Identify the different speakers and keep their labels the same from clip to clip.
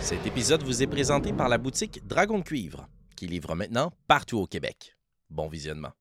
Speaker 1: Cet épisode vous est présenté par la boutique Dragon de Cuivre, qui livre maintenant partout au Québec. Bon visionnement.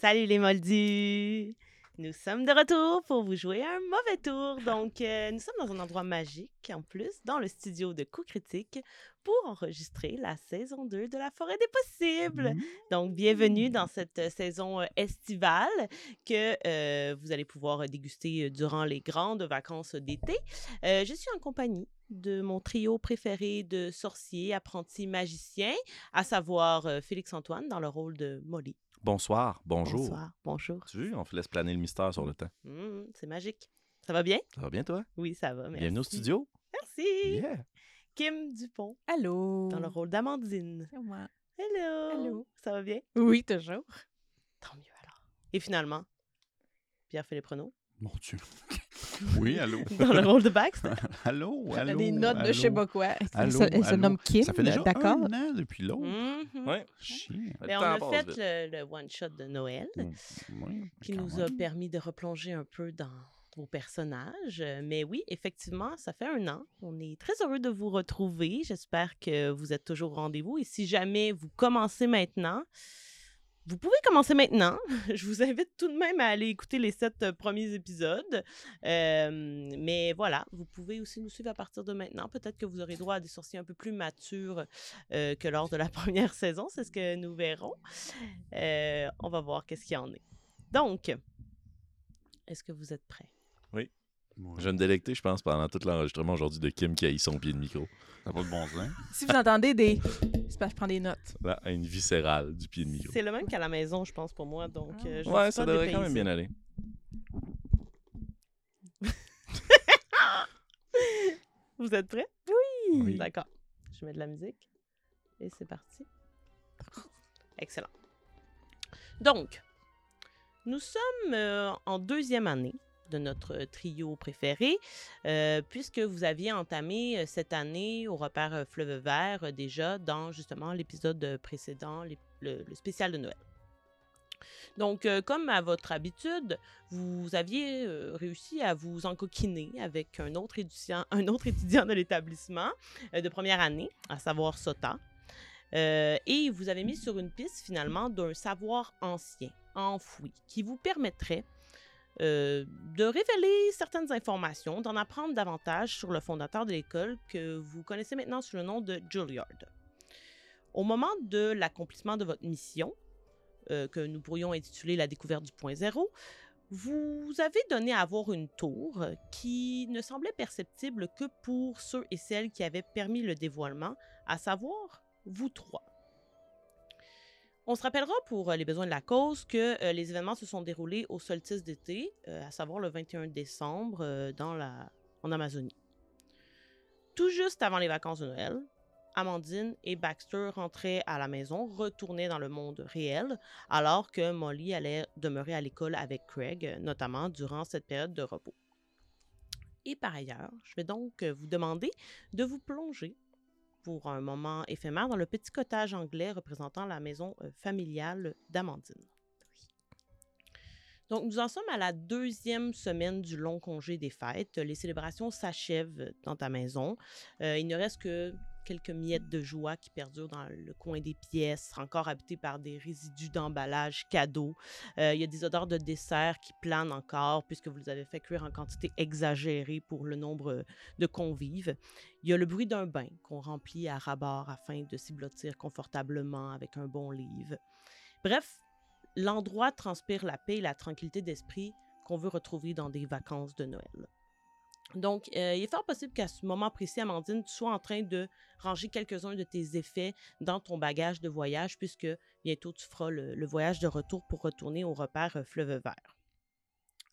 Speaker 2: Salut les moldus! Nous sommes de retour pour vous jouer un mauvais tour. Donc, euh, nous sommes dans un endroit magique, en plus, dans le studio de Coup Critique, pour enregistrer la saison 2 de La Forêt des Possibles. Donc, bienvenue dans cette euh, saison euh, estivale que euh, vous allez pouvoir déguster euh, durant les grandes vacances d'été. Euh, je suis en compagnie de mon trio préféré de sorciers, apprentis, magiciens, à savoir euh, Félix-Antoine dans le rôle de Molly.
Speaker 1: Bonsoir, bonjour.
Speaker 2: Bonsoir, bonjour.
Speaker 1: Tu vois, on laisse planer le mystère sur le temps.
Speaker 2: Mm, c'est magique. Ça va bien?
Speaker 1: Ça va bien, toi?
Speaker 2: Oui, ça va. Merci.
Speaker 1: Bienvenue au studio.
Speaker 2: Merci.
Speaker 1: Yeah.
Speaker 2: Kim Dupont
Speaker 3: Allô?
Speaker 2: dans le rôle d'Amandine.
Speaker 3: C'est moi.
Speaker 2: Hello.
Speaker 3: Mmh. Allô.
Speaker 2: Ça va bien?
Speaker 3: Oui, toujours.
Speaker 2: Tant mieux alors. Et finalement, Pierre-Philippe Renaud
Speaker 4: Mon Dieu. Oui, allô.
Speaker 2: dans le rôle de Baxter.
Speaker 4: allô,
Speaker 3: Elle a
Speaker 4: allô.
Speaker 3: des notes de
Speaker 4: allô.
Speaker 3: je sais pas quoi. Elle
Speaker 4: Allô,
Speaker 3: se- elle se
Speaker 4: allô.
Speaker 3: nomme Kim,
Speaker 4: Ça fait déjà
Speaker 3: d'accord?
Speaker 4: un an depuis l'autre.
Speaker 2: Mhm.
Speaker 1: Oh. Ouais.
Speaker 4: Chien.
Speaker 1: Le
Speaker 2: Ben, on
Speaker 1: temps
Speaker 2: a
Speaker 1: passe
Speaker 2: fait
Speaker 1: vite.
Speaker 2: le, one-shot de Noël
Speaker 4: Oui,
Speaker 5: Bah,
Speaker 2: qui
Speaker 4: quand
Speaker 2: nous a
Speaker 4: même.
Speaker 2: permis de replonger un peu dans vos personnages. Euh, Mais oui, effectivement, ça fait un an. On est très heureux de vous retrouver. J'espère que vous êtes toujours au rendez-vous. Et si jamais vous commencez maintenant, vous pouvez commencer maintenant. Je vous invite tout de même à aller écouter les sept euh, premiers épisodes. Euh, mais voilà, vous pouvez aussi nous suivre à partir de maintenant. Peut-être que vous aurez droit à des sorciers un peu plus matures euh, que lors de la première saison. C'est ce que nous verrons. Euh, on va voir qu'est-ce qu'il y en est. Donc, est-ce que vous êtes prêts?
Speaker 4: Ouais,
Speaker 1: Je vais me délecter, je pense, pendant tout l'enregistrement aujourd'hui de Kim qui a eu son pied de micro.
Speaker 4: Ça n'a pas de bon sens.
Speaker 3: Si vous entendez des. C'est parce que je prends des notes.
Speaker 1: La haine viscérale du pied de micro.
Speaker 2: C'est le même qu'à la maison, je pense, pour moi. Donc, euh, je
Speaker 1: Ouais,
Speaker 2: suis
Speaker 1: ça
Speaker 2: pas
Speaker 1: devrait quand même
Speaker 2: dépaysée.
Speaker 1: bien aller.
Speaker 2: Vous êtes prêts?
Speaker 4: Oui.
Speaker 2: D'accord. Je mets de la musique. Et c'est parti. Excellent. Donc, nous sommes euh, en deuxième année de notre euh, trio préféré, euh, puisque vous aviez entamé euh, cette année au repère euh, Fleuve Vert euh, déjà dans justement l'épisode euh, précédent, l'ép- le, le spécial de Noël. Donc, euh, comme à votre habitude, vous aviez euh, réussi à vous encoquiner avec un autre étudiant, un autre étudiant de l'établissement euh, de première année, à savoir Sota. Euh, et vous avez mis sur une piste finalement d'un savoir ancien, enfoui, qui vous permettrait euh, de révéler certaines informations, d'en apprendre davantage sur le fondateur de l'école que vous connaissez maintenant sous le nom de Juilliard. Au moment de l'accomplissement de votre mission, euh, que nous pourrions intituler la découverte du point zéro, vous avez donné à voir une tour euh, qui ne semblait perceptible que pour ceux et celles qui avaient permis le dévoilement, à savoir vous trois. On se rappellera pour euh, les besoins de la cause que euh, les événements se sont déroulés au solstice d'été, euh, à savoir le 21 décembre euh, dans la... en Amazonie. Tout juste avant les vacances de Noël, Amandine et Baxter rentraient à la maison, retournaient dans le monde réel alors que Molly allait demeurer à l'école avec Craig, euh, notamment durant cette période de repos. Et par ailleurs, je vais donc euh, vous demander de vous plonger pour un moment éphémère dans le petit cottage anglais représentant la maison euh, familiale d'Amandine. Donc, nous en sommes à la deuxième semaine du long congé des fêtes. Les célébrations s'achèvent dans ta maison. Euh, il ne reste que quelques miettes de joie qui perdurent dans le coin des pièces, encore habitées par des résidus d'emballage cadeaux. Euh, il y a des odeurs de dessert qui planent encore, puisque vous les avez fait cuire en quantité exagérée pour le nombre de convives. Il y a le bruit d'un bain qu'on remplit à rabord afin de s'y blottir confortablement avec un bon livre. Bref, l'endroit transpire la paix et la tranquillité d'esprit qu'on veut retrouver dans des vacances de Noël. Donc, euh, il est fort possible qu'à ce moment précis, Amandine, tu sois en train de ranger quelques-uns de tes effets dans ton bagage de voyage, puisque bientôt tu feras le, le voyage de retour pour retourner au repère euh, Fleuve Vert.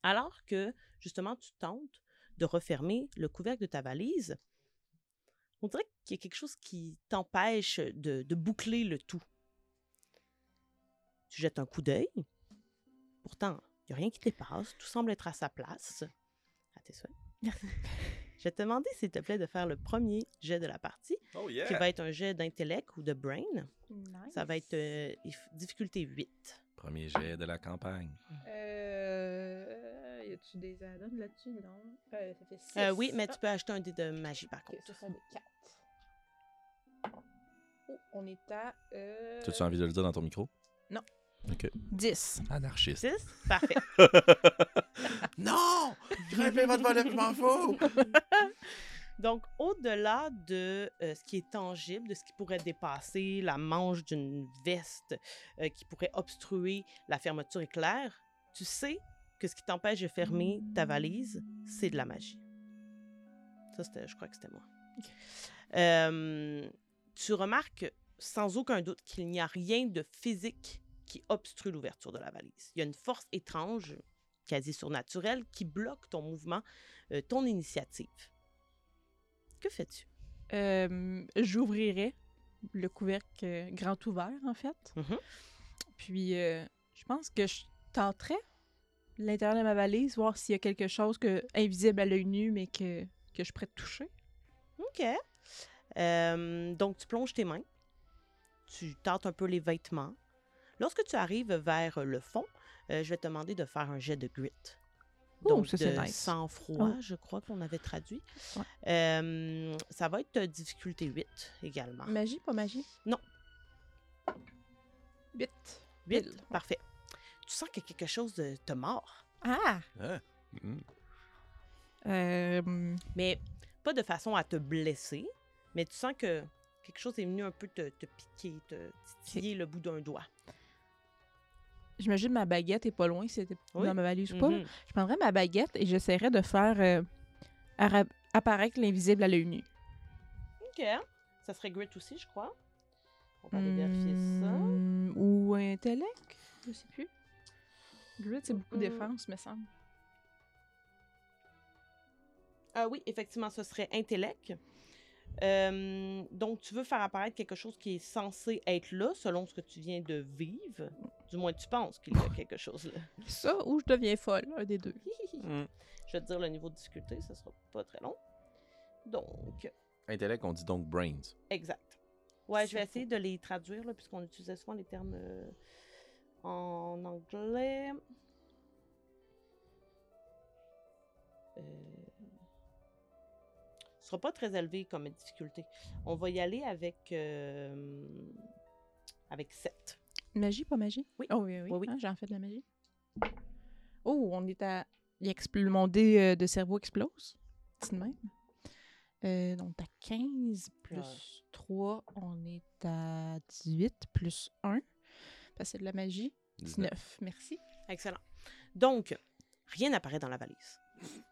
Speaker 2: Alors que, justement, tu tentes de refermer le couvercle de ta valise, on dirait qu'il y a quelque chose qui t'empêche de, de boucler le tout. Tu jettes un coup d'œil. Pourtant, Il n'y a rien qui dépasse. Tout semble être à sa place. À tes souhaits.
Speaker 3: Merci.
Speaker 2: Je vais te demander, s'il te plaît, de faire le premier jet de la partie,
Speaker 1: Oh
Speaker 2: qui va être un jet d'intellect ou de brain.
Speaker 3: Nice.
Speaker 2: Ça va être euh, if- difficulté 8.
Speaker 1: Premier jet de la campagne.
Speaker 6: Euh. Y a-tu des add-ons là-dessus? Non. Euh, ça fait six.
Speaker 2: Euh, oui, mais tu
Speaker 6: Ah,
Speaker 2: peux acheter un dé de magie, par
Speaker 6: ok,
Speaker 2: contre.
Speaker 6: ça, ça des quatre. Oh, on est à. Euh...
Speaker 1: Tu as envie de le dire dans ton micro?
Speaker 3: Non.
Speaker 1: OK.
Speaker 3: 10.
Speaker 1: Anarchiste.
Speaker 2: 6? Parfait.
Speaker 1: Non! Grimpez votre volet, je m'en fous!
Speaker 2: Donc, au-delà de euh, ce qui est tangible, de ce qui pourrait dépasser la manche d'une veste euh, qui pourrait obstruer la fermeture éclair, tu sais que ce qui t'empêche de fermer ta valise, c'est de la magie. Ça, c'était, je crois que c'était moi.
Speaker 3: Ok.
Speaker 2: Euh, tu remarques sans aucun doute qu'il n'y a rien de physique qui obstrue l'ouverture de la valise. Il y a une force étrange, quasi surnaturelle, qui bloque ton mouvement, euh, ton initiative. Que fais-tu?
Speaker 3: Euh, J'ouvrirai le couvercle euh, grand ouvert, en fait.
Speaker 2: Mhm.
Speaker 3: Puis, euh, je pense que je tenterai l'intérieur de ma valise, voir s'il y a quelque chose que, invisible à l'œil nu, mais que, que je pourrais toucher.
Speaker 2: OK. Euh, donc, tu plonges tes mains. Tu tentes un peu les vêtements. Lorsque tu arrives vers euh, le fond, euh, je vais te demander de faire un jet de grit.
Speaker 3: Ouh,
Speaker 2: donc,
Speaker 3: ça, c'est
Speaker 2: de
Speaker 3: nice.
Speaker 2: sang-froid,
Speaker 3: Oh.
Speaker 2: je crois qu'on avait traduit.
Speaker 3: Ouais.
Speaker 2: Euh, ça va être euh, difficulté 8 également.
Speaker 3: Magie, pas magie?
Speaker 2: Non.
Speaker 3: 8.
Speaker 2: 8,
Speaker 3: Mille.
Speaker 2: parfait. Tu sens que quelque chose de- te mord,
Speaker 3: Ah!
Speaker 4: Hmm.
Speaker 3: Euh,
Speaker 2: mais pas de façon à te blesser, mais tu sens que quelque chose est venu un peu te, te piquer, te titiller le bout d'un doigt.
Speaker 3: J'imagine ma baguette est pas loin, si c'était
Speaker 2: Oui.
Speaker 3: dans ma valise ou pas. là.
Speaker 2: Mhm.
Speaker 3: Je prendrais ma baguette et j'essaierais de faire euh, ara- apparaître l'invisible à l'œil nu.
Speaker 2: Ok. Ça serait Grit aussi, je crois. On va aller vérifier ça.
Speaker 3: Hmm, Ou intellect, je sais plus. Grit, c'est beaucoup
Speaker 6: Mm.
Speaker 3: défense, me semble.
Speaker 2: Ah oui, effectivement, ce serait intellect. Euh, donc, tu veux faire apparaître quelque chose qui est censé être là, selon ce que tu viens de vivre. Du moins, tu penses qu'il y a quelque chose là.
Speaker 3: Ça, ou je deviens folle, un des deux.
Speaker 2: Je vais te dire le niveau de difficulté, ce sera pas très long. Donc,
Speaker 1: Intellect, on dit donc brains.
Speaker 2: exact. Ouais, je vais
Speaker 3: C'est
Speaker 2: essayer de les traduire, là, puisqu'on utilisait souvent les termes euh, en anglais. Euh, Ce sera pas très élevé comme difficulté. On va y aller avec, euh, avec 7.
Speaker 3: Magie, pas magie?
Speaker 2: Oui.
Speaker 3: Oh oui, oui.
Speaker 2: Oui, oui.
Speaker 3: hein, J'en fais de la magie. Oh, on est à... il expl- Mon dé euh, de cerveau explose. C'est de même. Euh, donc, à 15 plus
Speaker 2: Ouais.
Speaker 3: 3, on est à 18 plus 1. Parce que c'est de la magie. 19. Merci.
Speaker 2: Excellent. Donc, rien n'apparaît dans la valise.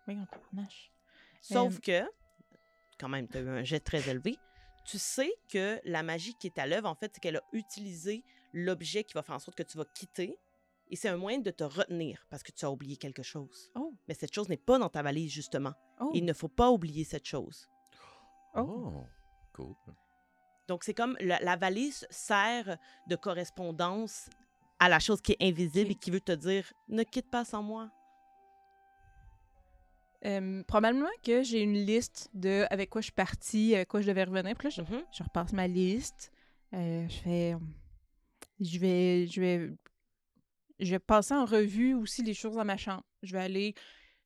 Speaker 3: Oui, on partage.
Speaker 2: Sauf
Speaker 3: Euh,
Speaker 2: que, quand même, tu as eu un jet très élevé. Tu sais que la magie qui est à l'œuvre, en fait, c'est qu'elle a utilisé l'objet qui va faire en sorte que tu vas quitter. Et c'est un moyen de te retenir parce que tu as oublié quelque chose.
Speaker 3: Oh.
Speaker 2: Mais cette chose n'est pas dans ta valise, justement.
Speaker 3: Oh.
Speaker 2: Il ne faut pas oublier cette chose.
Speaker 1: Oh! Cool.
Speaker 2: Donc, c'est comme la, la valise sert de correspondance à la chose qui est invisible
Speaker 3: Ok.
Speaker 2: et qui veut te dire ne quitte pas sans moi.
Speaker 3: Euh, probablement que j'ai une liste de avec quoi je suis partie, avec quoi je devais revenir. Puis là, je,
Speaker 2: Mhm.
Speaker 3: je repasse ma liste. Euh, je fais. Je vais. Je vais. Je vais passer en revue aussi les choses dans ma chambre. Je vais aller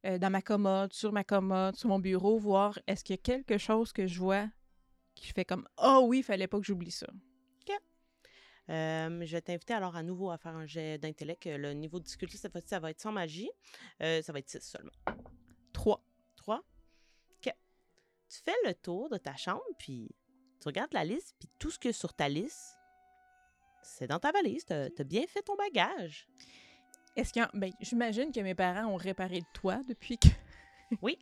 Speaker 3: euh, dans ma commode, sur ma commode, sur mon bureau, voir est-ce qu'il y a quelque chose que je vois qui fait comme Ah oui, il fallait pas que j'oublie ça.
Speaker 2: Euh, je vais t'inviter alors à nouveau à faire un jet d'intellect. Euh, Le niveau de difficulté, cette fois-ci, ça va être sans magie. Euh, ça va être 6 seulement.
Speaker 3: 3.
Speaker 2: 3. OK. Tu fais le tour de ta chambre, puis tu regardes la liste, puis tout ce qu'il y a sur ta liste, c'est dans ta valise. T'as t'as bien fait ton bagage.
Speaker 3: Est-ce qu'il y a... ben, j'imagine que mes parents ont réparé le toit depuis que.
Speaker 2: Oui.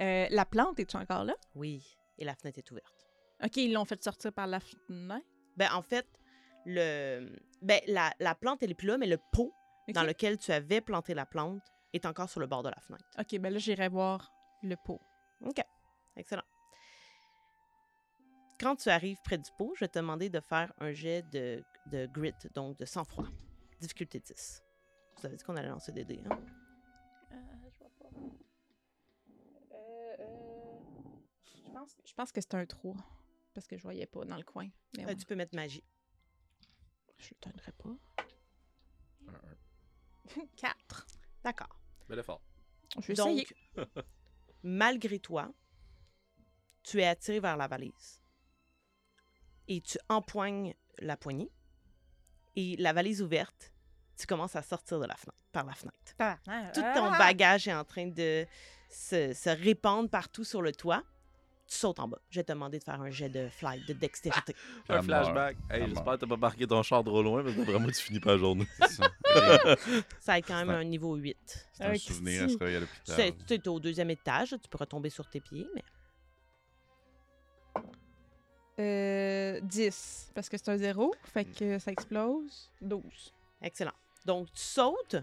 Speaker 3: Euh, la plante est encore là?
Speaker 2: Oui. Et la fenêtre est ouverte.
Speaker 3: OK, ils l'ont fait sortir par la fenêtre.
Speaker 2: Ben, en fait, le, ben, la, la plante, elle est plus là, mais le pot
Speaker 3: Ok.
Speaker 2: dans lequel tu avais planté la plante est encore sur le bord de la fenêtre.
Speaker 3: OK, ben là, j'irai voir le pot.
Speaker 2: OK. Excellent. Quand tu arrives près du pot, je vais te demander de faire un jet de, de grit, donc de sang-froid. Difficulté 10. vous avait dit qu'on allait lancer des dés. hein.
Speaker 6: Ah, je vois pas. Euh, euh, je pense que
Speaker 3: Je pense que c'est un 3. Parce que je voyais pas dans le coin. Mais
Speaker 2: Euh,
Speaker 3: ouais,
Speaker 2: tu peux mettre magie.
Speaker 3: Je le donnerais pas.
Speaker 5: Un, un.
Speaker 2: Quatre. D'accord.
Speaker 5: Bel effort.
Speaker 3: Je vais essayer.
Speaker 2: Donc, malgré toi, tu es attiré vers la valise et tu empoignes la poignée et la valise ouverte, tu commences à sortir de la fenêtre, par la fenêtre.
Speaker 3: ah,
Speaker 2: Tout ton bagage est en train de se, se répandre partout sur le toit. Tu sautes en bas. Je vais te demander de faire un jet de flight, de dextérité.
Speaker 5: Un
Speaker 4: Ah,
Speaker 5: flashback.
Speaker 4: Ah,
Speaker 5: Hey, j'espère
Speaker 4: mort.
Speaker 5: que t'as pas marqué ton char trop loin parce que vraiment tu finis pas la journée.
Speaker 4: C'est ça. Et
Speaker 2: Ça va être quand même
Speaker 4: C'est un-
Speaker 2: un niveau 8.
Speaker 4: C'est un
Speaker 3: Ah,
Speaker 4: souvenir à
Speaker 3: Christy.
Speaker 4: se réveiller
Speaker 2: Tu
Speaker 4: à l'hôpital.
Speaker 2: sais, tu es au deuxième étage, tu peux retomber sur tes pieds, mais
Speaker 3: Euh, 10. Parce que c'est un 0. Fait que ça explose. 12.
Speaker 2: Excellent. Donc, tu sautes,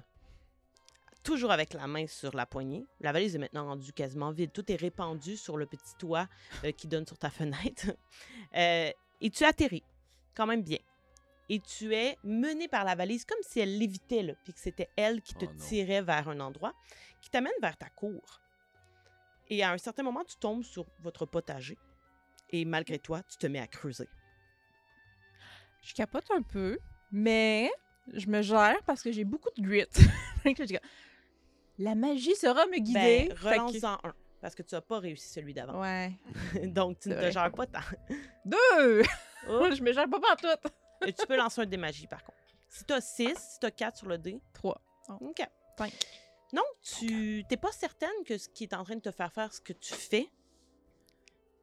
Speaker 2: toujours avec la main sur la poignée. La valise est maintenant rendue quasiment vide. Tout est répandu sur le petit toit euh, qui donne sur ta fenêtre. Euh, et tu atterris, quand même bien. Et tu es mené par la valise comme si elle lévitait, là, puis que c'était elle qui te
Speaker 5: Oh non.
Speaker 2: tirait vers un endroit qui t'amène vers ta cour. Et à un certain moment, tu tombes sur votre potager. Et malgré toi, tu te mets à creuser.
Speaker 3: Je capote un peu, mais je me gère parce que j'ai beaucoup de grit. Fait que je dis, la magie sera me guider.
Speaker 2: Ben,
Speaker 3: Fait que-
Speaker 2: relance-en un, parce que tu n'as pas réussi celui d'avant.
Speaker 3: Ouais.
Speaker 2: Donc, tu ne
Speaker 3: C'est
Speaker 2: te
Speaker 3: vrai.
Speaker 2: gères pas tant.
Speaker 3: Deux!
Speaker 6: Oh.
Speaker 3: je me gère pas pantoute.
Speaker 2: Et tu peux lancer un dé magie, par contre. Si t'as 6, si t'as 4 sur le dé.
Speaker 3: Trois.
Speaker 2: OK.
Speaker 3: Cinq.
Speaker 2: Non, tu t'es pas certaine que ce qui est en train de te faire faire ce que tu fais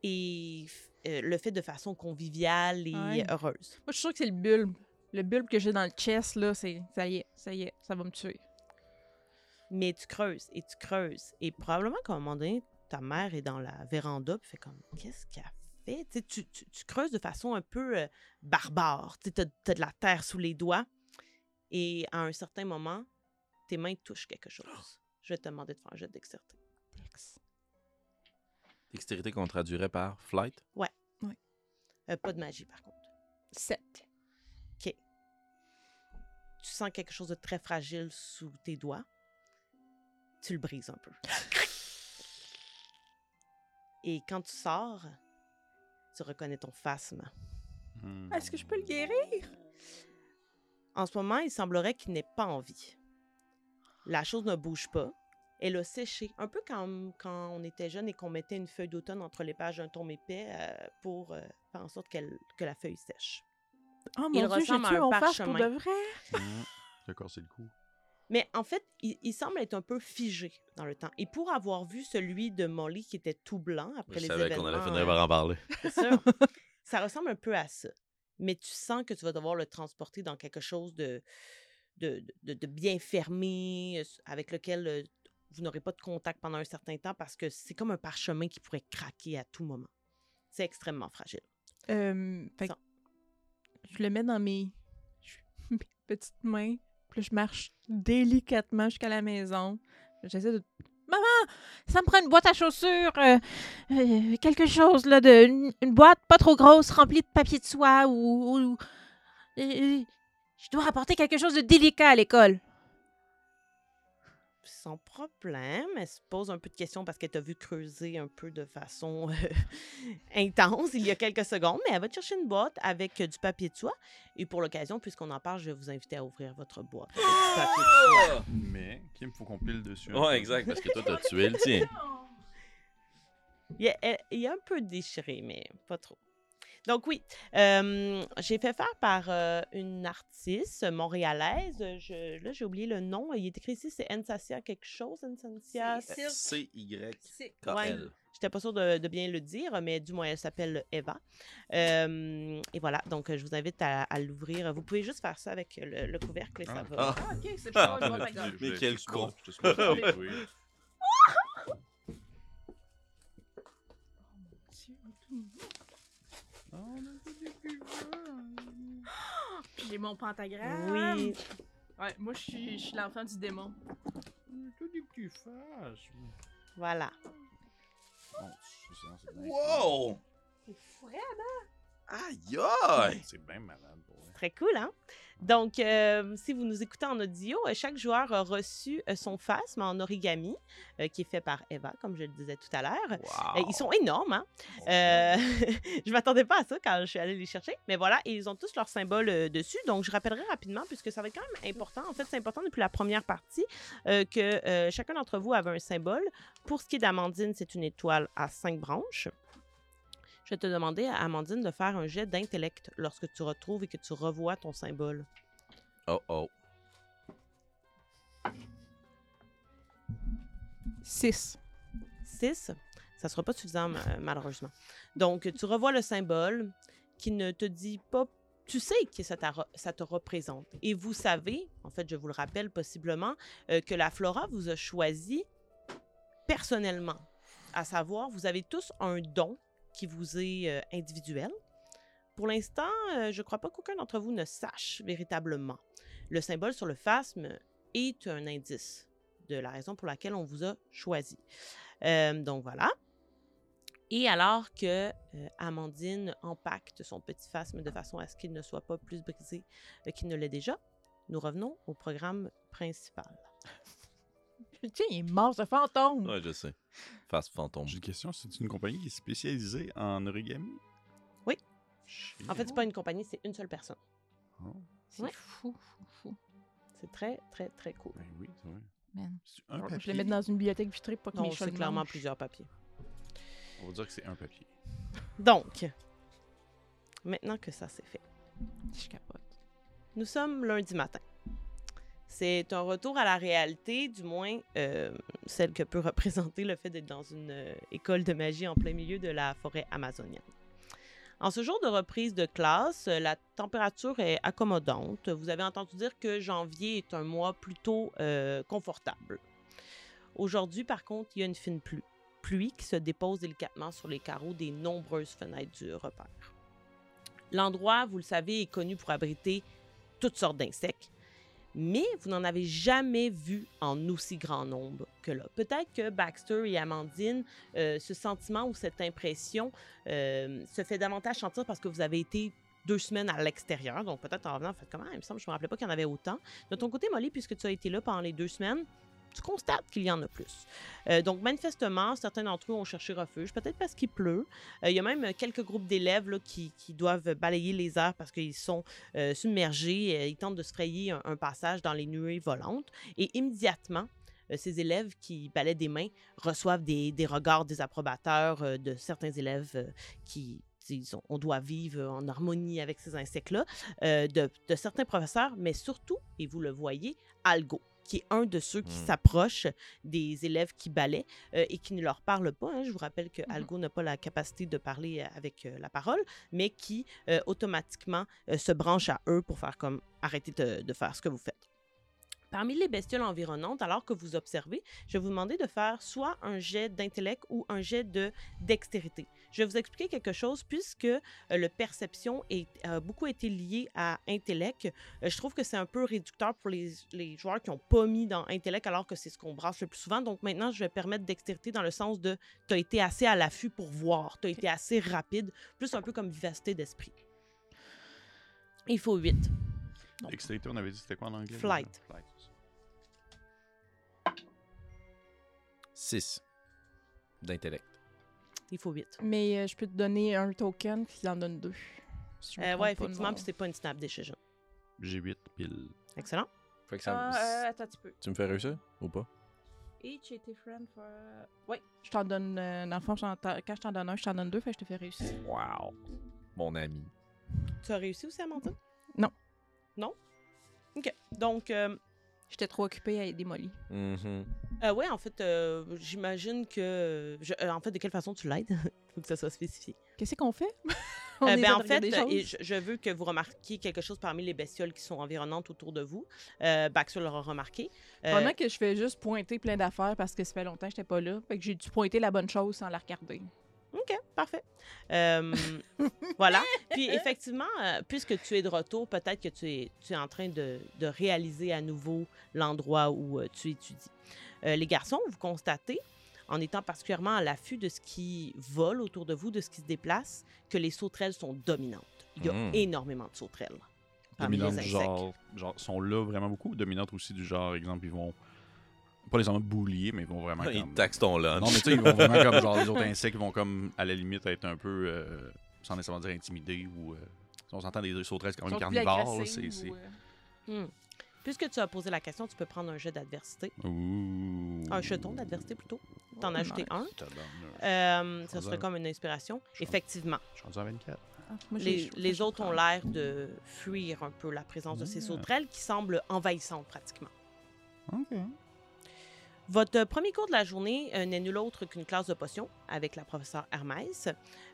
Speaker 2: et euh, le fait de façon conviviale et
Speaker 3: Ouais.
Speaker 2: heureuse.
Speaker 3: Moi, je suis sûre que c'est le bulbe. Le bulbe que j'ai dans le chest, là, c'est... Ça y est, ça y est, ça va me tuer.
Speaker 2: Mais tu creuses et tu creuses. Et probablement qu'à un moment donné, ta mère est dans la véranda puis fait comme Qu'est-ce qu'elle fait? Tu, sais, tu, tu- tu creuses de façon un peu euh, barbare. Tu as, de la terre sous les doigts. Et à un certain moment, tes mains touchent quelque chose. Je vais te demander de faire un jet d'exerté.
Speaker 5: Dextérité qu'on traduirait par flight.
Speaker 2: Euh, pas de magie, par contre.
Speaker 3: Sept.
Speaker 2: Tu sens quelque chose de très fragile sous tes doigts. Tu le brises un peu. Et quand tu sors, tu reconnais ton phasme.
Speaker 4: Hmm.
Speaker 6: Est-ce que je peux le guérir?
Speaker 2: En ce moment, il semblerait qu'il n'ait pas envie. La chose ne bouge pas. Elle a séché, un peu comme quand on était jeune et qu'on mettait une feuille d'automne entre les pages d'un tome épais euh, pour euh, faire en sorte qu'elle- que la feuille sèche.
Speaker 3: Oh
Speaker 2: Il
Speaker 3: mon dieu, j'ai
Speaker 2: ressemble à
Speaker 3: tué
Speaker 2: un
Speaker 3: mon fâche pour
Speaker 2: parchemin.
Speaker 3: de vrai.
Speaker 4: Hmm. J'ai cassé le cou.
Speaker 2: Mais en fait, il, il semble être un peu figé dans le temps. Et pour avoir vu celui de Molly qui était tout blanc après
Speaker 5: Je
Speaker 2: les
Speaker 5: savais
Speaker 2: événements,
Speaker 5: qu'on allait finir par en parler.
Speaker 2: c'est sûr, ça ressemble un peu à ça. Mais tu sens que tu vas devoir le transporter dans quelque chose de, de, de- de bien fermé, euh, s- avec lequel euh, vous n'aurez pas de contact pendant un certain temps parce que c'est comme un parchemin qui pourrait craquer à tout moment. C'est extrêmement fragile.
Speaker 3: Euh, fait que
Speaker 2: Ça.
Speaker 3: je le mets dans mes, mes petites mains. Puis là, je marche délicatement jusqu'à la maison. J'essaie de. Maman, ça me prend une boîte à chaussures. euh, euh, quelque chose, là, de, une, une boîte pas trop grosse remplie de papier de soie ou. ou- euh, euh, je dois apporter quelque chose de délicat à l'école.
Speaker 2: Sans problème, elle se pose un peu de questions parce qu'elle t'a vu creuser un peu de façon euh, intense il y a quelques secondes, mais elle va te chercher une boîte avec euh, du papier de soie. Et pour l'occasion, puisqu'on en parle, je vais vous inviter à ouvrir votre boîte avec du papier de soie.
Speaker 4: Mais Kim, faut qu'on pile dessus.
Speaker 5: Ouais, exact, parce que toi, t'as tué le tien.
Speaker 3: Oh,
Speaker 2: Il est, elle- il est un peu déchiré, mais pas trop. Donc oui, euh, j'ai fait faire par euh, une artiste montréalaise. Je- là, j'ai oublié le nom. Il est écrit ici, c'est Ensacia quelque chose, Ensacia.
Speaker 6: C'est-
Speaker 5: C-Y-K-L.
Speaker 6: C'est
Speaker 2: J'étais pas sûre de, de bien le dire, mais du moins, elle s'appelle Eva. Euh, et voilà, donc euh, je vous invite à, à l'ouvrir. Vous pouvez juste faire ça avec le, le couvercle et ça
Speaker 4: Ah.
Speaker 2: va.
Speaker 5: Ah,
Speaker 6: Ah, ok, c'est pas
Speaker 5: Ah,
Speaker 6: grave,
Speaker 5: mais
Speaker 6: my God.
Speaker 5: Mais quel con.
Speaker 4: Ah,
Speaker 3: J'ai mon pentagramme.
Speaker 2: Oui,
Speaker 3: Ouais, moi, je suis, je suis l'enfant du démon.
Speaker 4: Tout des petits fâches.
Speaker 2: voilà.
Speaker 4: Bon, c'est ça, c'est bien.
Speaker 1: Wow!
Speaker 6: C'est frais, hein?
Speaker 5: Aïe, aïe!
Speaker 4: C'est bien malade pour vrai.
Speaker 2: C'est très cool, hein? Donc, euh, si vous nous écoutez en audio, euh, chaque joueur a reçu euh, son phasme en origami, euh, qui est fait par Eva, comme je le disais tout à l'heure. Euh, Ils sont énormes, hein? Euh, je m'attendais pas à ça quand je suis allée les chercher. Mais voilà, et ils ont tous leurs symboles euh, dessus. Donc, je rappellerai rapidement, puisque ça va être quand même important. En fait, c'est important depuis la première partie euh, que euh, chacun d'entre vous avait un symbole. Pour ce qui est d'Amandine, c'est une étoile à cinq branches. Je vais te demander, Amandine, de faire un jet d'intellect lorsque tu retrouves et que tu revois ton symbole.
Speaker 5: Oh, oh.
Speaker 3: 6.
Speaker 2: 6, ça sera pas suffisant euh, malheureusement. Donc, tu revois le symbole qui ne te dit pas, tu sais que ça, t'a- ça te représente. Et vous savez, en fait, je vous le rappelle possiblement, euh, que la Flora vous a choisi personnellement. À savoir, vous avez tous un don qui vous est euh, individuel. Pour l'instant, euh, je ne crois pas qu'aucun d'entre vous ne sache véritablement. Le symbole sur le phasme est un indice de la raison pour laquelle on vous a choisi. Euh, donc voilà. Et alors que euh, Amandine empacte son petit phasme de façon à ce qu'il ne soit pas plus brisé euh, qu'il ne l'est déjà, nous revenons au programme principal.
Speaker 3: Tiens, il est mort, ce fantôme.
Speaker 5: Ouais, je sais. Face fantôme.
Speaker 4: J'ai une question. C'est une compagnie qui est spécialisée en origami?
Speaker 2: Oui.
Speaker 4: Shit.
Speaker 2: En fait, c'est pas une compagnie, c'est une seule personne.
Speaker 4: Oh,
Speaker 3: C'est
Speaker 2: Ouais.
Speaker 3: fou, fou, fou.
Speaker 2: C'est très, très, très cool.
Speaker 4: ben oui, c'est vrai.
Speaker 3: Man.
Speaker 4: C'est un
Speaker 3: Je
Speaker 4: papier.
Speaker 3: vais le mettre dans une bibliothèque vitrée pour pas que
Speaker 2: Non,
Speaker 3: mes chats
Speaker 2: c'est
Speaker 3: le
Speaker 2: clairement
Speaker 3: mangent.
Speaker 2: plusieurs papiers.
Speaker 4: On va dire que c'est un papier.
Speaker 2: Donc, maintenant que ça c'est fait,
Speaker 3: Je capote.
Speaker 2: Nous sommes lundi matin. C'est un retour à la réalité, du moins euh, celle que peut représenter le fait d'être dans une euh, école de magie en plein milieu de la forêt amazonienne. En ce jour de reprise de classe, euh, la température est accommodante. Vous avez entendu dire que janvier est un mois plutôt euh, confortable. Aujourd'hui, par contre, il y a une fine pluie, pluie qui se dépose délicatement sur les carreaux des nombreuses fenêtres du repère. L'endroit, vous le savez, est connu pour abriter toutes sortes d'insectes, mais vous n'en avez jamais vu en aussi grand nombre que là. Peut-être que Baxter et Amandine, euh, ce sentiment ou cette impression euh, se fait davantage sentir parce que vous avez été deux semaines à l'extérieur, donc peut-être en revenant, vous faites comment il me semble, je me rappelais pas qu'il y en avait autant. De ton côté, Molly, puisque tu as été là pendant les deux semaines, tu constates qu'il y en a plus. Euh, donc, manifestement, certains d'entre eux ont cherché refuge, peut-être parce qu'il pleut. Euh, Il y a même euh, quelques groupes d'élèves là, qui, qui doivent balayer les airs parce qu'ils sont euh, submergés. euh, ils tentent de se frayer un, un passage dans les nuées volantes. Et immédiatement, euh, ces élèves qui balaient des mains reçoivent des, des regards désapprobateurs euh, de certains élèves euh, qui disent on doit vivre en harmonie avec ces insectes-là, euh, de, de certains professeurs, mais surtout, et vous le voyez, Algo qui est un de ceux qui
Speaker 5: Mm.
Speaker 2: s'approche des élèves qui balaient euh, et qui ne leur parle pas. hein. Je vous rappelle que
Speaker 3: Mhm.
Speaker 2: Algo n'a pas la capacité de parler euh, avec euh, la parole, mais qui euh, automatiquement euh, se branche à eux pour faire comme arrêtez de, de faire ce que vous faites. Parmi les bestioles environnantes, alors que vous observez, je vais vous demander de faire soit un jet d'intellect ou un jet de dextérité. Je vais vous expliquer quelque chose puisque euh, le perception est, a beaucoup été lié à intellect. Euh, je trouve que c'est un peu réducteur pour les, les joueurs qui n'ont pas mis dans intellect alors que c'est ce qu'on brasse le plus souvent. Donc maintenant, je vais permettre dextérité dans le sens de tu as été assez à l'affût pour voir, tu as été assez rapide, plus un peu comme vivacité d'esprit. Il faut 8. Donc.
Speaker 4: Dextérité, on avait dit c'était quoi en anglais?
Speaker 2: Flight.
Speaker 4: déjà? Flight, c'est ça.
Speaker 5: 6. D'intellect.
Speaker 2: Il faut 8.
Speaker 3: Mais euh, je peux te donner un token, puis il en donne deux. Si je me
Speaker 2: Euh,
Speaker 3: trompe
Speaker 2: ouais,
Speaker 3: pas de
Speaker 2: effectivement,
Speaker 3: nom.
Speaker 2: puis c'est pas une snap decision.
Speaker 4: J'ai 8 piles.
Speaker 2: Excellent.
Speaker 5: Fait que ça me-
Speaker 6: Ah, euh, attends un petit peu.
Speaker 5: Tu me fais réussir ou pas?
Speaker 6: Each était friend for. euh, Ouais.
Speaker 3: Je t'en donne, euh, dans le fond, je t'en- quand je t'en donne un, je t'en donne deux, fait que je te fais réussir.
Speaker 5: Wow. Mon ami.
Speaker 2: Tu as réussi aussi, Amandine?
Speaker 3: Non.
Speaker 2: Non? OK. Donc, euh,
Speaker 3: J'étais trop occupée à aider Molly.
Speaker 5: Mhm.
Speaker 2: euh, ouais, en fait, euh, j'imagine que... je- euh, en fait, de quelle façon tu l'aides? faut que ça soit spécifié.
Speaker 3: Qu'est-ce qu'on fait? On
Speaker 2: Euh,
Speaker 3: est
Speaker 2: ben, en
Speaker 3: en train de
Speaker 2: fait,
Speaker 3: regarder des choses.
Speaker 2: et je, je veux que vous remarquiez quelque chose parmi les bestioles qui sont environnantes autour de vous. Euh, Baxter l'aura remarqué. Euh,
Speaker 3: Probablement que je fais juste pointer plein d'affaires parce que ça fait longtemps que j'étais pas là. Fait que j'ai dû pointer la bonne chose sans la regarder.
Speaker 2: OK, parfait. Euh, voilà. Puis effectivement, euh, puisque tu es de retour, peut-être que tu es, tu es en train de, de réaliser à nouveau l'endroit où euh, tu étudies. Euh, les garçons, vous constatez, en étant particulièrement à l'affût de ce qui vole autour de vous, de ce qui se déplace, que les sauterelles sont dominantes. Il y a
Speaker 3: Hmm.
Speaker 5: Mm.
Speaker 2: énormément de sauterelles. parmi les
Speaker 4: Dominantes du
Speaker 2: insectes.
Speaker 4: genre, genre, sont là vraiment beaucoup. Dominantes aussi du genre, exemple, ils vont. Pas nécessairement boulier, mais ils vont
Speaker 5: Ah,
Speaker 4: vraiment.
Speaker 1: Il
Speaker 4: comme-
Speaker 1: taxe ton
Speaker 4: Non,
Speaker 1: lunch.
Speaker 4: mais tu sais, ils vont vraiment comme genre les autres insectes ils vont comme à la limite être un peu euh, sans nécessairement dire intimidés ou. euh, on s'entend des sauterelles c'est quand même carnivores. là, C'est. c'est-
Speaker 3: euh,
Speaker 2: Puisque tu as posé la question, tu peux prendre un jet d'adversité.
Speaker 4: Ouh. ben,
Speaker 2: Un jeton d'adversité plutôt. T'en
Speaker 3: Oh,
Speaker 2: as ajouté
Speaker 3: nice.
Speaker 2: un.
Speaker 4: Tabarnak.
Speaker 2: Euh, ça
Speaker 4: Dans
Speaker 2: serait
Speaker 4: un-
Speaker 2: comme une inspiration.
Speaker 4: Je suis en-
Speaker 2: Effectivement.
Speaker 4: Je suis rendu à 24.
Speaker 2: Les, les autres ont l'air de fuir un peu la présence de ces
Speaker 4: Ah.
Speaker 2: sauterelles qui semblent envahissantes pratiquement.
Speaker 4: Ok.
Speaker 2: Votre euh, premier cours de la journée euh, n'est nul autre qu'une classe de potions avec la professeure Hermès.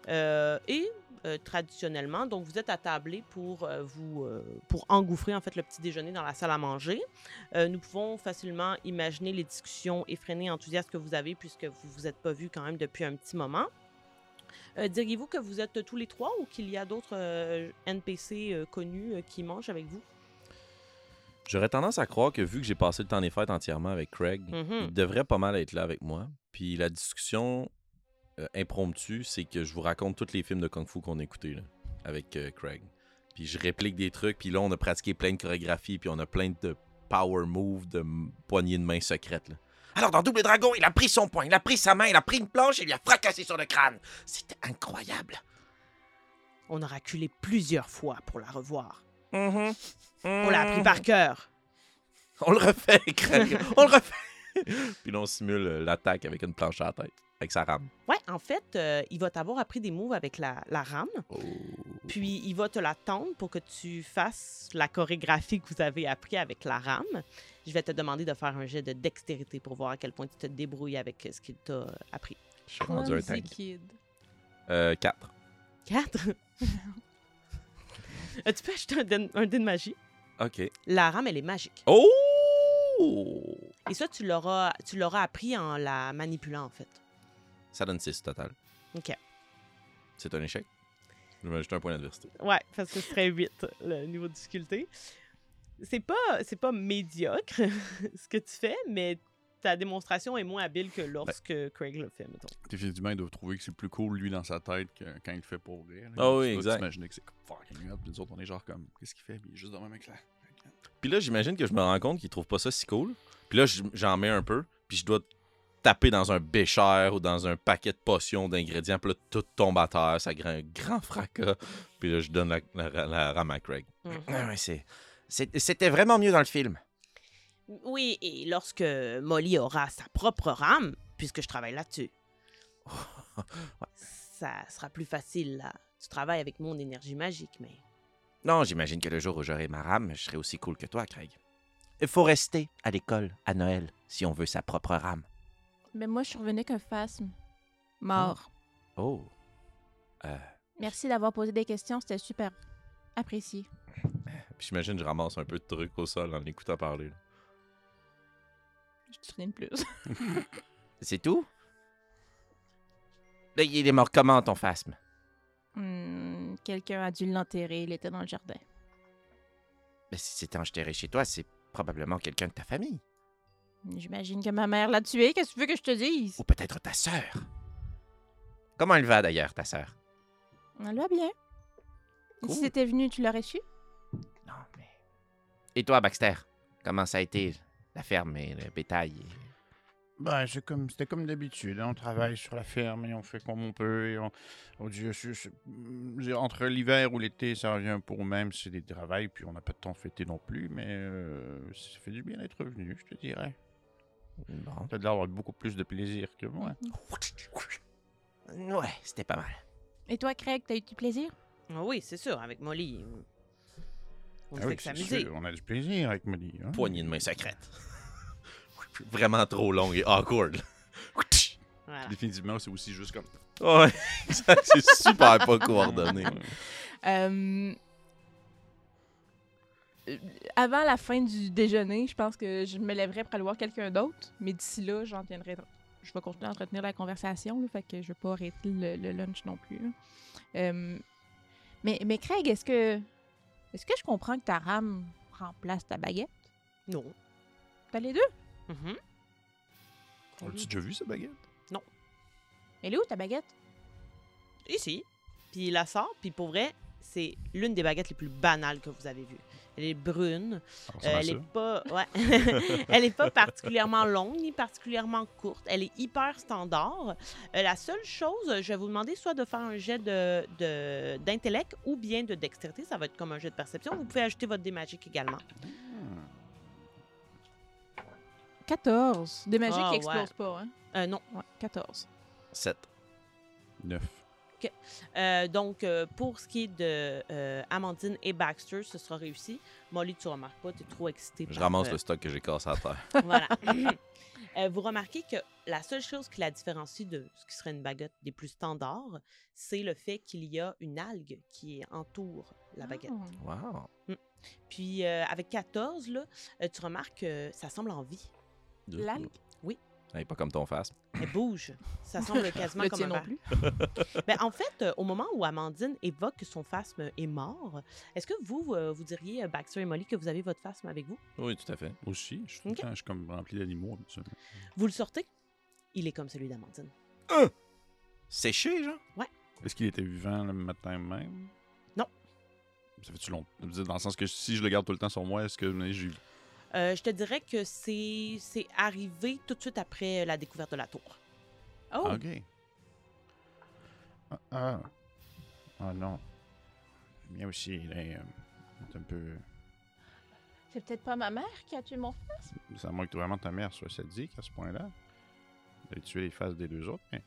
Speaker 2: Euh, et euh, traditionnellement, donc vous êtes attablés pour euh, vous euh, pour engouffrer en fait le petit déjeuner dans la salle à manger. Euh, nous pouvons facilement imaginer les discussions effrénées, enthousiastes que vous avez puisque vous vous êtes pas vus quand même depuis un petit moment. Euh, Diriez-vous que vous êtes tous les trois ou qu'il y a d'autres euh, NPC euh, connus euh, qui mangent avec vous
Speaker 5: J'aurais tendance à croire que vu que j'ai passé le temps des fêtes entièrement avec Craig,
Speaker 6: Mm.
Speaker 2: Mhm.
Speaker 5: il devrait pas mal être là avec moi. Puis la discussion euh, impromptue, c'est que je vous raconte tous les films de Kung Fu qu'on a écoutés là, avec euh, Craig. Puis je réplique des trucs, puis là, on a pratiqué plein de chorégraphies, puis on a plein de power moves, de m- poignées de main secrètes. là. Alors, dans Double Dragon, il a pris son poing, il a pris sa main, il a pris une planche et il lui a fracassé sur le crâne. C'était incroyable.
Speaker 2: On aura culé plusieurs fois pour la revoir. On l'a
Speaker 5: Ah.
Speaker 2: appris par cœur.
Speaker 5: Mmh. On le refait, Craig. on le refait. puis là, on simule euh, l'attaque avec une planche à la tête, avec sa rame.
Speaker 2: Ouais, en fait, euh, il va t'avoir appris des moves avec la, la rame, puis il va te la tendre pour que tu fasses la chorégraphie que vous avez appris avec la rame. Je vais te demander de faire un jet de dextérité pour voir à quel point tu te débrouilles avec euh, ce qu'il t'a euh, appris.
Speaker 5: Je suis rendu un tank.
Speaker 3: Kid.
Speaker 5: Euh, 4.
Speaker 2: Quatre. Euh, tu peux acheter un dé, un dé de magie.
Speaker 5: OK.
Speaker 2: La rame, elle est magique.
Speaker 5: Oh!
Speaker 2: Et ça, tu l'auras tu l'auras appris en la manipulant, en fait.
Speaker 5: Ça donne 6 total.
Speaker 2: OK.
Speaker 5: C'est un échec. Je vais m'ajouter un point d'adversité.
Speaker 2: Ouais, parce que ce serait 8, le niveau de difficulté. C'est pas, c'est pas médiocre ce que tu fais, mais ta démonstration est moins habile que lorsque Craig le fait, mettons.
Speaker 4: Définitivement, ils doivent trouver que c'est plus cool, lui, dans sa tête, que quand il le fait pour rire.
Speaker 5: Ah oui, exact.
Speaker 4: Imaginez que c'est comme fucking hot, puis nous autres, on est genre comme, qu'est-ce qu'il fait? Puis il est juste dans le même éclat.
Speaker 5: Puis là, j'imagine que je me rends compte qu'ils trouvent pas ça si cool. Puis là, j- j'en mets un peu. Puis je dois taper dans un bécher ou dans un paquet de potions d'ingrédients. Puis là, tout tombe à terre. Ça grand, grand fracas. Puis là, je donne la, la, la rame à Craig. Ah
Speaker 2: Mhm.
Speaker 5: C'était vraiment mieux dans le film.
Speaker 2: Oui, et lorsque Molly aura sa propre rame, puisque je travaille là-dessus, ça sera plus facile là. Tu travailles avec mon énergie magique, mais
Speaker 5: Non, j'imagine que le jour où j'aurai ma rame, je serai aussi cool que toi, Craig. Il faut rester à l'école à Noël si on veut sa propre rame.
Speaker 3: Mais moi, je revenais qu'un phasme. Mort.
Speaker 5: Oh.
Speaker 3: Merci d'avoir posé des questions, c'était super apprécié.
Speaker 5: Puis j'imagine que je ramasse un peu de trucs au sol en l'écoutant parler.
Speaker 3: Je te souviens de plus.
Speaker 5: C'est tout? Il est mort comment, ton phasme?
Speaker 3: Hmm, Quelqu'un a dû l'enterrer, il était dans le jardin.
Speaker 5: Mais Ben, si c'était enterré chez toi, c'est probablement quelqu'un de ta famille.
Speaker 3: J'imagine que ma mère l'a tué, qu'est-ce que tu veux que je te dise?
Speaker 5: Ou peut-être ta sœur. Comment elle va d'ailleurs, ta sœur?
Speaker 3: Elle va bien. Si
Speaker 5: Cool.
Speaker 3: t'étais venu, tu l'aurais su?
Speaker 5: Non, mais... Et toi, Baxter? Comment ça a été, la ferme et le bétail?
Speaker 4: Ben, c'est comme, c'était comme d'habitude. hein, On travaille sur la ferme et on fait comme on peut. Et on, mmh, entre l'hiver ou l'été, ça revient pour même. C'est des travails, puis on n'a pas de temps fêté non plus. Mais euh, ça fait du bien d'être revenu, je te dirais.
Speaker 5: Bon.
Speaker 4: T'as de l'avoir beaucoup plus de plaisir que moi.
Speaker 5: Ouais, c'était pas mal.
Speaker 3: Et toi, Craig, t'as eu du plaisir?
Speaker 2: Ah oui, c'est sûr, avec Molly, euh, on ne
Speaker 4: Ah
Speaker 2: fait
Speaker 4: oui,
Speaker 2: que
Speaker 4: c'est
Speaker 2: s'amuser.
Speaker 4: sûr, On a du plaisir avec Molly. hein.
Speaker 5: Poignée de main secrète. Vraiment trop longue et awkward.
Speaker 2: Voilà.
Speaker 4: Définitivement, c'est aussi juste comme.
Speaker 5: Ouais, c'est super pas coordonné.
Speaker 3: Euh, euh, Avant la fin du déjeuner, je pense que je me lèverai pour aller voir quelqu'un d'autre, mais d'ici là, j'en tiendrai. Je vais continuer à entretenir la conversation, là, fait que je vais pas arrêter le, le lunch non plus. là. Euh, mais, mais Craig, est-ce que est-ce que je comprends que ta rame remplace ta baguette?
Speaker 2: Non.
Speaker 3: T'as les deux?
Speaker 2: Mhm.
Speaker 4: Mmh. On l'a déjà vu, cette baguette
Speaker 3: Mais elle est où ta baguette?
Speaker 2: Ici. Puis il la sort, puis pour vrai, c'est l'une des baguettes les plus banales que vous avez vues. Elle est brune,
Speaker 4: Ça
Speaker 2: euh,
Speaker 4: ressemble à
Speaker 2: elle
Speaker 4: ça.
Speaker 2: est pas, ouais. elle est pas particulièrement longue ni particulièrement courte. Elle est hyper standard. Euh, la seule chose, je vais vous demander soit de faire un jet de de- d'intellect ou bien de dextérité. Ça va être comme un jet de perception. Vous pouvez ajouter votre dé magique également.
Speaker 3: 14. Des magiques
Speaker 2: Ah,
Speaker 3: qui
Speaker 2: ouais.
Speaker 3: explosent pas, hein?
Speaker 2: Euh, non.
Speaker 3: Ouais, 14.
Speaker 1: 7.
Speaker 4: Neuf.
Speaker 2: Euh, donc euh, pour ce qui est de euh, Amandine et Baxter, ce sera réussi. Molly, tu remarques pas, tu es trop excitée.
Speaker 5: Je
Speaker 2: par,
Speaker 5: ramasse
Speaker 2: euh,
Speaker 5: le stock que j'ai cassé à terre.
Speaker 2: Voilà. Euh, vous remarquez que la seule chose qui la différencie de ce qui serait une baguette des plus standards, c'est le fait qu'il y a une algue qui entoure la baguette.
Speaker 3: Ah.
Speaker 5: Wow.
Speaker 2: Puis euh, avec 14, là, euh, tu remarques que ça semble en vie.
Speaker 3: L'algue?
Speaker 2: Oui.
Speaker 5: Elle est pas comme ton face.
Speaker 2: Elle bouge. Ça semble quasiment
Speaker 3: Le
Speaker 2: comme
Speaker 3: tien
Speaker 2: un
Speaker 3: non
Speaker 2: ver-
Speaker 3: plus.
Speaker 2: Ben, en fait, euh, au moment où Amandine évoque que son phasme est mort, est-ce que vous, euh, vous diriez, euh, Baxter et Molly, que vous avez votre phasme avec vous?
Speaker 5: Oui, tout à fait.
Speaker 4: Aussi, je suis tout le
Speaker 2: Ok.
Speaker 4: temps- je suis comme rempli d'animaux habituellement.
Speaker 2: Vous le sortez? Il est comme celui d'Amandine.
Speaker 1: Séché, genre?
Speaker 4: Est-ce qu'il était vivant le matin même?
Speaker 2: Non.
Speaker 4: Ça fait-tu longtemps? Je veux dire, Dans le sens que si je le garde tout le temps sur moi, est-ce que mais, j'ai...
Speaker 2: Euh, je te dirais que c'est c'est arrivé tout de suite après la découverte de la tour.
Speaker 3: Oh!
Speaker 2: Oh!
Speaker 4: Ah, OK. Ah, ah. Ah, non. Bien aussi, il est, euh, c'est un peu...
Speaker 6: C'est peut-être pas ma mère qui a tué mon frère.
Speaker 4: Ça manque vraiment ta mère soit sadique à ce point-là. Elle a tué les faces des deux autres, mais...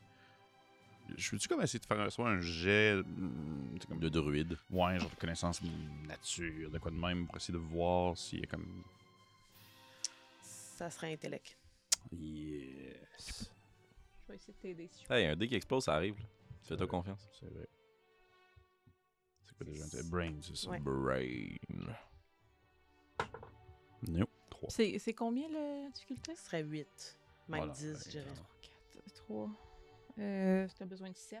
Speaker 4: Je suis-tu comme essayer de faire un- soit un jet... hum, tu sais, comme
Speaker 5: Le druide.
Speaker 4: Ouais, genre de connaissance hum, nature, de quoi de même, pour essayer de voir s'il y a comme...
Speaker 2: Ça serait intellect.
Speaker 4: Yes.
Speaker 6: Je vais essayer de t'aider. si je peux.
Speaker 5: Hey, un dé qui explose, ça arrive. là. Fais-toi
Speaker 4: Ouais.
Speaker 5: confiance.
Speaker 4: C'est vrai. C'est quoi déjà? C'est Brain, c'est ça?
Speaker 2: Ouais.
Speaker 5: Brain.
Speaker 4: Non. 3.
Speaker 3: C'est c'est combien la difficulté?
Speaker 2: Ce serait 8. Même
Speaker 4: ben,
Speaker 2: 10, je dirais.
Speaker 3: 4, 3. Euh, si t'as besoin de 7,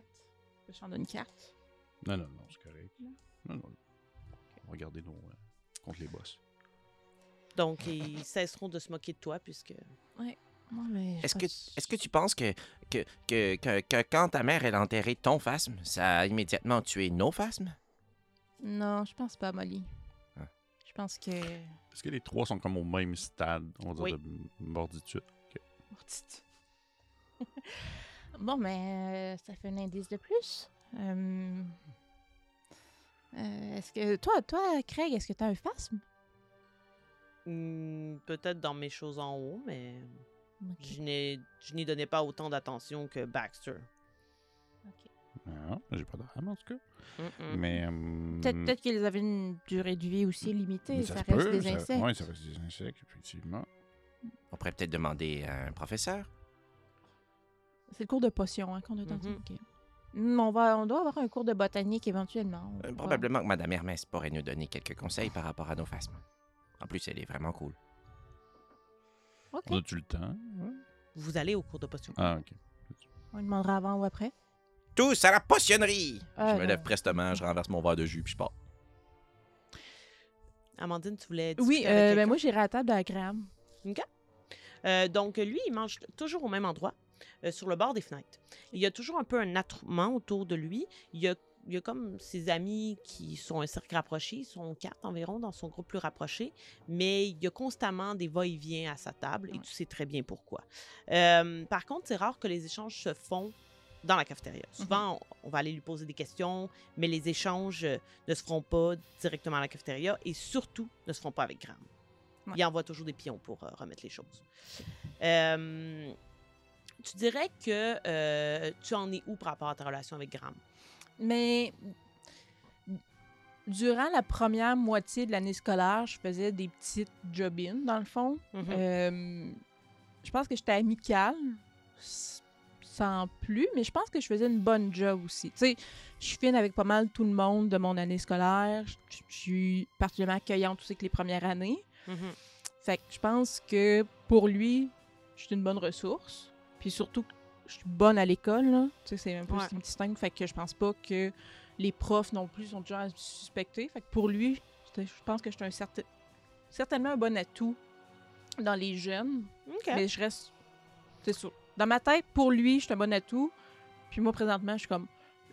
Speaker 3: je t'en donne 4.
Speaker 4: Non, non, non, c'est correct. Non, non. On va garder nos. euh, contre les boss.
Speaker 2: Donc, ils cesseront de se moquer de toi puisque.
Speaker 1: Est-ce que, est que tu penses que, que, que, que, que quand ta mère elle a enterré ton phasme, ça a immédiatement tué nos phasmes?
Speaker 3: Non, je pense pas, Molly.
Speaker 5: Ah.
Speaker 3: Je pense que...
Speaker 4: Est-ce que les trois sont comme au même stade, on va dire,
Speaker 2: Oui.
Speaker 4: de m- morditude?
Speaker 3: bon, mais euh, ça fait un indice de plus. Euh, euh, est-ce que... Toi, toi, Craig, est-ce que t'as un phasme?
Speaker 2: Hmm, Peut-être dans mes choses en haut, mais
Speaker 3: Ok.
Speaker 2: je n'ai- je n'y donnais pas autant d'attention que Baxter.
Speaker 4: Non, j'ai pas d'âme en tout cas.
Speaker 2: Mm-mm.
Speaker 4: Mais. euh,
Speaker 3: Peut-être peut-être qu'ils avaient une durée de vie aussi limitée. Ça,
Speaker 4: se
Speaker 3: reste
Speaker 4: peut,
Speaker 3: des
Speaker 4: ça-
Speaker 3: insectes.
Speaker 4: Ouais, ça reste des insectes, effectivement.
Speaker 1: On pourrait peut-être demander à un professeur.
Speaker 3: C'est le cours de potion hein, qu'on a tenté.
Speaker 2: Mhm.
Speaker 3: ok. Hmm, on, va, on doit avoir un cours de botanique éventuellement. On
Speaker 1: Euh,
Speaker 3: va-
Speaker 1: Probablement que Madame Hermès pourrait nous donner quelques conseils par rapport à nos phasmes. En plus, elle est vraiment cool.
Speaker 3: Ok.
Speaker 4: On a-tu le temps?
Speaker 2: Vous allez au cours de potion.
Speaker 4: Ah, ok.
Speaker 3: On lui demandera avant ou après.
Speaker 1: Tous à la potionnerie!
Speaker 3: Ah,
Speaker 5: je me
Speaker 3: non.
Speaker 5: lève prestement, je renverse mon verre de jus puis je pars.
Speaker 2: Amandine, tu voulais.
Speaker 3: Oui,
Speaker 2: discuter
Speaker 3: euh,
Speaker 2: avec
Speaker 3: ben
Speaker 2: quelqu'un?
Speaker 3: moi j'irai à la table de la crème.
Speaker 2: Euh, donc, lui, il mange t- toujours au même endroit, euh, sur le bord des fenêtres. Il y a toujours un peu un attroupement autour de lui. Il y a, il y a comme ses amis qui sont un cercle rapproché, ils sont quatre environ dans son groupe plus rapproché, mais il y a constamment des va-et-vient à sa table et
Speaker 3: Ouais.
Speaker 2: tu sais très bien pourquoi. Euh, par contre, c'est rare que les échanges se font dans la cafétéria.
Speaker 3: Mhm.
Speaker 2: Souvent, on, on va aller lui poser des questions, mais les échanges euh, ne se feront pas directement à la cafétéria et surtout ne se feront pas avec Graham.
Speaker 3: Ouais.
Speaker 2: Il envoie toujours des pions pour euh, remettre les choses. Euh, tu dirais que euh, tu en es où par rapport à ta relation avec Graham?
Speaker 3: Mais durant la première moitié de l'année scolaire, je faisais des petites job-ins dans le fond.
Speaker 2: Mm.
Speaker 3: Euh, je pense que j'étais amicale, s- sans plus, mais je pense que je faisais une bonne job aussi. Tu sais, je suis fine avec pas mal tout le monde de mon année scolaire. Je je suis particulièrement accueillante aussi que les premières années.
Speaker 2: Mhm.
Speaker 3: Fait que je pense que pour lui, je suis une bonne ressource. Puis surtout, je suis bonne à l'école. là. Tu sais, c'est un peu
Speaker 2: Ouais.
Speaker 3: ce qui me distingue. Fait que je pense pas que les profs non plus sont du genre à me suspecter. Fait que pour lui, j'étais- je pense que je suis un certain, certainement un bon atout dans les jeunes.
Speaker 2: OK.
Speaker 3: Mais je reste. C'est sûr. Dans ma tête, pour lui, je suis un bon atout. Puis moi, présentement, je suis comme,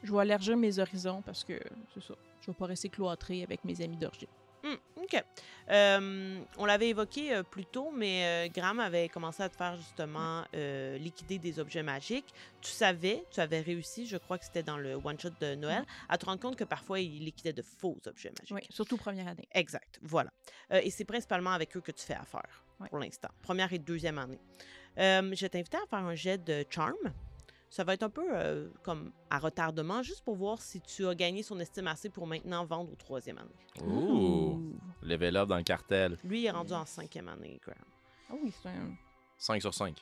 Speaker 3: je vais allergir mes horizons parce que c'est ça. Je vais pas rester cloîtré avec mes amis d'orgie.
Speaker 2: Hum, OK. Euh, on l'avait évoqué euh, plus tôt, mais euh, Graham avait commencé à te faire justement euh, liquider des objets magiques. Tu savais, tu avais réussi, je crois que c'était dans le one-shot de Noël, à te rendre compte que parfois, il liquidait de faux objets magiques.
Speaker 3: Oui, surtout première année.
Speaker 2: Exact, voilà. Euh, et c'est principalement avec eux que tu fais affaire
Speaker 3: Ouais.
Speaker 2: pour l'instant, première et deuxième année. Euh, je vais t'inviter à faire un jet de charm. Ça va être un peu euh, comme à retardement, juste pour voir si tu as gagné son estime assez pour maintenant vendre au troisième année.
Speaker 5: Ouh! Level up dans le cartel.
Speaker 2: Lui, il est rendu en cinquième année, Graham.
Speaker 3: Ah oui, c'est un.
Speaker 5: 5 sur 5.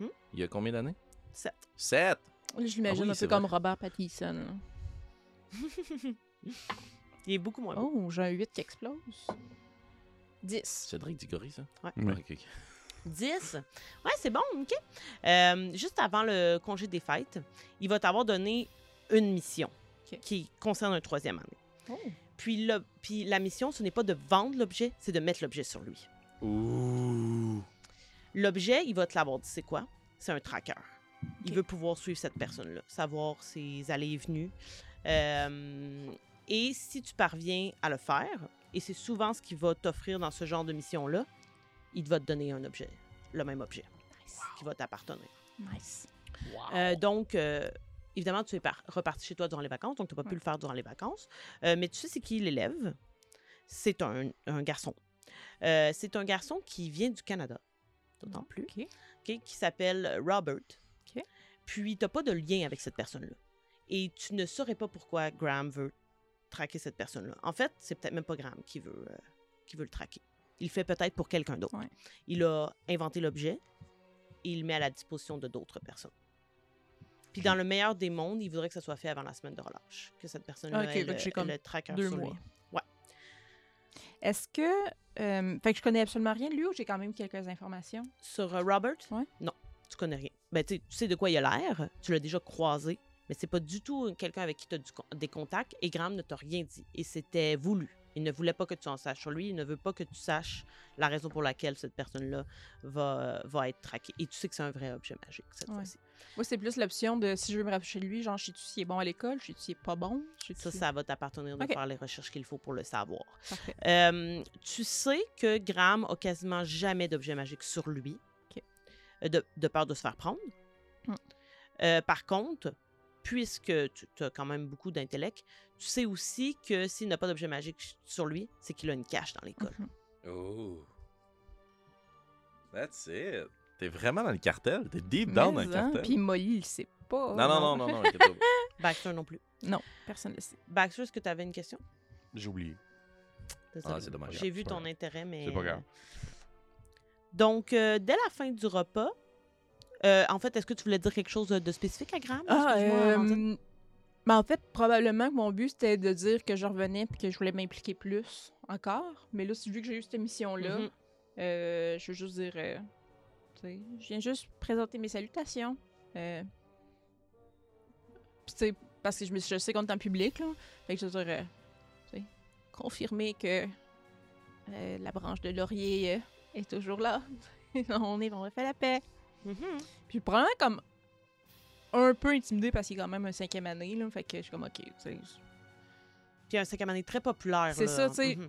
Speaker 2: Hmm?
Speaker 5: Il y a combien d'années?
Speaker 2: Sept.
Speaker 5: 7!
Speaker 3: Je
Speaker 5: Ah oui,
Speaker 3: l'imagine un
Speaker 5: c'est
Speaker 3: peu
Speaker 5: vrai.
Speaker 3: comme Robert Pattinson. là.
Speaker 2: Il est beaucoup moins beau.
Speaker 3: Oh, j'ai un 8 qui explose. 10.
Speaker 5: C'est Drake Diggory, ça?
Speaker 2: Ouais.
Speaker 4: Ouais.
Speaker 5: Ok, ok.
Speaker 2: 10. Ouais, c'est bon, OK. Euh, juste avant le congé des fêtes, il va t'avoir donné une mission
Speaker 3: OK.
Speaker 2: qui concerne un troisième année.
Speaker 3: Oh.
Speaker 2: Puis, le, puis la mission, ce n'est pas de vendre l'objet, c'est de mettre l'objet sur lui.
Speaker 5: Ouh!
Speaker 2: L'objet, il va te l'avoir dit, c'est quoi? C'est un tracker. Il veut pouvoir suivre cette personne-là, savoir ses allées et venues. Euh, et si tu parviens à le faire, et c'est souvent ce qu'il va t'offrir dans ce genre de mission-là, il va te donner un objet, le même objet, qui va t'appartenir.
Speaker 3: Nice.
Speaker 2: Euh, donc, euh, évidemment, tu es par- reparti chez toi durant les vacances, donc tu n'as pas pu
Speaker 3: Ouais.
Speaker 2: le faire durant les vacances. Euh, mais tu sais, c'est qui l'élève? C'est un, un garçon. Euh, c'est un garçon qui vient du Canada, d'autant plus,
Speaker 3: Ok.
Speaker 2: ok, qui s'appelle euh, Robert.
Speaker 3: Ok.
Speaker 2: Puis, tu n'as pas de lien avec cette personne-là. Et tu ne saurais pas pourquoi Graham veut traquer cette personne-là. En fait, c'est peut-être même pas Graham qui veut, euh, qui veut le traquer. Il le fait peut-être pour quelqu'un d'autre.
Speaker 3: Ouais.
Speaker 2: Il a inventé l'objet et il le met à la disposition de d'autres personnes. Puis dans le meilleur des mondes, il voudrait que ça soit fait avant la semaine de relâche, que cette personne-là
Speaker 3: Ok,
Speaker 2: ait
Speaker 3: fait que j'ai
Speaker 2: le,
Speaker 3: comme
Speaker 2: le tracker
Speaker 3: Deux
Speaker 2: sur
Speaker 3: mois.
Speaker 2: lui. Ouais.
Speaker 3: Est-ce que. euh, fait que je connais absolument rien de lui ou j'ai quand même quelques informations?
Speaker 2: Sur euh, Robert,
Speaker 3: Ouais.
Speaker 2: non, tu connais rien. Ben, tu sais- tu sais de quoi il a l'air, tu l'as déjà croisé, mais c'est pas du tout quelqu'un avec qui tu as du con- des contacts et Graham ne t'a rien dit. Et c'était voulu. Il ne voulait pas que tu en saches sur lui, il ne veut pas que tu saches la raison pour laquelle cette personne-là va, euh, va être traquée. Et tu sais que c'est un vrai objet magique cette
Speaker 3: Ouais.
Speaker 2: fois-ci.
Speaker 3: Moi, c'est plus l'option de si je veux me rapprocher de lui, genre, je sais-tu s'il est bon à l'école, je sais-tu s'il est pas bon? je sais-tu
Speaker 2: Ça,
Speaker 3: s'il-
Speaker 2: ça va t'appartenir de
Speaker 3: Ok.
Speaker 2: faire les recherches qu'il faut pour le savoir.
Speaker 3: Parfait.
Speaker 2: Euh, tu sais que Graham a quasiment jamais d'objet magique sur lui,
Speaker 3: Ok.
Speaker 2: euh, de, de peur de se faire prendre.
Speaker 3: Hmm.
Speaker 2: Euh, par contre, puisque tu as quand même beaucoup d'intellect, tu sais aussi que s'il n'a pas d'objet magique sur lui, c'est qu'il a une cache dans l'école.
Speaker 3: Mhm.
Speaker 5: Oh! That's it! T'es vraiment dans le cartel? T'es deep
Speaker 3: Mais,
Speaker 5: down dans le
Speaker 3: hein,
Speaker 5: cartel?
Speaker 3: Puis oh, Molly, il sait pas.
Speaker 5: Non, non, non, non, non, inquiète pas.
Speaker 2: Baxter non plus.
Speaker 3: Personne ne le sait.
Speaker 2: Baxter, est-ce que tu avais une question?
Speaker 4: J'ai oublié.
Speaker 2: Désolée.
Speaker 5: c'est dommage.
Speaker 2: J'ai vu
Speaker 4: Ah, C'est pas
Speaker 2: ton
Speaker 4: grave.
Speaker 2: intérêt, mais. euh,
Speaker 4: C'est pas grave.
Speaker 2: Donc, euh, dès la fin du repas, euh, en fait, est-ce que tu voulais dire quelque chose de spécifique à Graham?
Speaker 3: Ah,
Speaker 2: Excuse-moi, Amandine.
Speaker 3: euh, ben, en fait, probablement que mon but, c'était de dire que je revenais puis que je voulais m'impliquer plus encore. Mais là, c'est- vu que j'ai eu cette mission-là,
Speaker 2: Mhm.
Speaker 3: euh, je veux juste dire... euh, tu sais, je viens juste présenter mes salutations. Euh, puis, tu sais, parce que je, me, je sais qu'on est en public, là. Fait que je veux dire... euh, tu sais, confirmer que euh, la branche de laurier euh, est toujours là. on est, on a fait la paix.
Speaker 2: Mhm.
Speaker 3: Puis probablement comme un peu intimidé parce qu'il est quand même un cinquième année, là. Fait que je suis comme, ok, tu sais. je-
Speaker 2: Puis un cinquième année très populaire.
Speaker 3: C'est
Speaker 2: là.
Speaker 3: ça, tu sais.
Speaker 2: Mhm.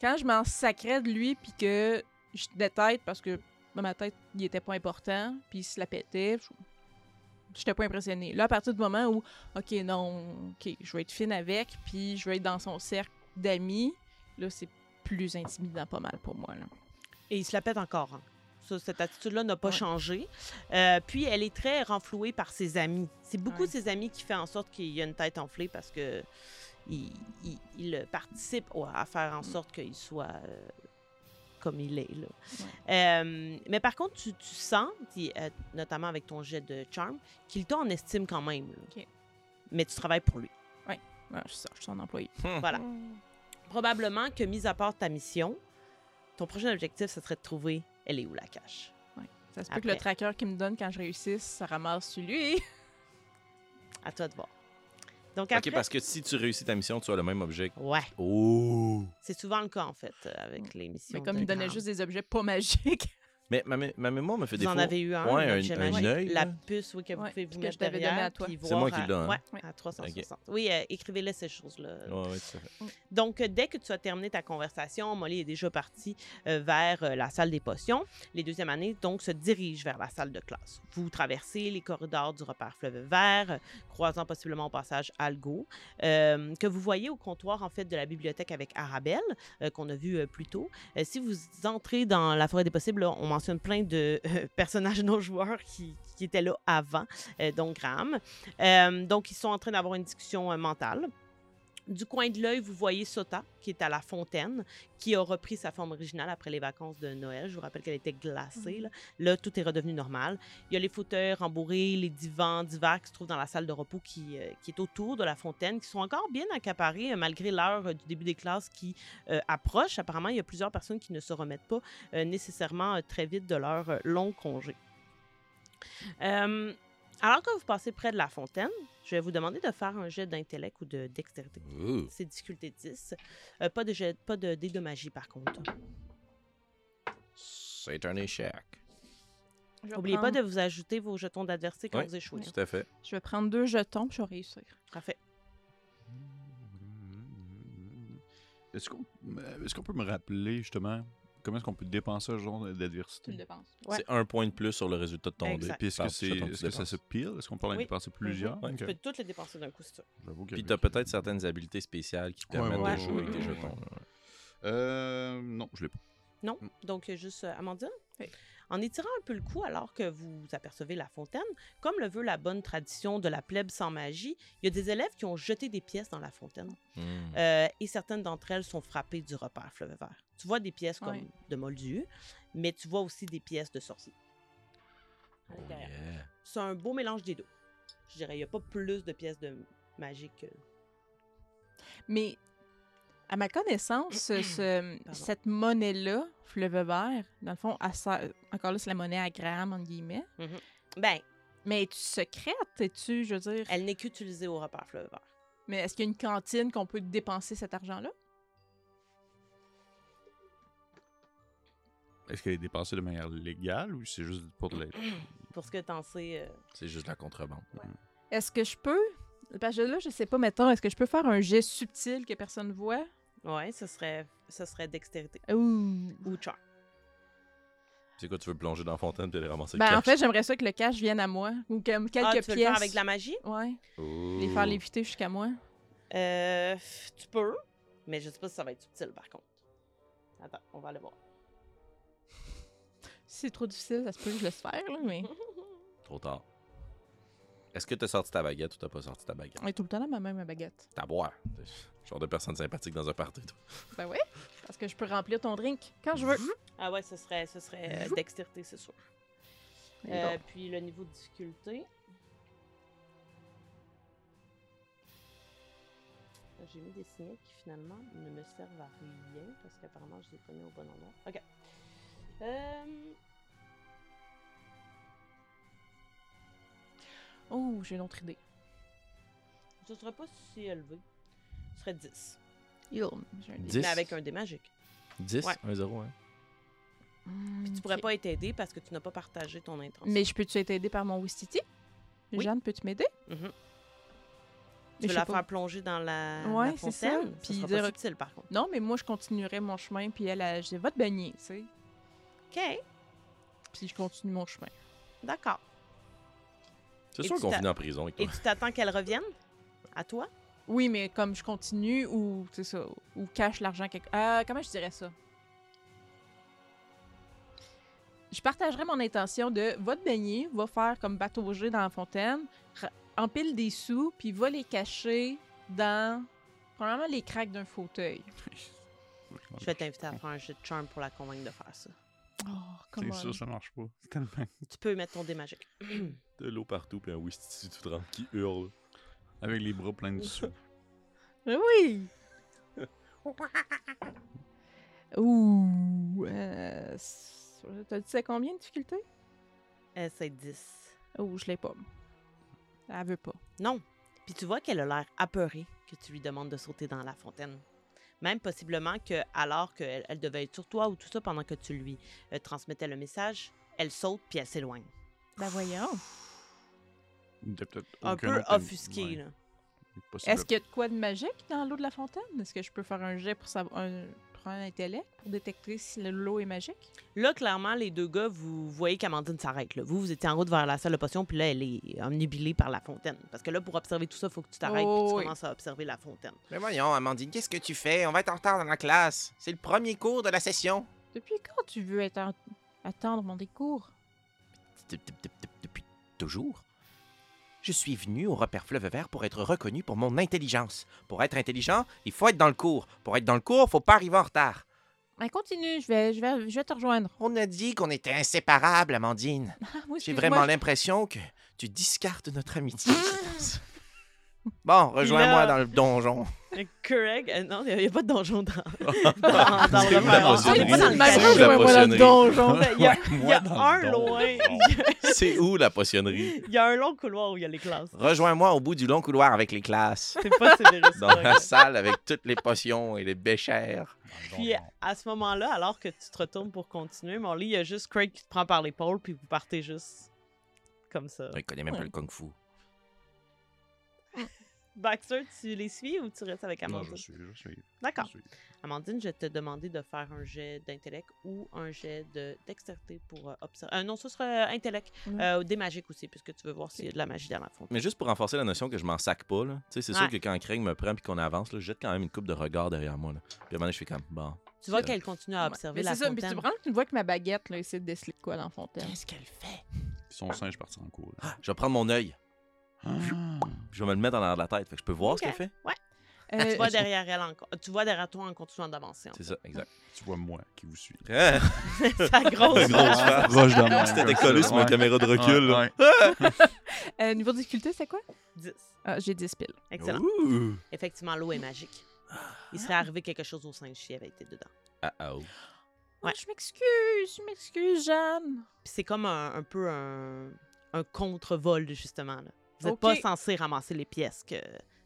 Speaker 3: Quand je m'en sacrais de lui, puis que je détête parce que dans ma tête, il était pas important, puis il se la pétait, je- j'étais pas impressionnée. Là, à partir du moment où, ok, non, ok, je vais être fine avec, puis je vais être dans son cercle d'amis, là, c'est plus intimidant pas mal pour moi, là.
Speaker 2: Et il se la pète encore. hein. Ça, cette attitude-là n'a pas
Speaker 3: Ouais.
Speaker 2: changé. Euh, puis elle est très renflouée par ses amis. C'est beaucoup
Speaker 3: Ouais.
Speaker 2: de ses amis qui fait en sorte qu'il y a une tête enflée parce que il, il- il participe au- à faire
Speaker 3: Mm.
Speaker 2: en sorte qu'il soit euh, comme il est. là. Euh, mais par contre, tu, tu sens, puis, euh, notamment avec ton jet de charme, qu'il t'a en estime quand même. là.
Speaker 3: Ok.
Speaker 2: Mais tu travailles pour lui.
Speaker 3: Ouais, je suis ça, je suis son employé.
Speaker 2: Voilà.
Speaker 3: Mm.
Speaker 2: Probablement que, mis à part ta mission, ton prochain objectif, ce serait de trouver elle est où la cache.
Speaker 3: Ça se peut que le
Speaker 2: Après.
Speaker 3: tracker qu'il me donne quand je réussisse, ça ramasse sur lui.
Speaker 2: À toi de voir. Donc, après...
Speaker 5: Ok, parce que si tu réussis ta mission, tu as le même objet.
Speaker 2: Ouais,
Speaker 5: Oh!
Speaker 2: c'est souvent le cas, en fait, euh, avec les missions.
Speaker 3: Mm. Mais comme
Speaker 2: de
Speaker 3: il me donnait
Speaker 2: Graham.
Speaker 3: juste des objets pas magiques.
Speaker 5: Mais ma, mé- ma mémoire me fait
Speaker 2: Vous
Speaker 5: des
Speaker 2: en avez eu un,
Speaker 5: Ouais,
Speaker 2: donc
Speaker 5: un-
Speaker 2: j'imagine.
Speaker 5: un œil,
Speaker 2: La
Speaker 5: là.
Speaker 2: puce oui, que vous
Speaker 3: Ouais,
Speaker 2: pouvez
Speaker 3: ce
Speaker 2: vous
Speaker 3: que
Speaker 2: mettre
Speaker 3: je t'avais donné
Speaker 2: derrière,
Speaker 3: à toi.
Speaker 2: puis
Speaker 5: C'est
Speaker 2: voir
Speaker 5: moi qui
Speaker 2: à-
Speaker 5: l'ai, hein?
Speaker 2: ouais,
Speaker 3: Ouais.
Speaker 2: à 360. Oui, euh, écrivez-les ces choses-là.
Speaker 5: Ouais, ouais, tout à fait.
Speaker 2: Donc, euh, dès que tu as terminé ta conversation, Molly est déjà partie euh, vers euh, la salle des potions. Les deuxièmes années, donc, se dirigent vers la salle de classe. Vous traversez les corridors du repère Fleuve Vert, euh, croisant possiblement au passage Algo, euh, que vous voyez au comptoir, en fait, de la bibliothèque avec Arabelle, euh, qu'on a vu euh, plus tôt. Euh, si vous entrez dans la forêt des possibles, là, on mentionne plein de euh, personnages non joueurs qui, qui étaient là avant, euh, dont Graham. Euh, donc, ils sont en train d'avoir une discussion euh, mentale. Du coin de l'œil, vous voyez Sota, qui est à la fontaine, qui a repris sa forme originale après les vacances de Noël. Je vous rappelle qu'elle était glacée. Là. Là, tout est redevenu normal. Il y a les fauteuils rembourrés, les divans, divars qui se trouvent dans la salle de repos qui, euh, qui est autour de la fontaine, qui sont encore bien accaparés euh, malgré l'heure euh, du début des classes qui euh, approche. Apparemment, il y a plusieurs personnes qui ne se remettent pas euh, nécessairement euh, très vite de leur euh, long congé. Euh, alors que vous passez près de la fontaine, je vais vous demander de faire un jet d'intellect ou de dextérité.
Speaker 5: Ouh.
Speaker 2: C'est difficulté 10. Euh, pas de jet, pas de dés de magie, par contre.
Speaker 5: C'est un échec.
Speaker 3: Je vais
Speaker 2: N'oubliez pas
Speaker 3: prendre-
Speaker 2: de vous ajouter vos jetons d'adversité quand
Speaker 5: Oui.
Speaker 2: vous échouez. hein.
Speaker 5: Tout à fait.
Speaker 3: Je vais prendre deux jetons, puis je vais réussir.
Speaker 2: Parfait. euh,
Speaker 4: Est-ce qu'on est-ce qu'on peut me rappeler justement comment est-ce qu'on peut dépenser ce genre
Speaker 3: Tu le
Speaker 4: d'adversité?
Speaker 3: dépenses.
Speaker 2: Ouais.
Speaker 5: C'est un point de plus sur le résultat de ton dé.
Speaker 2: Exact.
Speaker 4: Puis est-ce
Speaker 5: Par-
Speaker 4: que, c'est,
Speaker 5: sur ton
Speaker 4: est-ce que ça
Speaker 5: dépense.
Speaker 4: se pile? Est-ce qu'on peut en
Speaker 2: Oui.
Speaker 4: dépenser plusieurs?
Speaker 2: Tu
Speaker 4: Ok.
Speaker 2: peux toutes les dépenser d'un coup, si tu veux.
Speaker 4: J'avoue que-
Speaker 5: Puis t'as peut-être certaines habilités spéciales qui te
Speaker 4: Ouais,
Speaker 5: permettent
Speaker 4: ouais,
Speaker 5: de
Speaker 4: ouais,
Speaker 5: jouer avec tes
Speaker 4: ouais,
Speaker 5: jetons.
Speaker 4: Euh, non, je l'ai pas.
Speaker 2: Non?
Speaker 4: Mm.
Speaker 2: Donc, euh, juste euh, Amandine?
Speaker 3: Oui.
Speaker 2: En étirant un peu le cou alors que vous apercevez la fontaine, comme le veut la bonne tradition de la plèbe sans magie, il y a des élèves qui ont jeté des pièces dans la fontaine.
Speaker 5: Hmm.
Speaker 2: Euh, et certaines d'entre elles sont frappées du repère fleuve vert. Tu vois des pièces comme
Speaker 3: Ouais.
Speaker 2: de Moldu, mais tu vois aussi des pièces de sorciers. à
Speaker 5: Oh,
Speaker 2: l'intérieur.
Speaker 5: yeah.
Speaker 2: C'est un beau mélange des deux. Je dirais, il n'y a pas plus de pièces de magie que.
Speaker 3: Mais à ma connaissance, ce- ce-
Speaker 2: Pardon.
Speaker 3: cette monnaie-là, fleuve vert, dans le fond, elle sert- encore là, c'est la monnaie à gramme, entre guillemets.
Speaker 2: Ben,
Speaker 3: Mais es-tu secrète? Es-tu, je veux dire.
Speaker 2: elle n'est qu'utilisée au repère fleuve vert.
Speaker 3: Mais est-ce qu'il y a une cantine qu'on peut dépenser cet argent-là?
Speaker 4: Est-ce qu'elle est dépensée de manière légale ou c'est juste pour de la...
Speaker 2: Pour ce que t'en sais. euh,
Speaker 5: C'est juste la contrebande.
Speaker 3: Est-ce que je peux. Parce que là, je sais pas, mettons, est-ce que je peux faire un geste subtil que personne voit?
Speaker 2: Ouais, ce serait, ce serait dextérité
Speaker 3: Ouh.
Speaker 2: ou char.
Speaker 5: C'est quoi, tu veux plonger dans la fontaine puis aller ramasser le
Speaker 3: Ben, en
Speaker 5: cash?
Speaker 3: fait, j'aimerais ça que le cash vienne à moi. Ou comme quelques
Speaker 2: Ah, tu
Speaker 3: pièces.
Speaker 2: veux le faire avec de la magie?
Speaker 3: Ouais.
Speaker 5: Ouh.
Speaker 3: Les faire léviter jusqu'à moi.
Speaker 2: Euh, f- tu peux, mais je sais pas si ça va être subtil par contre. Attends, on va aller voir.
Speaker 3: Si c'est trop difficile, ça se peut que je laisse faire, là, mais.
Speaker 5: Trop tard. Est-ce que t'as sorti ta baguette ou t'as pas sorti ta baguette?
Speaker 3: On est tout le temps dans ma main, ma baguette.
Speaker 5: T'as à boire. T'es le genre de personne sympathique dans un party. toi.
Speaker 3: Ben oui, parce que je peux remplir ton drink quand je veux.
Speaker 2: Ah ouais, ce serait, ce serait euh, dextérité, c'est sûr.
Speaker 3: Mais
Speaker 2: Euh,
Speaker 3: bon.
Speaker 2: puis le niveau de difficulté. Euh, J'ai mis des signets qui finalement ne me servent à rien parce qu'apparemment je les ai pas mis au bon endroit. Ok. Euh,
Speaker 3: Oh, j'ai une autre idée.
Speaker 2: ce serait pas si élevé. Ce serait 10.
Speaker 3: Yo, j'ai un
Speaker 5: Dix.
Speaker 2: Mais avec un dé magique.
Speaker 5: 10,
Speaker 2: Ouais.
Speaker 5: 1, 0, hein?
Speaker 3: Hmm,
Speaker 2: Puis tu pourrais
Speaker 3: ok.
Speaker 2: pas être aidé parce que tu n'as pas partagé ton intention.
Speaker 3: Mais je peux-tu être aidée par mon Wistiti?
Speaker 2: Oui.
Speaker 3: Jeanne, peux-tu m'aider?
Speaker 2: Mhm.
Speaker 3: Mais
Speaker 2: Tu veux
Speaker 3: je
Speaker 2: la
Speaker 3: sais pas.
Speaker 2: faire plonger dans la,
Speaker 3: Ouais,
Speaker 2: la
Speaker 3: c'est ça.
Speaker 2: fontaine?
Speaker 3: Puis
Speaker 2: Puis sera
Speaker 3: dire-
Speaker 2: pas subtil, par contre.
Speaker 3: Non, mais moi, je continuerai mon chemin, puis elle, elle je dis, va te baigner, tu sais.
Speaker 2: OK,
Speaker 3: Puis je continue mon chemin.
Speaker 2: d'accord.
Speaker 5: C'est
Speaker 2: Et
Speaker 5: sûr
Speaker 2: tu
Speaker 5: qu'on
Speaker 2: t'as-
Speaker 5: finit en prison avec
Speaker 2: Et
Speaker 5: toi.
Speaker 2: tu t'attends qu'elle revienne? À toi?
Speaker 3: Oui, mais comme je continue, ou, c'est ça, ou cache l'argent quelque... Euh, comment je dirais ça? Je partagerai mon intention de va te baigner, va faire comme bateau G dans la fontaine, ra- empile des sous, puis va les cacher dans, probablement, les craques d'un fauteuil.
Speaker 2: Je vais t'inviter à faire un jeu de charme pour la convaincre de faire ça.
Speaker 3: Oh,
Speaker 4: C'est
Speaker 3: comment?
Speaker 4: sûr, ça marche pas. C'est tellement...
Speaker 2: Tu peux mettre ton dé magique.
Speaker 5: De l'eau partout, puis un Wistiti tout trempe qui hurle.
Speaker 4: Avec les bras pleins de sous.
Speaker 3: Oui! Ouh! Euh, s- T'as dit c'est combien de difficultés?
Speaker 2: Euh, c'est 10.
Speaker 3: Oh, je l'ai pas. Elle veut pas.
Speaker 2: Non. Puis tu vois qu'elle a l'air apeurée que tu lui demandes de sauter dans la fontaine. Même possiblement que, alors qu'elle elle devait être sur toi ou tout ça, pendant que tu lui euh, transmettais le message, elle saute puis elle s'éloigne.
Speaker 3: Ben voyons.
Speaker 4: T'as peut-être
Speaker 2: Un
Speaker 4: aucun
Speaker 2: peu
Speaker 4: autre ami-
Speaker 2: offusquée,
Speaker 4: ouais,
Speaker 2: là.
Speaker 4: possible.
Speaker 3: Est-ce qu'il y a de quoi de magique dans l'eau de la fontaine? Est-ce que je peux faire un jet pour, savoir, un, pour un intellect pour détecter si le- l'eau est magique?
Speaker 2: Là, clairement, les deux gars, vous voyez qu'Amandine s'arrête. là. Vous, vous étiez en route vers la salle de potion, puis là, elle est omnibilée par la fontaine. Parce que là, pour observer tout ça, il faut que tu t'arrêtes
Speaker 3: Oh,
Speaker 2: puis tu
Speaker 3: oui.
Speaker 2: commences à observer la fontaine.
Speaker 1: Mais voyons, Amandine, qu'est-ce que tu fais? On va être en retard dans la classe. C'est le premier cours de la session.
Speaker 3: Depuis quand tu veux être en- attendre mon décours?
Speaker 1: Depuis toujours. Je suis venu au repère Fleuve Vert pour être reconnu pour mon intelligence. Pour être intelligent, il faut être dans le cours. Pour être dans le cours, faut pas arriver en retard.
Speaker 3: Ben, continue, je vais, je, vais, je vais te rejoindre.
Speaker 1: On a dit qu'on était inséparables, Amandine.
Speaker 3: Ah, oui,
Speaker 1: J'ai
Speaker 3: excuse-moi,
Speaker 1: vraiment
Speaker 3: je-
Speaker 1: l'impression que tu discardes notre amitié. bon, rejoins-moi
Speaker 2: Là-
Speaker 1: dans le donjon.
Speaker 2: Correct. Euh, non, il n'y a, pas de donjon dans, dans, dans
Speaker 5: C'est
Speaker 2: le
Speaker 5: où la
Speaker 2: repère.
Speaker 5: potionnerie?
Speaker 2: Ah, il est pas dans le
Speaker 5: C'est où
Speaker 2: cache.
Speaker 5: la potionnerie?
Speaker 2: Il y a,
Speaker 4: Moi,
Speaker 2: il y a
Speaker 4: dans le
Speaker 2: un
Speaker 4: don.
Speaker 2: loin.
Speaker 5: C'est où la potionnerie?
Speaker 2: Il y a un long couloir où il y a les classes.
Speaker 1: Rejoins-moi au bout du long couloir avec les classes.
Speaker 2: C'est pas Severus
Speaker 5: Dans la
Speaker 2: Rogue.
Speaker 5: salle avec toutes les potions et les béchères.
Speaker 2: Puis euh, à ce moment-là, alors que tu te retournes pour continuer, mon lit, il y a juste Craig qui te prend par l'épaule, puis vous partez juste comme ça.
Speaker 1: Il connaît même pas le kung-fu.
Speaker 2: Baxter, tu les suis ou tu restes avec
Speaker 4: Non,
Speaker 2: Amandine?
Speaker 4: je suis, je suis. je
Speaker 2: D'accord.
Speaker 4: suis.
Speaker 2: Amandine, je vais te demander de faire un jet d'intellect ou un jet de dextérité pour euh, observer. Euh, non, ce sera euh, intellect.
Speaker 3: Mhm.
Speaker 2: Euh, des magiques aussi, puisque tu veux voir s'il y a de la magie dans la fonte.
Speaker 5: Mais juste pour renforcer la notion que je m'en sac pas, là. Tu sais, c'est
Speaker 2: Ouais.
Speaker 5: sûr que quand Craig me prend puis qu'on avance, là, je jette quand même une coupe de regard derrière moi, là. Puis à un moment donné, je fais comme, bon.
Speaker 2: Tu vois
Speaker 5: c'est-
Speaker 2: qu'elle continue à
Speaker 3: Ouais.
Speaker 2: Ah, observer
Speaker 3: Mais
Speaker 2: la
Speaker 3: c'est ça, mais
Speaker 2: fontaine.
Speaker 3: tu prends, tu vois que ma baguette, là, essaie de déceler de quoi dans la fontaine.
Speaker 1: Qu'est-ce qu'elle fait?
Speaker 4: Son singe est parti en cours. là.
Speaker 5: ah, Je vais prendre mon œil,
Speaker 4: Ah.
Speaker 5: puis je vais me le mettre en arrière de la tête. Fait que je peux voir
Speaker 2: Ok.
Speaker 5: ce qu'elle fait.
Speaker 3: Euh,
Speaker 2: Tu vois derrière elle encore. Tu vois derrière toi en continuant d'avancer. en
Speaker 5: C'est ça, exact.
Speaker 4: Tu vois moi qui vous suis.
Speaker 5: Ah,
Speaker 2: fait. Sa grosse.
Speaker 5: Une grosse face.
Speaker 4: Roche de même.
Speaker 5: C'était décollé sur ma caméra de recul, là.
Speaker 3: euh, niveau de difficulté, c'est quoi?
Speaker 2: 10.
Speaker 3: Ah, j'ai 10 piles.
Speaker 1: Oh.
Speaker 2: Excellent.
Speaker 5: Ouh.
Speaker 2: Effectivement, l'eau est magique. Il serait arrivé quelque chose au singe s'il avait été dedans.
Speaker 5: Ah, ah, oh.
Speaker 2: Ouais.
Speaker 3: Oh, je m'excuse, je m'excuse, Jeanne.
Speaker 2: Puis c'est comme un, un peu un, un contre-vol, justement. là. Vous n'êtes
Speaker 3: Ok.
Speaker 2: pas censé ramasser les pièces. que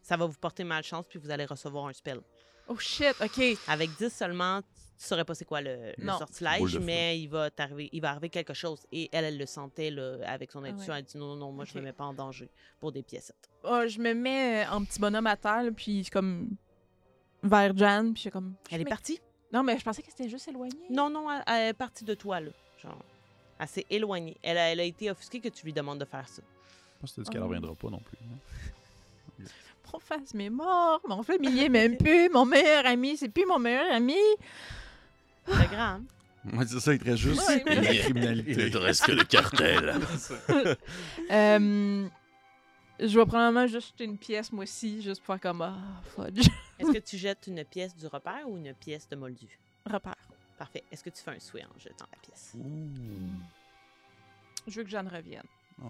Speaker 2: Ça va vous porter malchance, puis vous allez recevoir un spell.
Speaker 3: Oh shit, ok.
Speaker 2: Avec 10 seulement, tu saurais pas c'est quoi le, le
Speaker 3: Non.
Speaker 4: Boule
Speaker 2: sortilège,
Speaker 4: de feu.
Speaker 2: mais il va, t'arriver- il va arriver quelque chose. Et elle, elle le sentait là, avec son intuition.
Speaker 3: Ah ouais.
Speaker 2: Elle dit non, non, non, moi, je me
Speaker 3: Ok.
Speaker 2: mets pas en danger pour des piécettes.
Speaker 3: Oh, je me mets en petit bonhomme à terre, là, puis comme vers Jeanne, puis je suis comme. je
Speaker 2: Elle est
Speaker 3: m'ex-
Speaker 2: partie?
Speaker 3: Non, mais je pensais que c'était juste éloigné.
Speaker 2: Non, non, elle, elle est partie de toi, là. Genre, elle s'est éloignée. Elle a, elle a été offusquée que tu lui demandes de faire ça.
Speaker 4: Je pense que t'as dit qu'elle
Speaker 3: Oh.
Speaker 4: reviendra pas non plus. hein.
Speaker 3: Mon face m'est mort, mon familier m'aime plus, mon meilleur ami, c'est plus mon meilleur ami.
Speaker 2: C'est grand. hein?
Speaker 4: Moi, c'est ça, il te reste juste
Speaker 3: Ouais, mais-
Speaker 4: la criminalité.
Speaker 5: Il reste que le cartel.
Speaker 3: Euh, je vais probablement juste jeter une pièce, moi aussi, juste pour faire comme. Ah, fudge.
Speaker 2: Est-ce que tu jettes une pièce du repère ou une pièce de moldu?
Speaker 3: Repère.
Speaker 2: Parfait. Est-ce que tu fais un souhait en jetant la pièce?
Speaker 4: Ouh.
Speaker 3: Je veux que Jeanne revienne.
Speaker 4: Oh.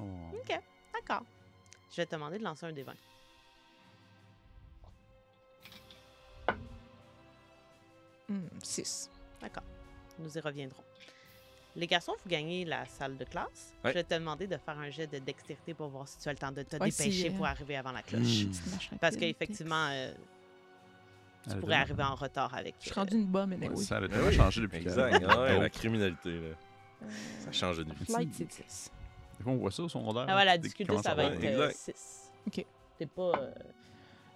Speaker 2: D'accord. Je vais te demander de lancer un des 20.
Speaker 3: Hmm, 6.
Speaker 2: Nous y reviendrons. Les garçons, vous gagnez la salle de classe.
Speaker 5: Ouais.
Speaker 2: Je vais te demander de faire un jet de dextérité pour voir si tu as le temps de te
Speaker 3: Ouais, si,
Speaker 2: dépêcher
Speaker 3: euh,
Speaker 2: pour arriver avant la cloche.
Speaker 4: Mmh.
Speaker 2: Parce qu'effectivement, euh, tu
Speaker 4: Elle
Speaker 2: pourrais
Speaker 4: donne.
Speaker 2: arriver en retard avec.
Speaker 3: Je suis
Speaker 2: euh,
Speaker 3: rendue une bombe, mais
Speaker 4: Ouais,
Speaker 3: oui.
Speaker 4: Ça a
Speaker 5: Ben
Speaker 4: tellement
Speaker 5: oui,
Speaker 4: changé depuis
Speaker 5: Exact.
Speaker 4: qu'elle-
Speaker 5: Ah ouais, la
Speaker 4: Donc,
Speaker 5: criminalité, là. Ça change de vie.
Speaker 3: Flight, c'est 6.
Speaker 4: des fois, On voit ça au secondaire.
Speaker 2: Ah ouais, la
Speaker 4: dès qu'il
Speaker 2: difficulté,
Speaker 4: commence
Speaker 2: ça
Speaker 4: à
Speaker 2: va
Speaker 5: avoir-
Speaker 4: voir.
Speaker 5: Ouais,
Speaker 2: être euh,
Speaker 5: exact.
Speaker 2: 6.
Speaker 3: Ok.
Speaker 2: T'es pas. euh,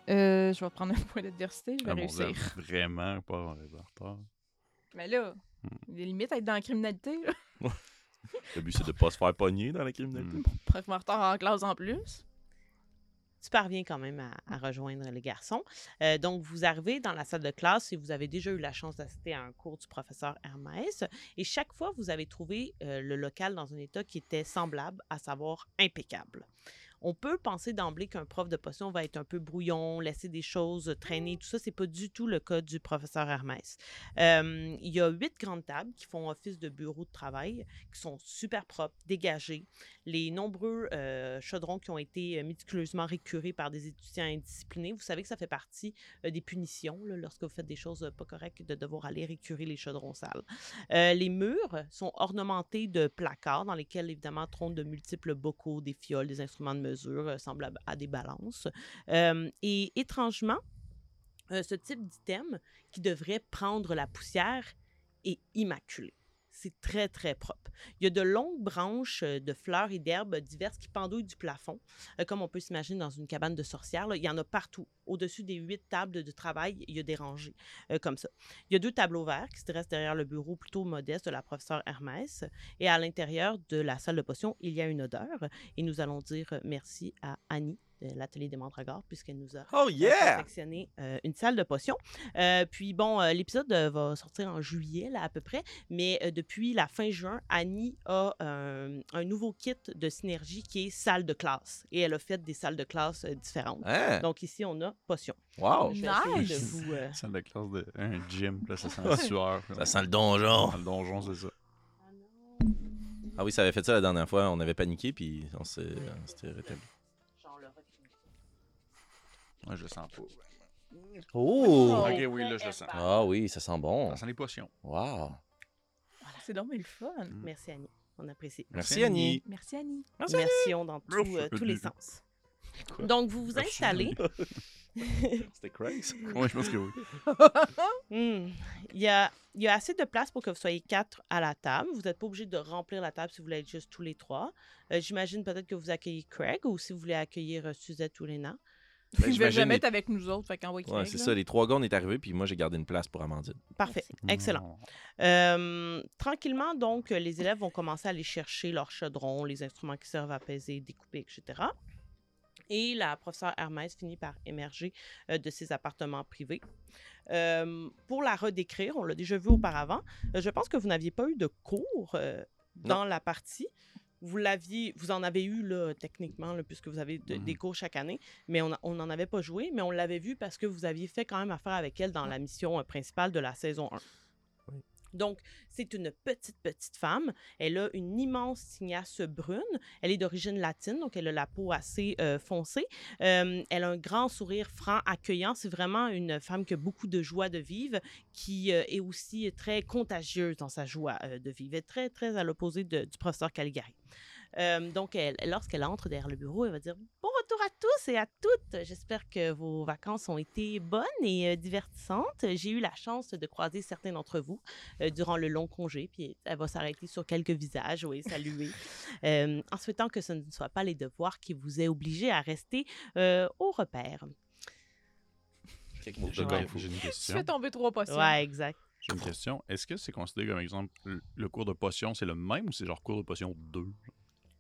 Speaker 3: Euh, je vais prendre un point d'adversité, je vais
Speaker 4: Ah, mon Dieu,
Speaker 3: réussir.
Speaker 4: Vraiment pas en retard.
Speaker 3: Mais là,
Speaker 4: Hmm.
Speaker 3: il y a limite à être dans la criminalité. là.
Speaker 5: Le but, c'est de pas se faire pogner dans la
Speaker 2: Mm.
Speaker 5: criminalité.
Speaker 4: Hmm.
Speaker 3: Prof en retard en classe en plus.
Speaker 2: Tu parviens quand même à, à rejoindre les garçons. Euh, donc, vous arrivez dans la salle de classe et vous avez déjà eu la chance d'assister à un cours du professeur Hermès. Et chaque fois, vous avez trouvé euh, le local dans un état qui était semblable, à savoir impeccable. On peut penser d'emblée qu'un prof de potion va être un peu brouillon, laisser des choses traîner, tout ça. C'est pas du tout le cas du professeur Hermès. Euh, il y a huit grandes tables qui font office de bureau de travail, qui sont super propres, dégagées les nombreux euh, chaudrons qui ont été euh, méticuleusement récurés par des étudiants indisciplinés. Vous savez que ça fait partie euh, des punitions là, lorsque vous faites des choses euh, pas correctes de devoir aller récurer les chaudrons sales. Euh, les murs sont ornementés de placards dans lesquels évidemment trônent de multiples bocaux, des fioles, des instruments de mesure euh, semblables à des balances. Euh, et étrangement, euh, ce type d'item qui devrait prendre la poussière et immaculer. C'est très, très propre. Il y a de longues branches euh, de fleurs et d'herbes diverses qui pendouillent du plafond, euh, comme on peut s'imaginer dans une cabane de sorcières. là. Il y en a partout. Au-dessus des huit tables de travail, il y a des rangées euh, comme ça. Il y a deux tableaux verts qui se dressent derrière le bureau plutôt modeste de la professeure Hermès. Et à l'intérieur de la salle de potions, il y a une odeur. Et nous allons dire merci à Annie de l'atelier des mandragores, puisqu'elle nous a
Speaker 1: Oh
Speaker 2: a
Speaker 1: yeah!
Speaker 2: confectionné, euh, une salle de potions. Euh, puis bon, euh, l'épisode euh, va sortir en juillet, là, à peu près. Mais euh, depuis la fin juin, Annie a euh, un nouveau kit de synergie qui est salle de classe. Et elle a fait des salles de classe euh, différentes.
Speaker 1: Hein?
Speaker 2: Donc ici, on a potions.
Speaker 1: Oh,
Speaker 5: Wow!
Speaker 2: Je vais essayer de
Speaker 3: Nice!
Speaker 2: vous, euh,
Speaker 4: Salle de classe de un gym, puis là, ça sent la sueur. puis on-
Speaker 5: Mm. Ça sent le donjon!
Speaker 4: Dans le donjon, c'est ça.
Speaker 5: Ah oui, ça avait fait ça la dernière fois. On avait paniqué, puis on s'est euh, on s'était rétabli.
Speaker 4: Ouais, je le sens pas.
Speaker 1: Oh!
Speaker 6: Oh.
Speaker 4: ok, oui, là, je le sens.
Speaker 5: Ah oui, ça sent bon.
Speaker 4: Ça sent les potions.
Speaker 5: Wow!
Speaker 3: C'est donc mais le fun.
Speaker 2: Merci, Annie. On apprécie.
Speaker 1: Merci, Annie.
Speaker 3: Merci Annie.
Speaker 2: Immersion dans tout,
Speaker 4: Ouf,
Speaker 2: euh,
Speaker 4: je
Speaker 2: tous les
Speaker 4: dis-
Speaker 2: sens.
Speaker 4: Quoi?
Speaker 2: Donc, vous vous
Speaker 4: Merci,
Speaker 2: installez.
Speaker 5: C'était crazy. ça.
Speaker 4: Oui, je pense que oui.
Speaker 2: Hmm. Il, y a, il y a assez de place pour que vous soyez quatre à la table. Vous n'êtes pas obligé de remplir la table si vous voulez être juste tous les trois. Euh, J'imagine peut-être que vous accueillez Craig ou si vous voulez accueillir euh, Suzette ou Lena.
Speaker 5: Ben,
Speaker 3: je vais
Speaker 5: j'imagine
Speaker 3: jamais
Speaker 5: les-
Speaker 3: être avec nous autres, fait qu'envoie
Speaker 5: Ouais,
Speaker 3: Craig,
Speaker 5: c'est
Speaker 3: là.
Speaker 5: ça. Les trois gars, on est arrivés, puis moi, j'ai gardé une place pour Amandine.
Speaker 2: Parfait. Excellent.
Speaker 4: Mm.
Speaker 2: Euh, tranquillement, donc, euh, les élèves vont commencer à aller chercher leurs chaudrons, les instruments qui servent à apaiser, découper, etc. Et la professeure Hermès finit par émerger euh, de ses appartements privés. Euh, pour la redécrire, on l'a déjà vu auparavant, euh, je pense que vous n'aviez pas eu de cours euh, dans la partie. Vous l'aviez, vous en avez eu là, techniquement, là, puisque vous avez de-
Speaker 4: Mhm.
Speaker 2: des cours chaque année, mais on a- on n'en avait pas joué, mais on l'avait vu parce que vous aviez fait quand même affaire avec elle dans la mission euh, principale de la saison 1. Donc, c'est une petite, petite femme. Elle a une immense tignasse brune. Elle est d'origine latine, donc elle a la peau assez euh, foncée. Euh, elle a un grand sourire franc, accueillant. C'est vraiment une femme qui a beaucoup de joie de vivre, qui euh, est aussi très contagieuse dans sa joie euh, de vivre. Elle est très, très à l'opposé de- du professeur Caligari. Euh, donc, elle- lorsqu'elle entre derrière le bureau, elle va dire Bon retour à tous et à toutes. J'espère que vos vacances ont été bonnes et euh, divertissantes. J'ai eu la chance de croiser certains d'entre vous euh, durant le long congé, puis elle va s'arrêter sur quelques visages, oui, saluer, euh, en souhaitant que ce ne soit pas les devoirs qui vous aient obligé à rester euh, au repère.
Speaker 5: Quelques
Speaker 4: J'ai
Speaker 2: Ouais.
Speaker 4: une- j'ai une
Speaker 3: Tu
Speaker 4: question.
Speaker 3: fais tomber trois potions.
Speaker 2: Ouais, exact.
Speaker 4: J'ai une question. Est-ce que c'est considéré comme exemple le- le cours de potion, c'est le même ou c'est genre cours de potion 2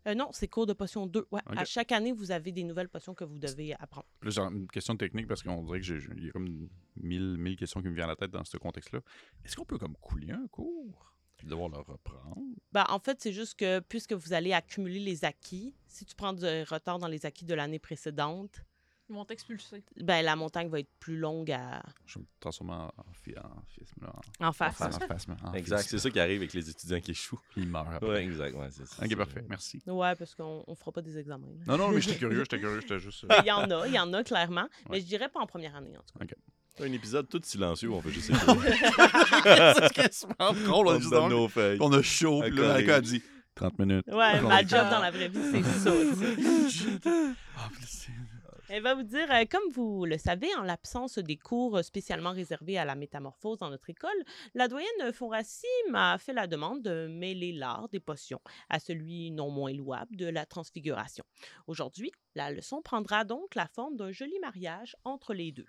Speaker 2: Euh, non, c'est cours de potion 2. Ouais,
Speaker 4: Ok.
Speaker 2: À chaque année, vous avez des nouvelles potions que vous devez apprendre.
Speaker 4: Là, j'ai une question technique parce qu'on dirait que j'ai- j'ai- il y a comme mille, mille questions qui me viennent à la tête dans ce contexte-là. Est-ce qu'on peut comme couler un cours puis devoir le reprendre
Speaker 2: Ben, en fait, c'est juste que puisque vous allez accumuler les acquis, si tu prends du retard dans les acquis de l'année précédente,
Speaker 3: Ils vont t'expulser.
Speaker 2: ben, la montagne va être plus longue à
Speaker 4: Je me transforme en, en, fi- en fisme, là, en-
Speaker 2: en face.
Speaker 4: en phasme, en
Speaker 5: Exact, c'est
Speaker 4: fisme.
Speaker 5: ça qui arrive avec les étudiants qui échouent.
Speaker 4: Il meurt après.
Speaker 5: Ouais, exact. Ouais, c'est ça.
Speaker 4: Ah, Ok, parfait. Merci.
Speaker 2: Ouais, parce qu'on on fera pas des examens. là.
Speaker 4: Non, non, mais j'étais curieux, j'étais curieux, j'étais juste. euh,
Speaker 2: Ben, Il y en a, il y en a clairement, mais
Speaker 4: Ouais.
Speaker 2: je dirais pas en première année en tout cas.
Speaker 5: Un épisode tout silencieux où on fait juste écrire.
Speaker 4: c'est quasiment drôle, on
Speaker 5: on
Speaker 4: dit
Speaker 5: donne
Speaker 4: donc,
Speaker 5: nos feuilles.
Speaker 4: On a chaud, puis là,
Speaker 5: Correct.
Speaker 4: Annika a dit 30 minutes.
Speaker 2: Ouais,
Speaker 4: Encore
Speaker 2: ma
Speaker 4: une
Speaker 2: job dans la vraie vie, c'est ça.
Speaker 4: Ah, puis là, c'est-
Speaker 2: Elle va vous dire, euh, comme vous le savez, en l'absence des cours euh, spécialement réservés à la métamorphose dans notre école, la doyenne euh, Fonrassi m'a fait la demande de mêler l'art des potions à celui non moins louable de la transfiguration. Aujourd'hui, la leçon prendra donc la forme d'un joli mariage entre les deux.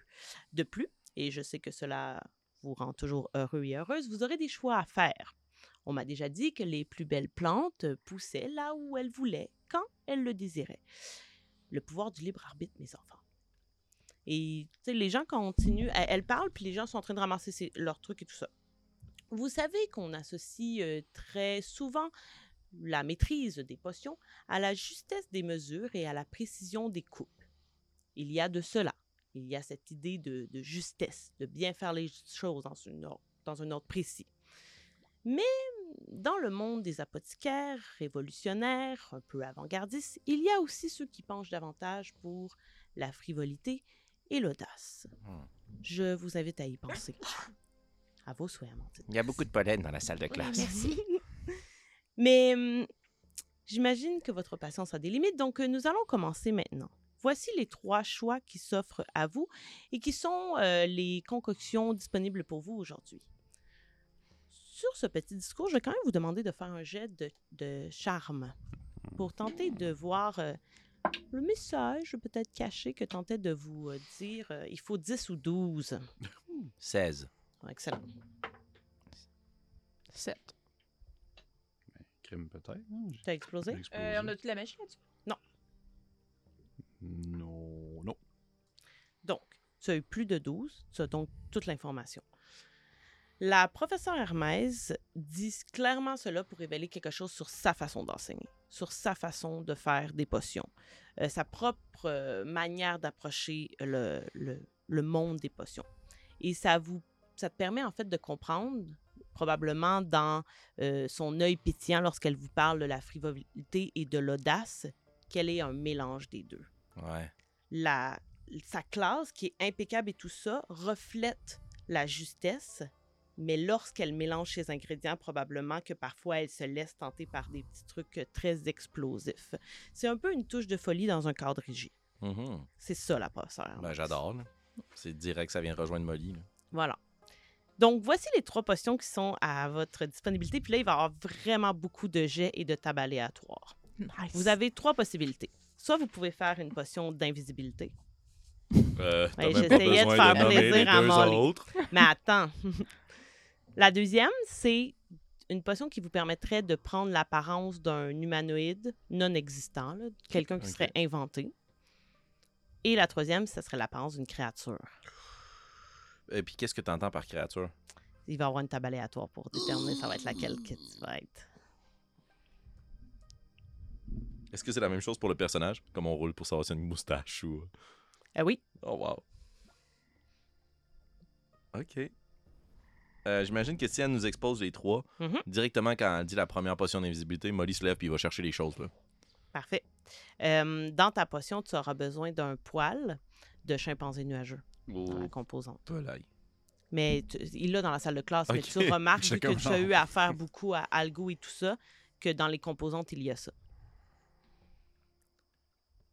Speaker 2: De plus, et je sais que cela vous rend toujours heureux et heureuse, vous aurez des choix à faire. On m'a déjà dit que les plus belles plantes euh, poussaient là où elles voulaient, quand elles le désiraient le pouvoir du libre arbitre, mes enfants. Et tu sais, les gens continuent, elle, elle parle, puis les gens sont en train de ramasser ses- leurs trucs et tout ça. Vous savez qu'on associe euh, très souvent la maîtrise des potions à la justesse des mesures et à la précision des coupes. Il y a de cela. Il y a cette idée de, de justesse, de bien faire les choses dans, une or- dans un ordre précis. Mais dans le monde des apothicaires, révolutionnaires, un peu avant-gardistes, il y a aussi ceux qui penchent davantage pour la frivolité et l'audace.
Speaker 5: Hmm.
Speaker 2: Je vous invite à y penser. À vos souhaits, Amandine.
Speaker 1: Il y a beaucoup de pollen dans la salle de classe.
Speaker 6: Merci.
Speaker 2: Mais hum, j'imagine que votre patience a des limites, donc euh, nous allons commencer maintenant. Voici les trois choix qui s'offrent à vous et qui sont euh, les concoctions disponibles pour vous aujourd'hui. Sur ce petit discours, je vais quand même vous demander de faire un jet de, de charme pour tenter de voir euh, le message peut-être caché que tentait de vous euh, dire. euh, il faut 10 ou 12.
Speaker 1: 16.
Speaker 2: Ah, Excellent.
Speaker 3: 7.
Speaker 4: Crime peut-être. hein, j'ai
Speaker 2: Tu as explosé?
Speaker 4: explosé.
Speaker 6: Euh, on a toute la machine là-dessus.
Speaker 4: Non, non.
Speaker 2: Donc, tu as eu plus de 12, tu as donc toute l'information. La professeure Hermès dit clairement cela pour révéler quelque chose sur sa façon d'enseigner, sur sa façon de faire des potions, euh, sa propre euh, manière d'approcher le, le- le monde des potions. Et ça, vous, ça te permet en fait de comprendre, probablement dans euh, son œil pétillant lorsqu'elle vous parle de la frivolité et de l'audace, qu'elle est un mélange des deux
Speaker 1: Ouais.
Speaker 2: la, sa classe, qui est impeccable et tout ça, reflète la justesse, mais lorsqu'elle mélange ses ingrédients, probablement que parfois elle se laisse tenter par des petits trucs euh, très explosifs. C'est un peu une touche de folie dans un cadre rigide.
Speaker 5: Mhm.
Speaker 2: C'est ça, la passeur.
Speaker 5: Ben, j'adore. là. C'est direct que ça vient rejoindre Molly. là.
Speaker 2: Voilà. Donc, voici les trois potions qui sont à votre disponibilité. Puis là, il va y avoir vraiment beaucoup de jets et de tables aléatoires.
Speaker 3: Nice.
Speaker 2: Vous avez trois possibilités. Soit vous pouvez faire une potion d'invisibilité.
Speaker 5: Euh,
Speaker 2: Ouais, Ben, J'essayais de faire plaisir à Molly. Mais attends. la deuxième, c'est une potion qui vous permettrait de prendre l'apparence d'un humanoïde non existant, là, quelqu'un qui
Speaker 5: Ok.
Speaker 2: serait inventé. Et la troisième, ce serait l'apparence d'une créature.
Speaker 5: Et puis, qu'est-ce que tu entends par créature?
Speaker 2: Il va y avoir une table aléatoire pour déterminer ça va être laquelle que tu vas être.
Speaker 5: Est-ce que c'est la même chose pour le personnage? Comme on roule pour savoir si c'est une moustache ou...
Speaker 2: Ah oui,
Speaker 5: Oh, wow. OK. Euh, J'imagine que si elle nous expose les trois,
Speaker 2: Mhm.
Speaker 5: directement quand elle dit la première potion d'invisibilité, Molly se lève puis il va chercher les choses. Là.
Speaker 2: parfait. Euh, dans ta potion, tu auras besoin d'un poil de chimpanzé nuageux
Speaker 5: Oh,
Speaker 2: dans la composante.
Speaker 5: Pelaille.
Speaker 2: Mais tu- il l'a dans la salle de classe, mais
Speaker 5: Ok.
Speaker 2: tu remarques vu
Speaker 4: J'étais
Speaker 2: que
Speaker 4: comme
Speaker 2: tu as
Speaker 4: genre-
Speaker 2: eu à faire beaucoup à Algo et tout ça, que dans les composantes, il y a ça.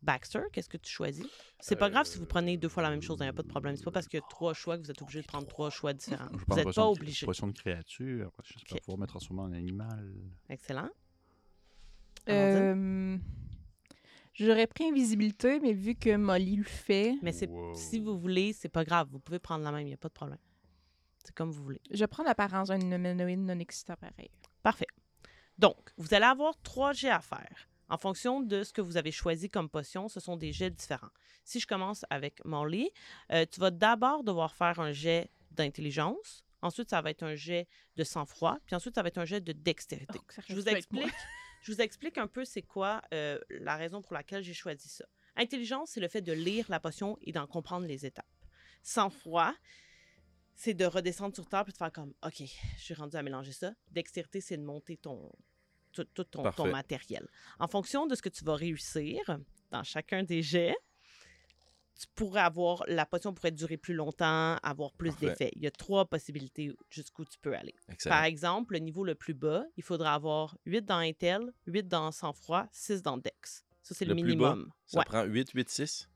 Speaker 2: Baxter, qu'est-ce que tu choisis? C'est pas grave si vous prenez deux fois la même chose, il n'y a pas de problème. C'est pas parce qu'il y a trois choix que vous êtes obligé de prendre trois choix différents.
Speaker 4: Je
Speaker 2: Vous
Speaker 4: prends une
Speaker 2: n'êtes
Speaker 4: potion
Speaker 2: pas
Speaker 4: de-
Speaker 2: obligé.
Speaker 4: Potion de créature. Après, Je vais
Speaker 2: Ok.
Speaker 4: pouvoir me transformer en animal.
Speaker 2: Excellent. Amandine?
Speaker 3: Euh, J'aurais pris invisibilité, mais vu que Molly le fait,
Speaker 2: Mais c'est
Speaker 4: Wow.
Speaker 2: si vous voulez, c'est pas grave. Vous pouvez prendre la même, il n'y a pas de problème. C'est comme vous voulez.
Speaker 3: je prends l'apparence d'un humanoïde non existant pareil.
Speaker 2: Parfait. Donc, vous allez avoir trois jets à faire. En fonction de ce que vous avez choisi comme potion, ce sont des jets différents. Si je commence avec Molly, euh, tu vas d'abord devoir faire un jet d'intelligence. Ensuite, ça va être un jet de sang-froid. Puis ensuite, ça va être un jet de dextérité.
Speaker 3: Oh, ça
Speaker 2: je,
Speaker 3: reste
Speaker 2: vous
Speaker 3: pas avec moi.
Speaker 2: explique, je vous explique un peu c'est quoi euh, la raison pour laquelle j'ai choisi ça. Intelligence, c'est le fait de lire la potion et d'en comprendre les étapes. Sang-froid, c'est de redescendre sur terre puis de faire comme OK, je suis rendu à mélanger ça. Dextérité, c'est de monter ton, tout, tout ton, ton
Speaker 5: Parfait.
Speaker 2: matériel. En fonction de ce que tu vas réussir dans chacun des jets, tu pourrais avoir la potion pourrait durer plus longtemps, avoir plus
Speaker 5: Parfait.
Speaker 2: d'effets. Il y a trois possibilités jusqu'où tu peux aller.
Speaker 5: Excellent.
Speaker 2: Par exemple, le niveau le plus bas, il faudra avoir 8 dans Intel, 8 dans Sang-Froid, 6 dans Dex. Ça, c'est le,
Speaker 5: Le plus bas?
Speaker 2: minimum.
Speaker 5: Ça
Speaker 2: ouais.
Speaker 5: prend 8, 8, 6?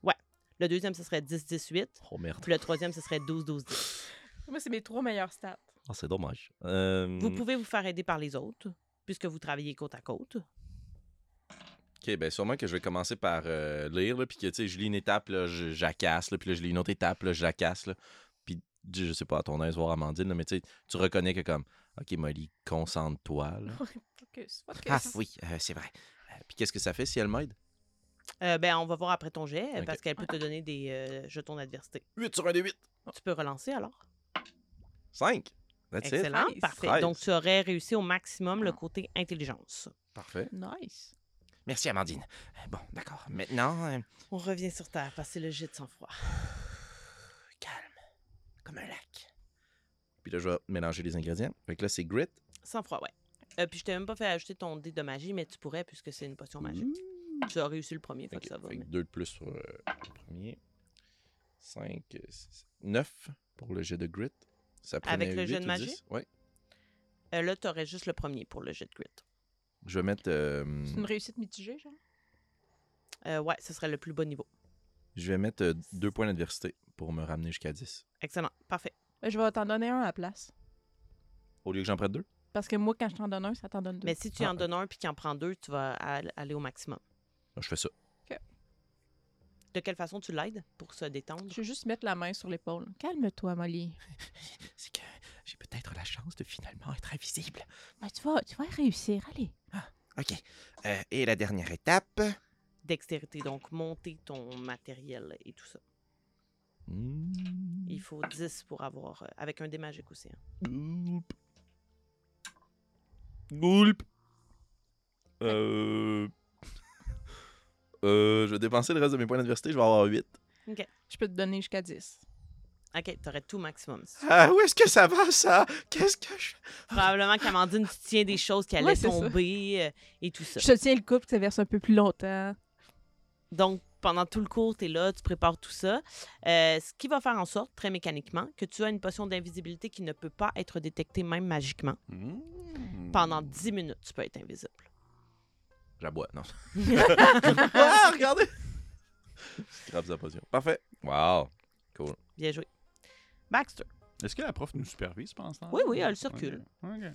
Speaker 2: Le deuxième, ce serait 10-18.
Speaker 5: Oh merde.
Speaker 2: Puis le troisième, ce serait 12-12-10.
Speaker 3: Moi, c'est mes trois meilleurs stats.
Speaker 5: Ah, c'est dommage. Euh,
Speaker 2: Vous pouvez vous faire aider par les autres, puisque vous travaillez côte à côte.
Speaker 5: Ok, ben sûrement que je vais commencer par euh, lire, là, puis que tu sais, je lis une étape, là, je- j'acasse, là, puis là, je lis une autre étape, là, j'acasse, là. Puis je je sais pas, à ton aise, voir Amandine, là, mais tu sais, tu reconnais que comme, ok, Molly, concentre-toi, là.
Speaker 3: Focus, focus.
Speaker 1: Ah
Speaker 5: oui, euh, c'est vrai. Euh, Puis qu'est-ce que ça fait si elle m'aide?
Speaker 2: Euh, ben, on va voir après ton jet, euh,
Speaker 5: Ok.
Speaker 2: parce qu'elle peut te donner des euh, jetons d'adversité.
Speaker 5: 8 sur un des 8.
Speaker 2: Tu peux relancer alors.
Speaker 5: 5. That's
Speaker 2: Excellent,
Speaker 3: Nice.
Speaker 2: parfait.
Speaker 5: Ah, Treize. Ah.
Speaker 2: Donc, tu aurais réussi au maximum le côté intelligence.
Speaker 5: it. Parfait.
Speaker 3: Nice.
Speaker 1: Merci, Amandine. Euh, Bon, d'accord. Maintenant, euh,
Speaker 2: On revient sur Terre, parce que c'est le jet de sang-froid.
Speaker 1: calme. Comme un lac.
Speaker 5: Puis là, je vais mélanger les ingrédients. Fait que là, c'est grit.
Speaker 2: Sang-froid, ouais. Euh, puis, je t'ai même pas fait ajouter ton dé de magie, mais tu pourrais, puisque c'est une potion magique. Tu as réussi le premier, fait
Speaker 5: Ok,
Speaker 2: que ça va.
Speaker 5: fait que
Speaker 2: mais-
Speaker 5: deux de plus sur euh, le premier. 5, 9 pour le jet de grit. Ça prenait
Speaker 2: Avec le jet
Speaker 5: huit
Speaker 2: de
Speaker 5: ou
Speaker 2: magie?
Speaker 5: dix? Ouais.
Speaker 2: Euh, là, tu aurais juste le premier pour le jet de grit.
Speaker 5: Je vais mettre. euh,
Speaker 3: C'est une réussite mitigée, genre.
Speaker 2: Euh, ouais, ce serait le plus bas niveau.
Speaker 5: Je vais mettre euh, deux points d'adversité pour me ramener jusqu'à 10.
Speaker 2: Excellent. Parfait.
Speaker 3: Ben, Je vais t'en donner un à la place.
Speaker 5: Au lieu que j'en prête deux?
Speaker 3: Parce que moi, quand je t'en donne un, ça t'en donne deux.
Speaker 2: Mais si tu
Speaker 5: Ah,
Speaker 2: en donnes un puis qu'il en prend deux, tu vas al- aller au maximum.
Speaker 5: ben, Je fais ça.
Speaker 2: De quelle façon tu l'aides pour se détendre?
Speaker 3: Je vais juste mettre la main sur l'épaule. Calme-toi, Molly.
Speaker 1: C'est que j'ai peut-être la chance de finalement être invisible.
Speaker 6: Ben, tu, vas, tu vas réussir, allez.
Speaker 1: OK. Euh, et la dernière étape.
Speaker 2: Dextérité, donc monter ton matériel et tout ça. Il faut 10 pour avoir, euh, avec un dé magique aussi. hein.
Speaker 5: Goulp. Goulp. Euh... euh, je vais dépenser le reste de mes points d'adversité, je vais avoir 8.
Speaker 3: Je peux te donner jusqu'à 10.
Speaker 2: Ok, t'aurais tout maximum. si tu veux.
Speaker 1: Ah, où est-ce que ça va, ça? Qu'est-ce que je...
Speaker 2: Probablement qu'Amandine, tu tiens des choses qui allaient
Speaker 3: Ouais, c'est ça.
Speaker 2: tomber euh, et tout ça.
Speaker 3: Je te tiens le couple, ça verse un peu plus longtemps.
Speaker 2: Donc, pendant tout le cours, tu es là, tu prépares tout ça. Euh, ce qui va faire en sorte, très mécaniquement, que tu as une potion d'invisibilité qui ne peut pas être détectée même magiquement.
Speaker 4: Mmh.
Speaker 2: Pendant 10 minutes, tu peux être invisible.
Speaker 5: J'aboie, non. ah, regardez! Scrap sa potion. Parfait. Wow.
Speaker 2: Bien joué. Baxter.
Speaker 4: Est-ce que la prof nous supervise, pense
Speaker 2: Oui, oui, elle circule.
Speaker 4: Ok. Ok.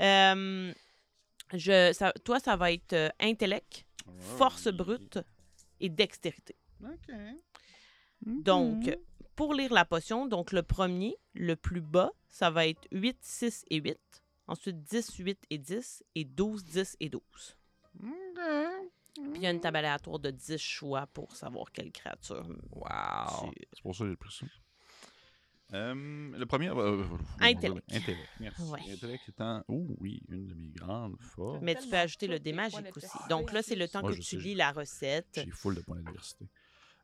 Speaker 2: Euh, je, ça- toi, ça va être euh, intellect, force
Speaker 4: Alright.
Speaker 2: brute et dextérité.
Speaker 4: Ok. Hmm.
Speaker 2: Donc, pour lire la potion, donc le premier, le plus bas, ça va être 8, 6 et 8. Ensuite, 10, 8 et 10. Et 12, 10 et 12. Puis il y a une table aléatoire de 10 choix pour savoir quelle créature
Speaker 5: Wow.
Speaker 2: tu-
Speaker 4: Ah, C'est pour ça que j'ai pris ça. Euh, le premier. euh,
Speaker 2: Intellect.
Speaker 4: Intellect, merci.
Speaker 2: Ouais.
Speaker 4: Intellect étant. Oh oui, une de mes grandes forces.
Speaker 2: Mais tu peux
Speaker 6: Tellement
Speaker 2: ajouter le
Speaker 6: toutes
Speaker 2: dé
Speaker 6: les fois
Speaker 2: magique aussi.
Speaker 6: nécessaires.
Speaker 2: Donc là, c'est le temps
Speaker 4: Moi,
Speaker 2: que
Speaker 4: je
Speaker 2: tu
Speaker 4: sais,
Speaker 2: lis
Speaker 4: je-
Speaker 2: la recette.
Speaker 4: J'ai full de points d'adversité.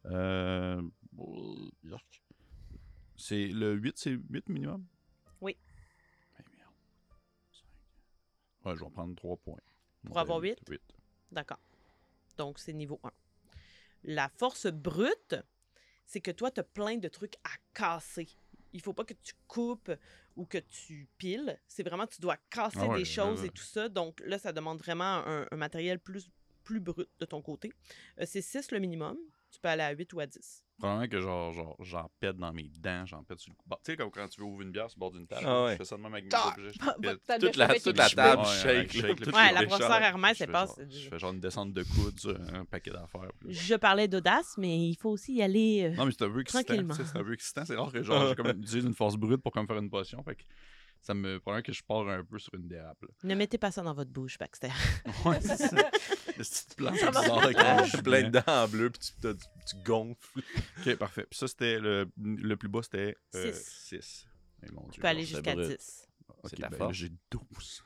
Speaker 4: Euh, oh, yuck. C'est le 8, c'est 8 minimum?
Speaker 2: Oui.
Speaker 4: Eh merde. Cinq. Ouais, je vais en prendre 3 points.
Speaker 2: Pour
Speaker 4: Donc,
Speaker 2: avoir
Speaker 4: euh,
Speaker 2: huit?
Speaker 4: huit.
Speaker 2: D'accord. Donc c'est niveau 1. La force brute, c'est que toi, tu as plein de trucs à casser. Il faut pas que tu coupes ou que tu piles. C'est vraiment, tu dois casser
Speaker 4: Ah ouais,
Speaker 2: des choses
Speaker 4: euh,
Speaker 2: et tout ça. Donc là, ça demande vraiment un, un matériel plus, plus brut de ton côté. Euh, c'est 6 le minimum. Tu peux aller à 8 ou à 10.
Speaker 4: Probablement que genre, genre, j'en pète dans mes dents, j'en pète sur le cou. Bon, tu sais, comme quand tu veux ouvrir une bière sur le bord d'une table,
Speaker 5: Ah ouais.
Speaker 4: je fais ça de même avec mes
Speaker 1: Ah,
Speaker 4: objets. je
Speaker 3: bah,
Speaker 4: pète.
Speaker 3: bah,
Speaker 5: Toute la,
Speaker 3: Avec
Speaker 5: toute
Speaker 3: les
Speaker 5: la
Speaker 3: cheveux.
Speaker 5: table
Speaker 4: Ouais, avec
Speaker 5: shake.
Speaker 4: shake,
Speaker 5: là,
Speaker 4: le
Speaker 5: toute
Speaker 4: petit
Speaker 2: Ouais, la
Speaker 4: les
Speaker 5: shake.
Speaker 2: professeure
Speaker 4: chaleurs.
Speaker 2: Hermès,
Speaker 4: Je
Speaker 2: elle
Speaker 4: fais
Speaker 2: passe.
Speaker 4: genre- Je fais genre une descente de coude sur un paquet d'affaires. puis là,
Speaker 2: Je parlais d'audace, mais il faut aussi y aller. euh,
Speaker 4: Non, mais c'est un peu excitant.
Speaker 2: Tranquillement.
Speaker 4: tu sais, C'est un peu excitant. C'est rare que genre, j'ai comme utilisé une force brute pour comme faire une potion. Fait que ça me prend que je pars un peu sur une dérape. là.
Speaker 2: Ne mettez pas ça dans votre bouche, Baxter.
Speaker 4: Ouais, c'est ça. Le petit plan bizarre avec
Speaker 5: Ah,
Speaker 4: un
Speaker 5: je suis
Speaker 4: chien.
Speaker 5: plein de dents en bleu, puis tu, t'as- tu, tu gonfles.
Speaker 4: Ok, parfait. Puis ça, c'était le, le plus bas, c'était
Speaker 2: Six.
Speaker 4: 6. Mais mon Dieu.
Speaker 2: Tu peux aller Euh,
Speaker 5: c'est
Speaker 2: jusqu'à
Speaker 5: brut.
Speaker 2: 10.
Speaker 4: Ok,
Speaker 5: C'est ta
Speaker 4: ben là,
Speaker 5: force.
Speaker 4: J'ai 12.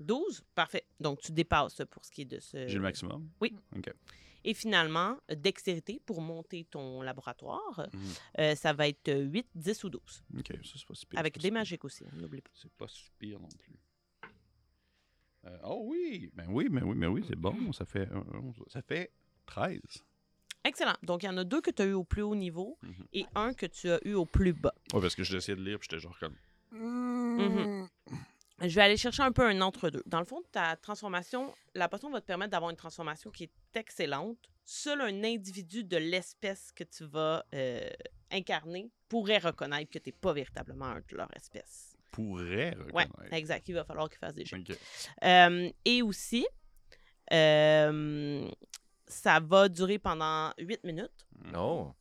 Speaker 2: 12? Parfait. Donc, tu dépasses pour ce qui est de ce...
Speaker 4: J'ai le maximum.
Speaker 2: Et finalement, euh, dextérité pour monter ton laboratoire.
Speaker 4: Mhm.
Speaker 2: Euh, ça va être euh, 8, 10 ou 12.
Speaker 4: Ok, ça, c'est pas si pire.
Speaker 2: avec
Speaker 4: c'est pas
Speaker 2: des
Speaker 4: si pire.
Speaker 2: magiques aussi, hein, n'oublie pas.
Speaker 4: C'est pas si pire non plus. Euh, oh oui! Ben oui, ben oui, ben oui, c'est bon. Ça fait, euh, onze. ça fait 13.
Speaker 2: Excellent. Donc, il y en a deux que tu as eu au plus haut niveau
Speaker 4: Mhm.
Speaker 2: et un que tu as eu au plus bas.
Speaker 4: Ouais, parce que je l'essayais de lire, puis j'étais genre comme.
Speaker 2: Mhm. Je vais aller chercher un peu un entre-deux. Dans le fond, ta transformation, la potion va te permettre d'avoir une transformation qui est excellente. Seul un individu de l'espèce que tu vas euh, incarner pourrait reconnaître que tu n'es pas véritablement un de leur espèce.
Speaker 4: pourrait
Speaker 2: Oui,
Speaker 4: reconnaître.
Speaker 2: exact. Il va falloir qu'ils fassent des jeux.
Speaker 4: Ok.
Speaker 2: Euh, et aussi, euh, ça va durer pendant 8 minutes
Speaker 4: Oh.
Speaker 5: Non.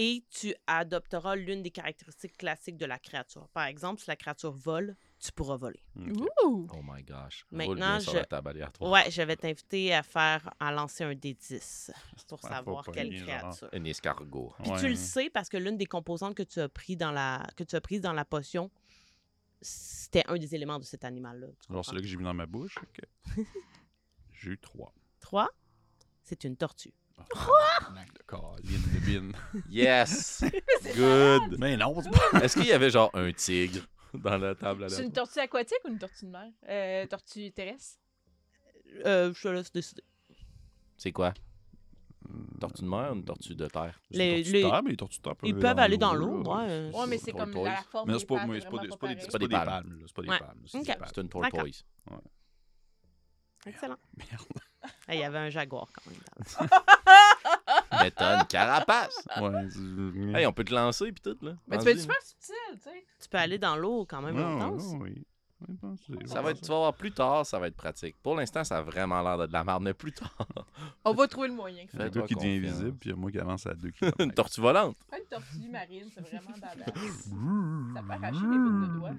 Speaker 2: et tu adopteras l'une des caractéristiques classiques de la créature. Par exemple, si la créature vole, tu pourras voler.
Speaker 4: Ok.
Speaker 3: Ouh!
Speaker 5: Oh my gosh.
Speaker 2: Maintenant,
Speaker 5: Roule bien sur
Speaker 2: je-
Speaker 5: la table aléatoire.
Speaker 2: Ouais, je vais t'inviter à faire à lancer un D10 pour
Speaker 4: Ouais, faut
Speaker 2: savoir
Speaker 4: pas
Speaker 2: quelle
Speaker 4: nier,
Speaker 2: créature.
Speaker 5: Un escargot.
Speaker 2: Puis
Speaker 4: Ouais.
Speaker 2: tu le sais parce que l'une des composantes que tu as pris dans la que tu as prise dans la potion, c'était un des éléments de cet animal là.
Speaker 4: Alors, c'est là que j'ai mis dans ma bouche. ok. j'ai eu 3.
Speaker 2: 3 C'est une tortue.
Speaker 4: de colline de bine.
Speaker 5: Yes! Good!
Speaker 4: Mais non, c'est pas.
Speaker 5: Est-ce qu'il y avait genre un tigre dans la table
Speaker 3: C'est
Speaker 5: aléatoire?
Speaker 3: une tortue aquatique ou une tortue de mer? Euh, tortue terrestre?
Speaker 2: Euh, je te laisse décider.
Speaker 5: C'est quoi? Une tortue de mer ou une tortue de terre?
Speaker 2: Les-
Speaker 4: Les,
Speaker 2: les-
Speaker 4: tortue mais les tortues de terre
Speaker 2: Ils peuvent aller dans l'eau,
Speaker 4: là.
Speaker 2: ouais, euh,
Speaker 4: C'est-
Speaker 3: Ouais, mais
Speaker 4: c'est
Speaker 3: c'est
Speaker 4: pas
Speaker 3: comme
Speaker 4: les
Speaker 3: la
Speaker 4: tortues.
Speaker 3: forme
Speaker 4: Mais
Speaker 3: des
Speaker 4: c'est pas,
Speaker 3: pattes,
Speaker 4: mais c'est pas, des-
Speaker 3: vraiment
Speaker 4: c'est pas,
Speaker 3: pas
Speaker 4: des-
Speaker 3: pareil.
Speaker 4: c'est pas des
Speaker 5: Ouais.
Speaker 4: palmes, là, c'est pas des
Speaker 2: Ouais.
Speaker 4: palmes. c'est des
Speaker 2: Ok.
Speaker 4: palmes.
Speaker 5: C'est une
Speaker 2: D'accord.
Speaker 5: tortoise.
Speaker 2: Excellent.
Speaker 4: Merde.
Speaker 2: Ah, Il y avait un jaguar quand même. dans le-
Speaker 5: M'étonne, carapace.
Speaker 4: Ouais.
Speaker 5: Hey, on peut te lancer puis tout, là.
Speaker 3: Mais
Speaker 5: Vas-y,
Speaker 3: Ben, tu peux être super subtil, tu sais.
Speaker 2: Tu peux aller dans l'eau quand même longtemps. aussi.
Speaker 4: oui. Ouais, bon, c'est-
Speaker 5: Ça va être, tu vas voir plus tard, ça va être pratique. Pour l'instant, ça a vraiment l'air de de la merde, mais plus tard.
Speaker 3: On va trouver le moyen.
Speaker 4: Il y a un
Speaker 5: Fais-toi
Speaker 4: gars qui devient
Speaker 5: confiance.
Speaker 4: invisible, puis il y a moi qui avance à 2
Speaker 5: Une
Speaker 4: km.
Speaker 5: tortue volante.
Speaker 3: Pas une tortue marine, c'est vraiment badass.
Speaker 4: Ça
Speaker 3: Ça peut arracher les bouts de doigts.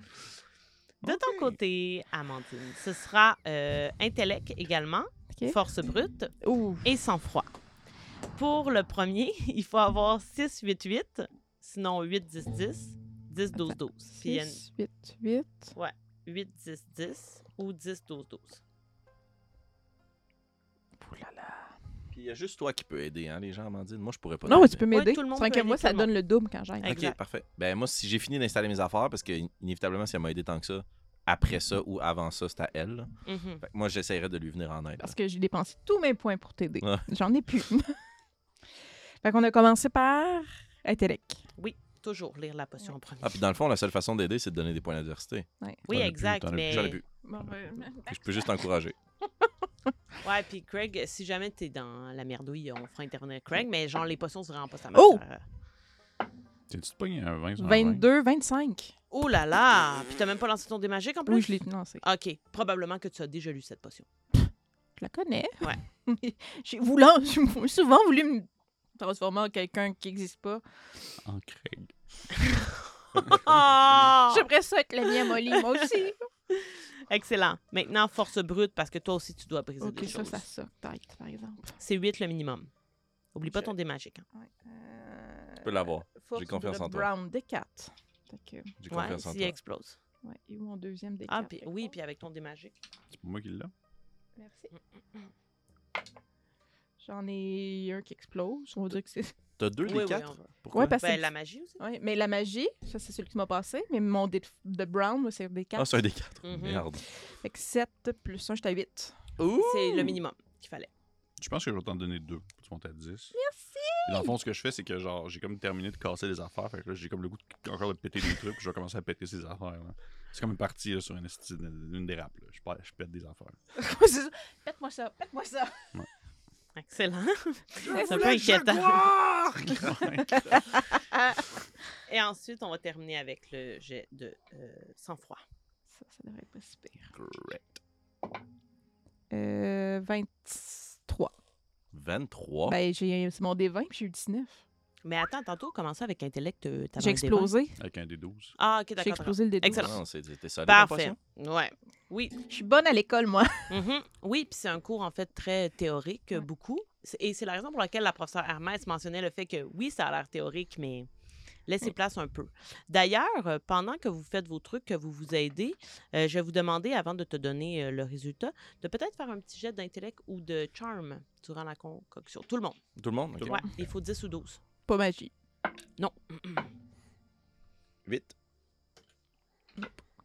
Speaker 2: De ton côté, Amandine, ce sera euh, intellect également,
Speaker 3: Ok.
Speaker 2: force brute
Speaker 3: Ouh.
Speaker 2: et sang-froid. Pour le premier, il faut avoir 6, 8, 8, sinon 8, 10, 10, 10, 12, 12. Puis il y a
Speaker 3: 6, 8, 8.
Speaker 2: 8, 10, 10 ou 10, 12, 12.
Speaker 5: Puis il y a juste toi qui peux aider, hein, les gens, Amandine. Moi, je pourrais pas.
Speaker 3: Non, mais
Speaker 5: t'aider.
Speaker 3: tu peux
Speaker 2: Ouais,
Speaker 3: m'aider.
Speaker 2: tout le monde
Speaker 3: Sans
Speaker 2: peut
Speaker 3: que
Speaker 2: aider
Speaker 3: moi,
Speaker 2: tout
Speaker 3: ça
Speaker 2: le
Speaker 3: donne le double quand j'aille.
Speaker 2: Hey.
Speaker 5: Ok,
Speaker 2: Exact.
Speaker 5: parfait. Ben, moi, si j'ai fini d'installer mes affaires, parce que in- inévitablement, si elle m'a aidé tant que ça, après ça ou avant ça, c'est à elle. là.
Speaker 2: Mhm.
Speaker 5: Fait que moi, j'essaierai de lui venir en aide.
Speaker 3: Parce que j'ai dépensé tous mes points pour t'aider.
Speaker 5: Ouais.
Speaker 3: J'en ai plus. fait qu'on a commencé par intellect.
Speaker 2: Toujours lire la potion en premier.
Speaker 5: Ah, puis dans le fond, la seule façon d'aider, c'est de donner des points d'adversité.
Speaker 2: oui,
Speaker 4: T'en as plus,
Speaker 2: exact,
Speaker 4: t'en as plus.
Speaker 2: mais...
Speaker 5: J'en ai plus.
Speaker 3: ben,
Speaker 5: Je peux juste t'encourager.
Speaker 2: Ouais, puis Craig, euh, si jamais t'es dans la merdouille, on fera intervenir Craig, mais genre, les potions, c'est vraiment pas sa
Speaker 3: Oh!
Speaker 2: matière.
Speaker 4: T'as-tu de pogné un 20 sur un
Speaker 3: 22, 25.
Speaker 2: Oh là là! Puis t'as même pas lancé ton dé magique en plus?
Speaker 3: Oui, je l'ai lancé.
Speaker 2: OK. Probablement que tu as déjà lu cette potion.
Speaker 3: Je la connais.
Speaker 2: Ouais.
Speaker 3: Mais j'ai voulu, j'ai souvent voulu me transformer en quelqu'un qui n'existe pas.
Speaker 4: vingt? En Craig.
Speaker 2: Ah!
Speaker 3: J'aimerais ça être la mienne Molly, moi aussi.
Speaker 2: Excellent. Maintenant, force brute, parce que toi aussi, tu dois briser
Speaker 3: ok,
Speaker 2: des
Speaker 3: ça,
Speaker 2: choses.
Speaker 3: ça suck, peut-être, par exemple.
Speaker 2: C'est 8 le minimum. Oublie pas ton dé magique. hein.
Speaker 5: Tu peux l'avoir.
Speaker 3: Force
Speaker 5: J'ai confiance
Speaker 3: de
Speaker 5: en toi.
Speaker 3: euh, Brown des 4. Fait que,
Speaker 5: J'ai
Speaker 2: Ouais,
Speaker 5: confiance en
Speaker 2: s'il
Speaker 5: toi.
Speaker 2: explose.
Speaker 3: ouais, et mon deuxième des 4.
Speaker 2: Ah, puis oui, puis avec ton dé magique.
Speaker 4: C'est pour moi qui l'ai.
Speaker 3: Merci.
Speaker 2: Mm,
Speaker 3: J'en ai un qui explose. On va dire que c'est.
Speaker 5: T'as deux
Speaker 2: Oui,
Speaker 5: des
Speaker 2: oui,
Speaker 5: quatre?
Speaker 2: on va.
Speaker 5: Pourquoi?
Speaker 3: Ouais, parce que.
Speaker 2: Ben, la magie aussi.
Speaker 3: Ouais, mais la magie, ça, c'est celui qui m'a passé. Mais mon dé de, de Brown, moi, c'est des
Speaker 5: Ah,
Speaker 3: 4.
Speaker 5: c'est un des quatre.
Speaker 3: Mm-hmm.
Speaker 2: Mhm.
Speaker 5: Merde.
Speaker 3: fait que 7 plus 1, j'étais à 8.
Speaker 2: C'est le minimum qu'il fallait.
Speaker 4: Je pense que je vais t'en donner deux. pour que Tu montes à 10. Merci! Dans le fond, ce que je fais, c'est que genre, j'ai comme terminé de casser des affaires. Fait que là, j'ai comme le goût de, encore de péter des trucs. puis Je vais commencer à péter ces affaires. là. C'est comme une partie là, sur une, esti- une dérape. là. Je, pète- je pète des affaires.
Speaker 6: Pète-moi ça, pète-moi ça.
Speaker 2: Excellent. C'est un peu inquiétant. Et ensuite, on va terminer avec le jet de euh, sang-froid.
Speaker 3: Ça, ça devrait être pas si pire. Euh, 23.
Speaker 5: 23.
Speaker 3: Ben, j'ai- c'est mon dé 20, puis j'ai eu 19.
Speaker 2: Mais attends, tantôt, comment ça avec intellect? euh, t'avais
Speaker 3: J'ai
Speaker 2: un dé
Speaker 3: explosé.
Speaker 4: Avec un des 12.
Speaker 2: Ah, ok,
Speaker 3: J'ai
Speaker 2: d'accord.
Speaker 3: explosé le dé 12.
Speaker 2: Excellent.
Speaker 5: Non, c'est- t'es solide en
Speaker 2: Parfait.
Speaker 5: potion?
Speaker 2: Ouais. Oui.
Speaker 3: Je suis bonne à l'école, moi.
Speaker 2: Mhm. Oui, puis c'est un cours en fait très théorique, euh, beaucoup. C'est- Et c'est la raison pour laquelle la professeure Hermès mentionnait le fait que oui, ça a l'air théorique, mais laissez place un peu. D'ailleurs, euh, pendant que vous faites vos trucs, que vous vous aidez, euh, je vais vous demander, avant de te donner euh, le résultat, de peut-être faire un petit jet d'intellect ou de charme durant la concoction. Tout le monde.
Speaker 5: Tout le monde?
Speaker 4: Tout le
Speaker 2: Ouais, il faut 10 ou 12.
Speaker 3: Pas magie.
Speaker 5: 8.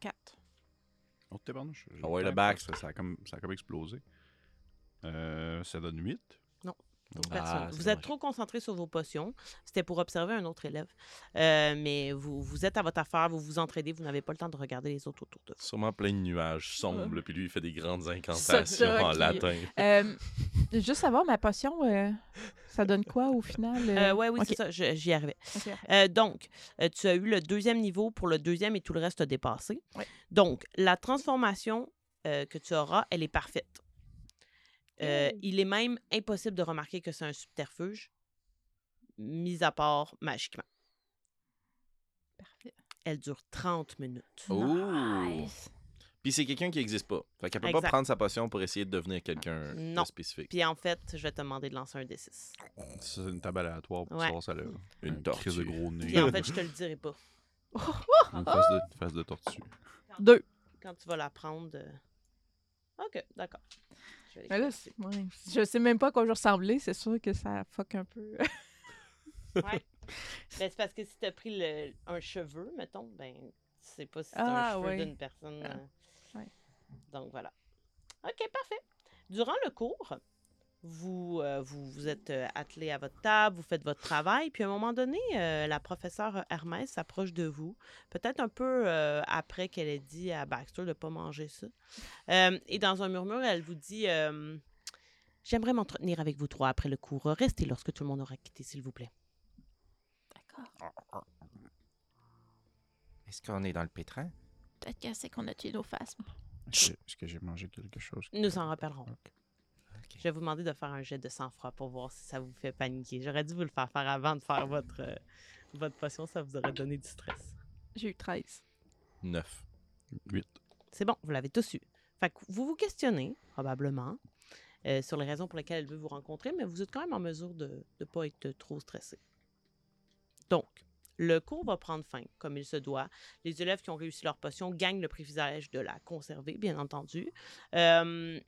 Speaker 3: 4.
Speaker 4: Oh, t'es pardon. je- je-
Speaker 5: Ah ouais, le
Speaker 4: ça-
Speaker 5: bac.
Speaker 4: Ça, ça a comme, ça a comme explosé. Euh, ça donne 8.
Speaker 2: Donc,
Speaker 5: Ah,
Speaker 2: personne.
Speaker 5: c'est
Speaker 2: vous
Speaker 5: dommage.
Speaker 2: êtes trop concentré sur vos potions. C'était pour observer un autre élève. Euh, mais vous, vous êtes à votre affaire, vous vous entraidez, vous n'avez pas le temps de regarder les autres autour de vous.
Speaker 5: Sûrement plein de nuages sombres,
Speaker 3: Ouais.
Speaker 5: puis lui, il fait des grandes incantations
Speaker 3: ça
Speaker 5: en
Speaker 3: qui-
Speaker 5: latin.
Speaker 3: Euh, juste savoir, ma potion, euh, ça donne quoi au final?
Speaker 2: Euh, ouais, oui,
Speaker 3: ok.
Speaker 2: c'est ça, je- j'y arrivais.
Speaker 3: Ok, parfait.
Speaker 2: Euh, donc, euh, tu as eu le deuxième niveau pour le deuxième et tout le reste a dépassé. Donc, la transformation euh, que tu auras, elle est parfaite. Euh, Il est même impossible de remarquer que c'est un subterfuge, mis à part magiquement.
Speaker 3: Parfait.
Speaker 2: Elle dure 30 minutes.
Speaker 3: Oh.
Speaker 5: Ouh!
Speaker 3: Nice.
Speaker 5: Puis c'est quelqu'un qui n'existe pas. Fait qu'elle peut pas
Speaker 2: Exact.
Speaker 5: prendre sa potion pour essayer de devenir quelqu'un de
Speaker 2: Non.
Speaker 5: spécifique.
Speaker 2: Puis en fait, je vais te demander de lancer un D6.
Speaker 4: C'est une table aléatoire pour
Speaker 2: Ouais.
Speaker 4: savoir ça là.
Speaker 5: Une
Speaker 4: crise Ah, de
Speaker 5: tortue.
Speaker 4: gros nez.
Speaker 2: Puis en fait, oh! je te le dirai pas.
Speaker 4: Une face de, une face de tortue.
Speaker 3: Deux.
Speaker 2: Quand tu vas la prendre. euh, Ok, d'accord. Je vais
Speaker 3: Mais Ben là, c'est- ouais. Je sais même pas à quoi je ressemblais, c'est sûr que ça fuck un peu.
Speaker 2: Ouais. Ben, c'est parce que si t'as pris le- un cheveu, mettons, ben, tu sais pas si c'est un
Speaker 3: Ah,
Speaker 2: cheveu
Speaker 3: ouais.
Speaker 2: d'une personne.
Speaker 3: Ah.
Speaker 2: euh.
Speaker 3: Ouais.
Speaker 2: Donc, voilà. OK, parfait. Durant le cours, vous, euh, vous, vous êtes euh, attelé à votre table, vous faites votre travail, puis à un moment donné, euh, la professeure Hermès s'approche de vous, peut-être un peu euh, après qu'elle ait dit à Baxter de ne pas manger ça. Euh, et dans un murmure, elle vous dit euh, J'aimerais m'entretenir avec vous trois après le cours. Restez lorsque tout le monde aura quitté, s'il vous plaît.
Speaker 6: D'accord.
Speaker 1: Est-ce qu'on est dans le pétrin?
Speaker 6: Peut-être qu'elle sait qu'on a tué nos phasmes.
Speaker 4: Est-ce que- est-ce que j'ai mangé quelque chose?
Speaker 2: Nous en rappellerons.
Speaker 1: Ok.
Speaker 2: Je vais vous demander de faire un jet de sang-froid pour voir si ça vous fait paniquer. J'aurais dû vous le faire faire avant de faire votre, euh, votre potion, ça vous aurait donné du stress.
Speaker 3: J'ai eu 13.
Speaker 5: 9.
Speaker 4: 8.
Speaker 2: C'est bon, vous l'avez tous eu. Fait que vous vous questionnez, probablement, euh, sur les raisons pour lesquelles elle veut vous rencontrer, mais vous êtes quand même en mesure de ne pas être trop stressé. Donc, le cours va prendre fin, comme il se doit. Les élèves qui ont réussi leur potion gagnent le privilège de la conserver, bien entendu. Euh,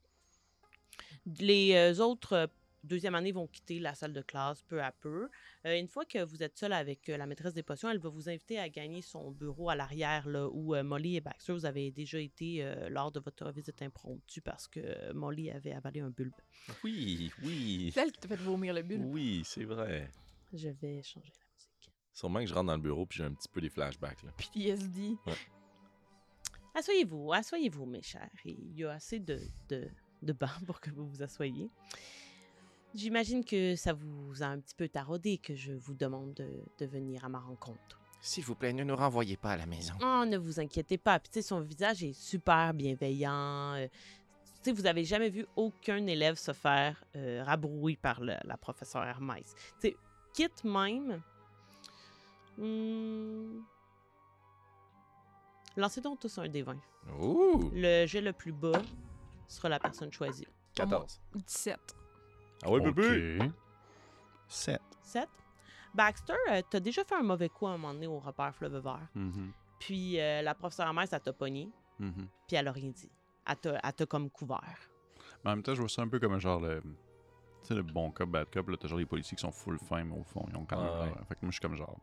Speaker 2: les euh, autres euh, deuxième année vont quitter la salle de classe peu à peu. Euh, une fois que vous êtes seul avec euh, la maîtresse des potions, elle va vous inviter à gagner son bureau à l'arrière, là où euh, Molly et Baxter, vous avez déjà été euh, lors de votre visite impromptue parce que euh, Molly avait avalé un bulbe.
Speaker 5: Oui, oui.
Speaker 3: Celle qui t'a fait vomir le bulle.
Speaker 5: Oui, c'est vrai.
Speaker 2: Je vais changer la musique.
Speaker 5: Sûrement que je rentre dans le bureau puis j'ai un petit peu des flashbacks. Là.
Speaker 3: PTSD.
Speaker 2: Asseyez-vous, asseyez-vous, mes chers. Il y a assez de, de, de bancs pour que vous vous assoyiez. J'imagine que ça vous a un petit peu taraudé que je vous demande de, de venir à ma rencontre.
Speaker 1: S'il vous plaît, ne nous renvoyez pas à la maison.
Speaker 2: Oh, ne vous inquiétez pas. Puis, tu sais, son visage est super bienveillant. Euh, tu sais, vous avez jamais vu aucun élève se faire euh, rabrouer par le- la professeure Hermès. Tu sais, quitte même. Hmm. Lancez donc tous un des 20.
Speaker 5: Ouh!
Speaker 2: Le jet le plus bas sera la personne choisie.
Speaker 5: 14.
Speaker 3: 17.
Speaker 5: Ah ouais, bébé!
Speaker 4: 7.
Speaker 2: 7. Baxter, euh, t'as déjà fait un mauvais coup à un moment donné au repère Fleuve Vert.
Speaker 4: Mm-hmm.
Speaker 2: Puis euh, la professeure Hermès, elle t'a pogné, puis elle a rien dit. Elle t'a- elle t'a comme couvert.
Speaker 4: Mais en même temps, je vois ça un peu comme un genre le. Tu sais, le bon cop, bad cop, là, t'as genre les policiers qui sont full fin, mais au fond, ils ont quand même.
Speaker 5: Ah ouais.
Speaker 4: l'air- Fait que moi, je suis comme genre.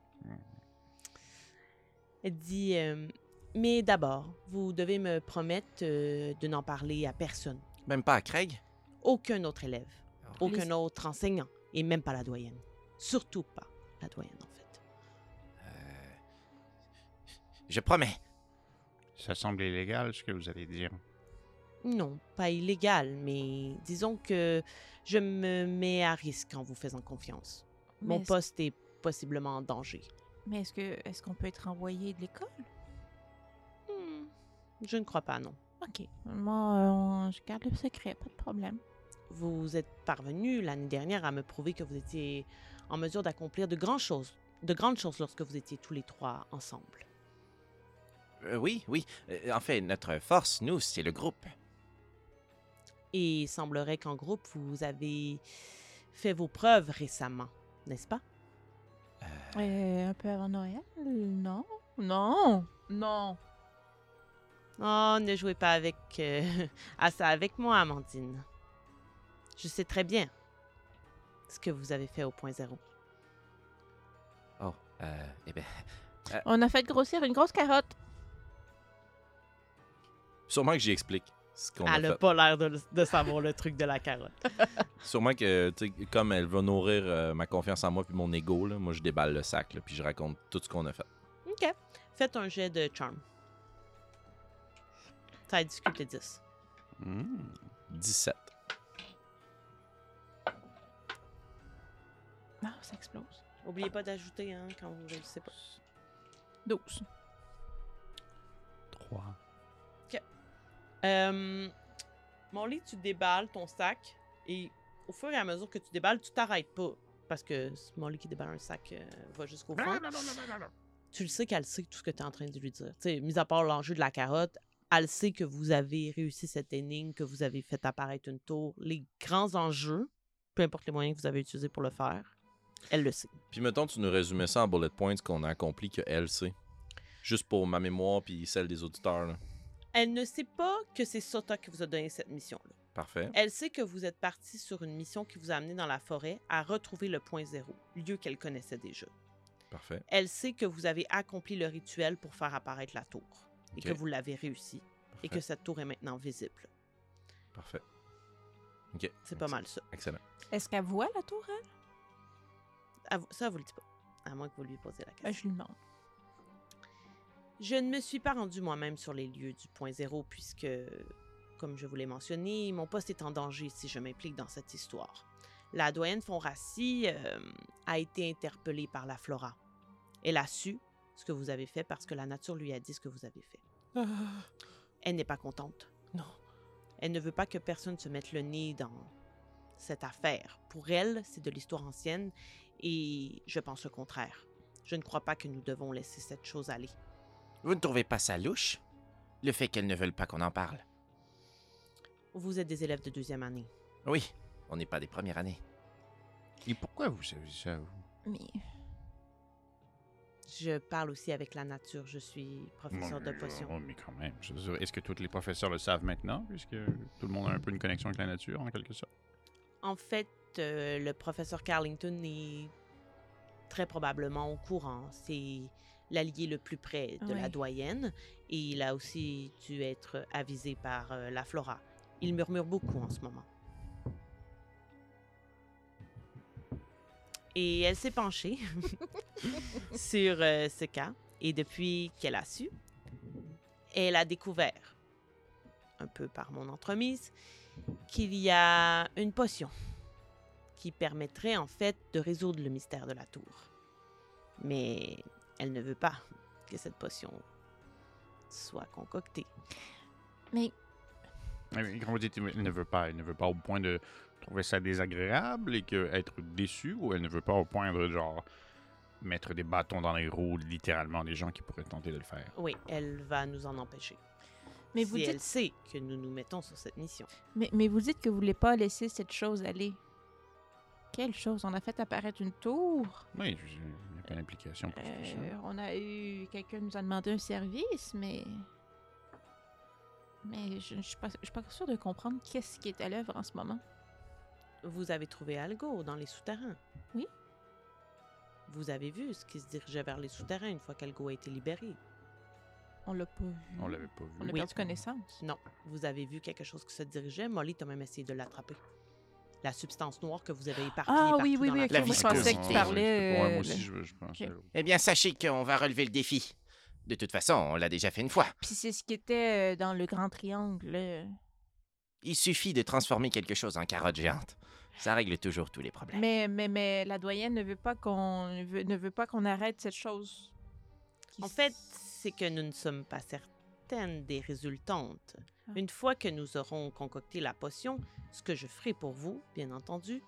Speaker 2: Elle dit euh, Mais d'abord, vous devez me promettre euh, de n'en parler à personne.
Speaker 1: Même pas à Craig?
Speaker 2: Aucun autre élève,
Speaker 6: Ah,
Speaker 1: Oh.
Speaker 2: aucun autre enseignant, et même pas la doyenne. Surtout pas la doyenne, en fait.
Speaker 1: Euh, Je promets.
Speaker 4: Ça semble illégal, ce que vous allez dire.
Speaker 2: Non, pas illégal, mais disons que je me mets à risque en vous faisant confiance.
Speaker 6: Mais
Speaker 2: Mon
Speaker 6: est-ce-
Speaker 2: poste est possiblement en danger.
Speaker 6: Mais est-ce que est-ce qu'on peut être envoyé de l'école?
Speaker 2: Hmm, je ne crois pas, non.
Speaker 6: Ok. Moi, euh, on- je garde le secret, pas de problème.
Speaker 2: Vous êtes parvenu l'année dernière à me prouver que vous étiez en mesure d'accomplir de grandes choses, de grandes choses lorsque vous étiez tous les trois ensemble.
Speaker 1: Euh, oui, oui. Euh, en fait, notre force, nous, c'est le groupe.
Speaker 2: Et il semblerait qu'en groupe, vous avez fait vos preuves récemment, n'est-ce pas?
Speaker 6: Euh, un peu avant Noël?
Speaker 3: Non. Non. Non.
Speaker 2: Oh, ne jouez pas avec, euh, à ça avec moi, Amandine. Je sais très bien ce que vous avez fait au point zéro.
Speaker 1: Oh, euh, eh ben,
Speaker 6: On a fait grossir une grosse carotte.
Speaker 5: Sûrement que j'y explique ce qu'on a
Speaker 2: Elle n'a
Speaker 5: fait.
Speaker 2: pas l'air de, le- de savoir le truc de la carotte.
Speaker 5: Sûrement que, tu sais, comme elle veut nourrir euh, ma confiance en moi puis mon ego, là, moi, je déballe le sac là, puis je raconte tout ce qu'on a fait.
Speaker 2: OK. Faites un jet de charm. Ça a discuté 10.
Speaker 4: Hmm.
Speaker 5: 17.
Speaker 6: Non, ça explose.
Speaker 2: Oubliez pas d'ajouter, hein, quand vous ne le savez pas.
Speaker 3: 12.
Speaker 4: 3.
Speaker 2: Euh, mon lit, tu déballes ton sac et au fur et à mesure que tu déballes, tu t'arrêtes pas. Parce que c'est mon lit qui déballe un sac euh, va jusqu'au
Speaker 4: Ah,
Speaker 2: fond. Tu le sais qu'elle sait tout ce que tu es en train de lui dire. Tu sais, mis à part l'enjeu de la carotte, elle sait que vous avez réussi cette énigme, que vous avez fait apparaître une tour. Les grands enjeux, peu importe les moyens que vous avez utilisés pour le faire, elle le sait.
Speaker 5: Puis mettons, tu nous résumais ça en bullet points qu'on a accompli que elle sait. Juste pour ma mémoire puis celle des auditeurs. là.
Speaker 2: Elle ne sait pas que c'est Sota qui vous a donné cette mission-là.
Speaker 5: Parfait.
Speaker 2: Elle sait que vous êtes parti sur une mission qui vous a amené dans la forêt à retrouver le point zéro, lieu qu'elle connaissait déjà.
Speaker 5: Parfait.
Speaker 2: Elle sait que vous avez accompli le rituel pour faire apparaître la tour et
Speaker 5: Ok.
Speaker 2: que vous l'avez réussi et que
Speaker 5: Parfait.
Speaker 2: cette tour est maintenant visible.
Speaker 5: Parfait. Ok.
Speaker 2: C'est pas mal ça.
Speaker 5: Excellent.
Speaker 3: Est-ce qu'elle voit la tour, elle?
Speaker 2: À vous- Ça, elle vous le dit pas. À moins que vous lui posiez la question.
Speaker 3: Ben, je lui demande.
Speaker 2: Je ne me suis pas rendu moi-même sur les lieux du point zéro puisque Comme je vous l'ai mentionné, mon poste est en danger si je m'implique dans cette histoire. La doyenne Fonrassi euh, a été interpellée par la Flora. Elle a su ce que vous avez fait parce que la nature lui a dit ce que vous avez fait. Elle n'est pas contente.
Speaker 1: Non.
Speaker 2: Elle ne veut pas que personne se mette le nez dans cette affaire. Pour elle, c'est de l'histoire ancienne et je pense le contraire. Je ne crois pas que nous devons laisser cette chose aller.
Speaker 1: Vous ne trouvez pas ça louche? Le fait qu'elles ne veulent pas qu'on en parle.
Speaker 2: Vous êtes des élèves de deuxième année.
Speaker 1: Oui, on n'est pas des premières années.
Speaker 4: Et pourquoi vous savez ça, vous?
Speaker 6: Mais
Speaker 2: Je parle aussi avec la nature. Je suis professeur de potions.
Speaker 4: Oh, mais euh, quand même. je veux dire, Est-ce que tous les professeurs le savent maintenant, puisque tout le monde a un peu une connexion avec la nature, en quelque sorte?
Speaker 2: En fait, euh, le professeur Carlington est très probablement au courant. C'est l'allié le plus près de la
Speaker 3: Ouais.
Speaker 2: doyenne et il a aussi dû être avisé par euh, la flora. Il murmure beaucoup en ce moment. Et elle s'est penchée sur euh, ce cas et depuis qu'elle a su, elle a découvert, un peu par mon entremise, qu'il y a une potion qui permettrait en fait de résoudre le mystère de la tour. Mais elle ne veut pas que cette potion soit concoctée.
Speaker 4: Ah oui, Quand vous dites elle ne veut pas, elle ne veut pas au point de trouver ça désagréable et que être déçu, ou elle ne veut pas au point de genre mettre des bâtons dans les roues, littéralement, des gens qui pourraient tenter de le faire.
Speaker 2: Oui, elle va nous en empêcher.
Speaker 6: Mais
Speaker 2: si
Speaker 6: vous
Speaker 2: elle
Speaker 6: dites-
Speaker 2: sait que nous nous mettons sur cette mission.
Speaker 3: Mais, mais vous dites que vous voulez pas laisser cette chose aller. Quelle chose? On a fait apparaître une tour.
Speaker 4: Oui, je- je- il n'y a pas d'implication pour tout ça.
Speaker 3: Euh, on a eu... Quelqu'un nous a demandé un service, mais... Mais je ne suis pas, je suis pas sûre de comprendre qu'est-ce qui est à l'œuvre en ce moment.
Speaker 2: Vous avez trouvé Algo dans les souterrains.
Speaker 3: Oui.
Speaker 2: Vous avez vu ce qui se dirigeait vers les souterrains une fois qu'Algo a été libéré.
Speaker 3: On l'a pas
Speaker 2: Euh,
Speaker 3: vu.
Speaker 4: On l'avait pas
Speaker 3: On a
Speaker 4: vu.
Speaker 2: Oui.
Speaker 3: perdu connaissance.
Speaker 2: Non, vous avez vu quelque chose qui se dirigeait. Molly a même essayé de l'attraper. La substance noire que vous avez éparpillée
Speaker 3: Ah oui,
Speaker 2: partout
Speaker 3: oui,
Speaker 2: dans
Speaker 3: oui,
Speaker 2: la
Speaker 3: ok,
Speaker 1: la
Speaker 3: moi je pensais
Speaker 1: viscosité.
Speaker 3: que
Speaker 4: Ouais,
Speaker 3: tu
Speaker 4: c'est- ouais,
Speaker 3: parlais...
Speaker 4: moi
Speaker 3: euh,
Speaker 4: aussi, je, je pensais.
Speaker 1: Eh bien, sachez qu'on va relever le défi. De toute façon, on l'a déjà fait une fois.
Speaker 3: Puis c'est ce qui était euh, dans le grand triangle. euh.
Speaker 1: Il suffit de transformer quelque chose en carotte géante. Ça règle toujours tous les problèmes.
Speaker 3: Mais, mais, mais la doyenne ne veut pas qu'on ne veut, ne veut pas qu'on arrête cette chose. qui
Speaker 2: En
Speaker 3: s-
Speaker 2: fait, c'est que nous ne sommes pas certaines des résultantes.
Speaker 3: Ah.
Speaker 2: Une fois que nous aurons concocté la potion, ce que je ferai pour vous, bien entendu,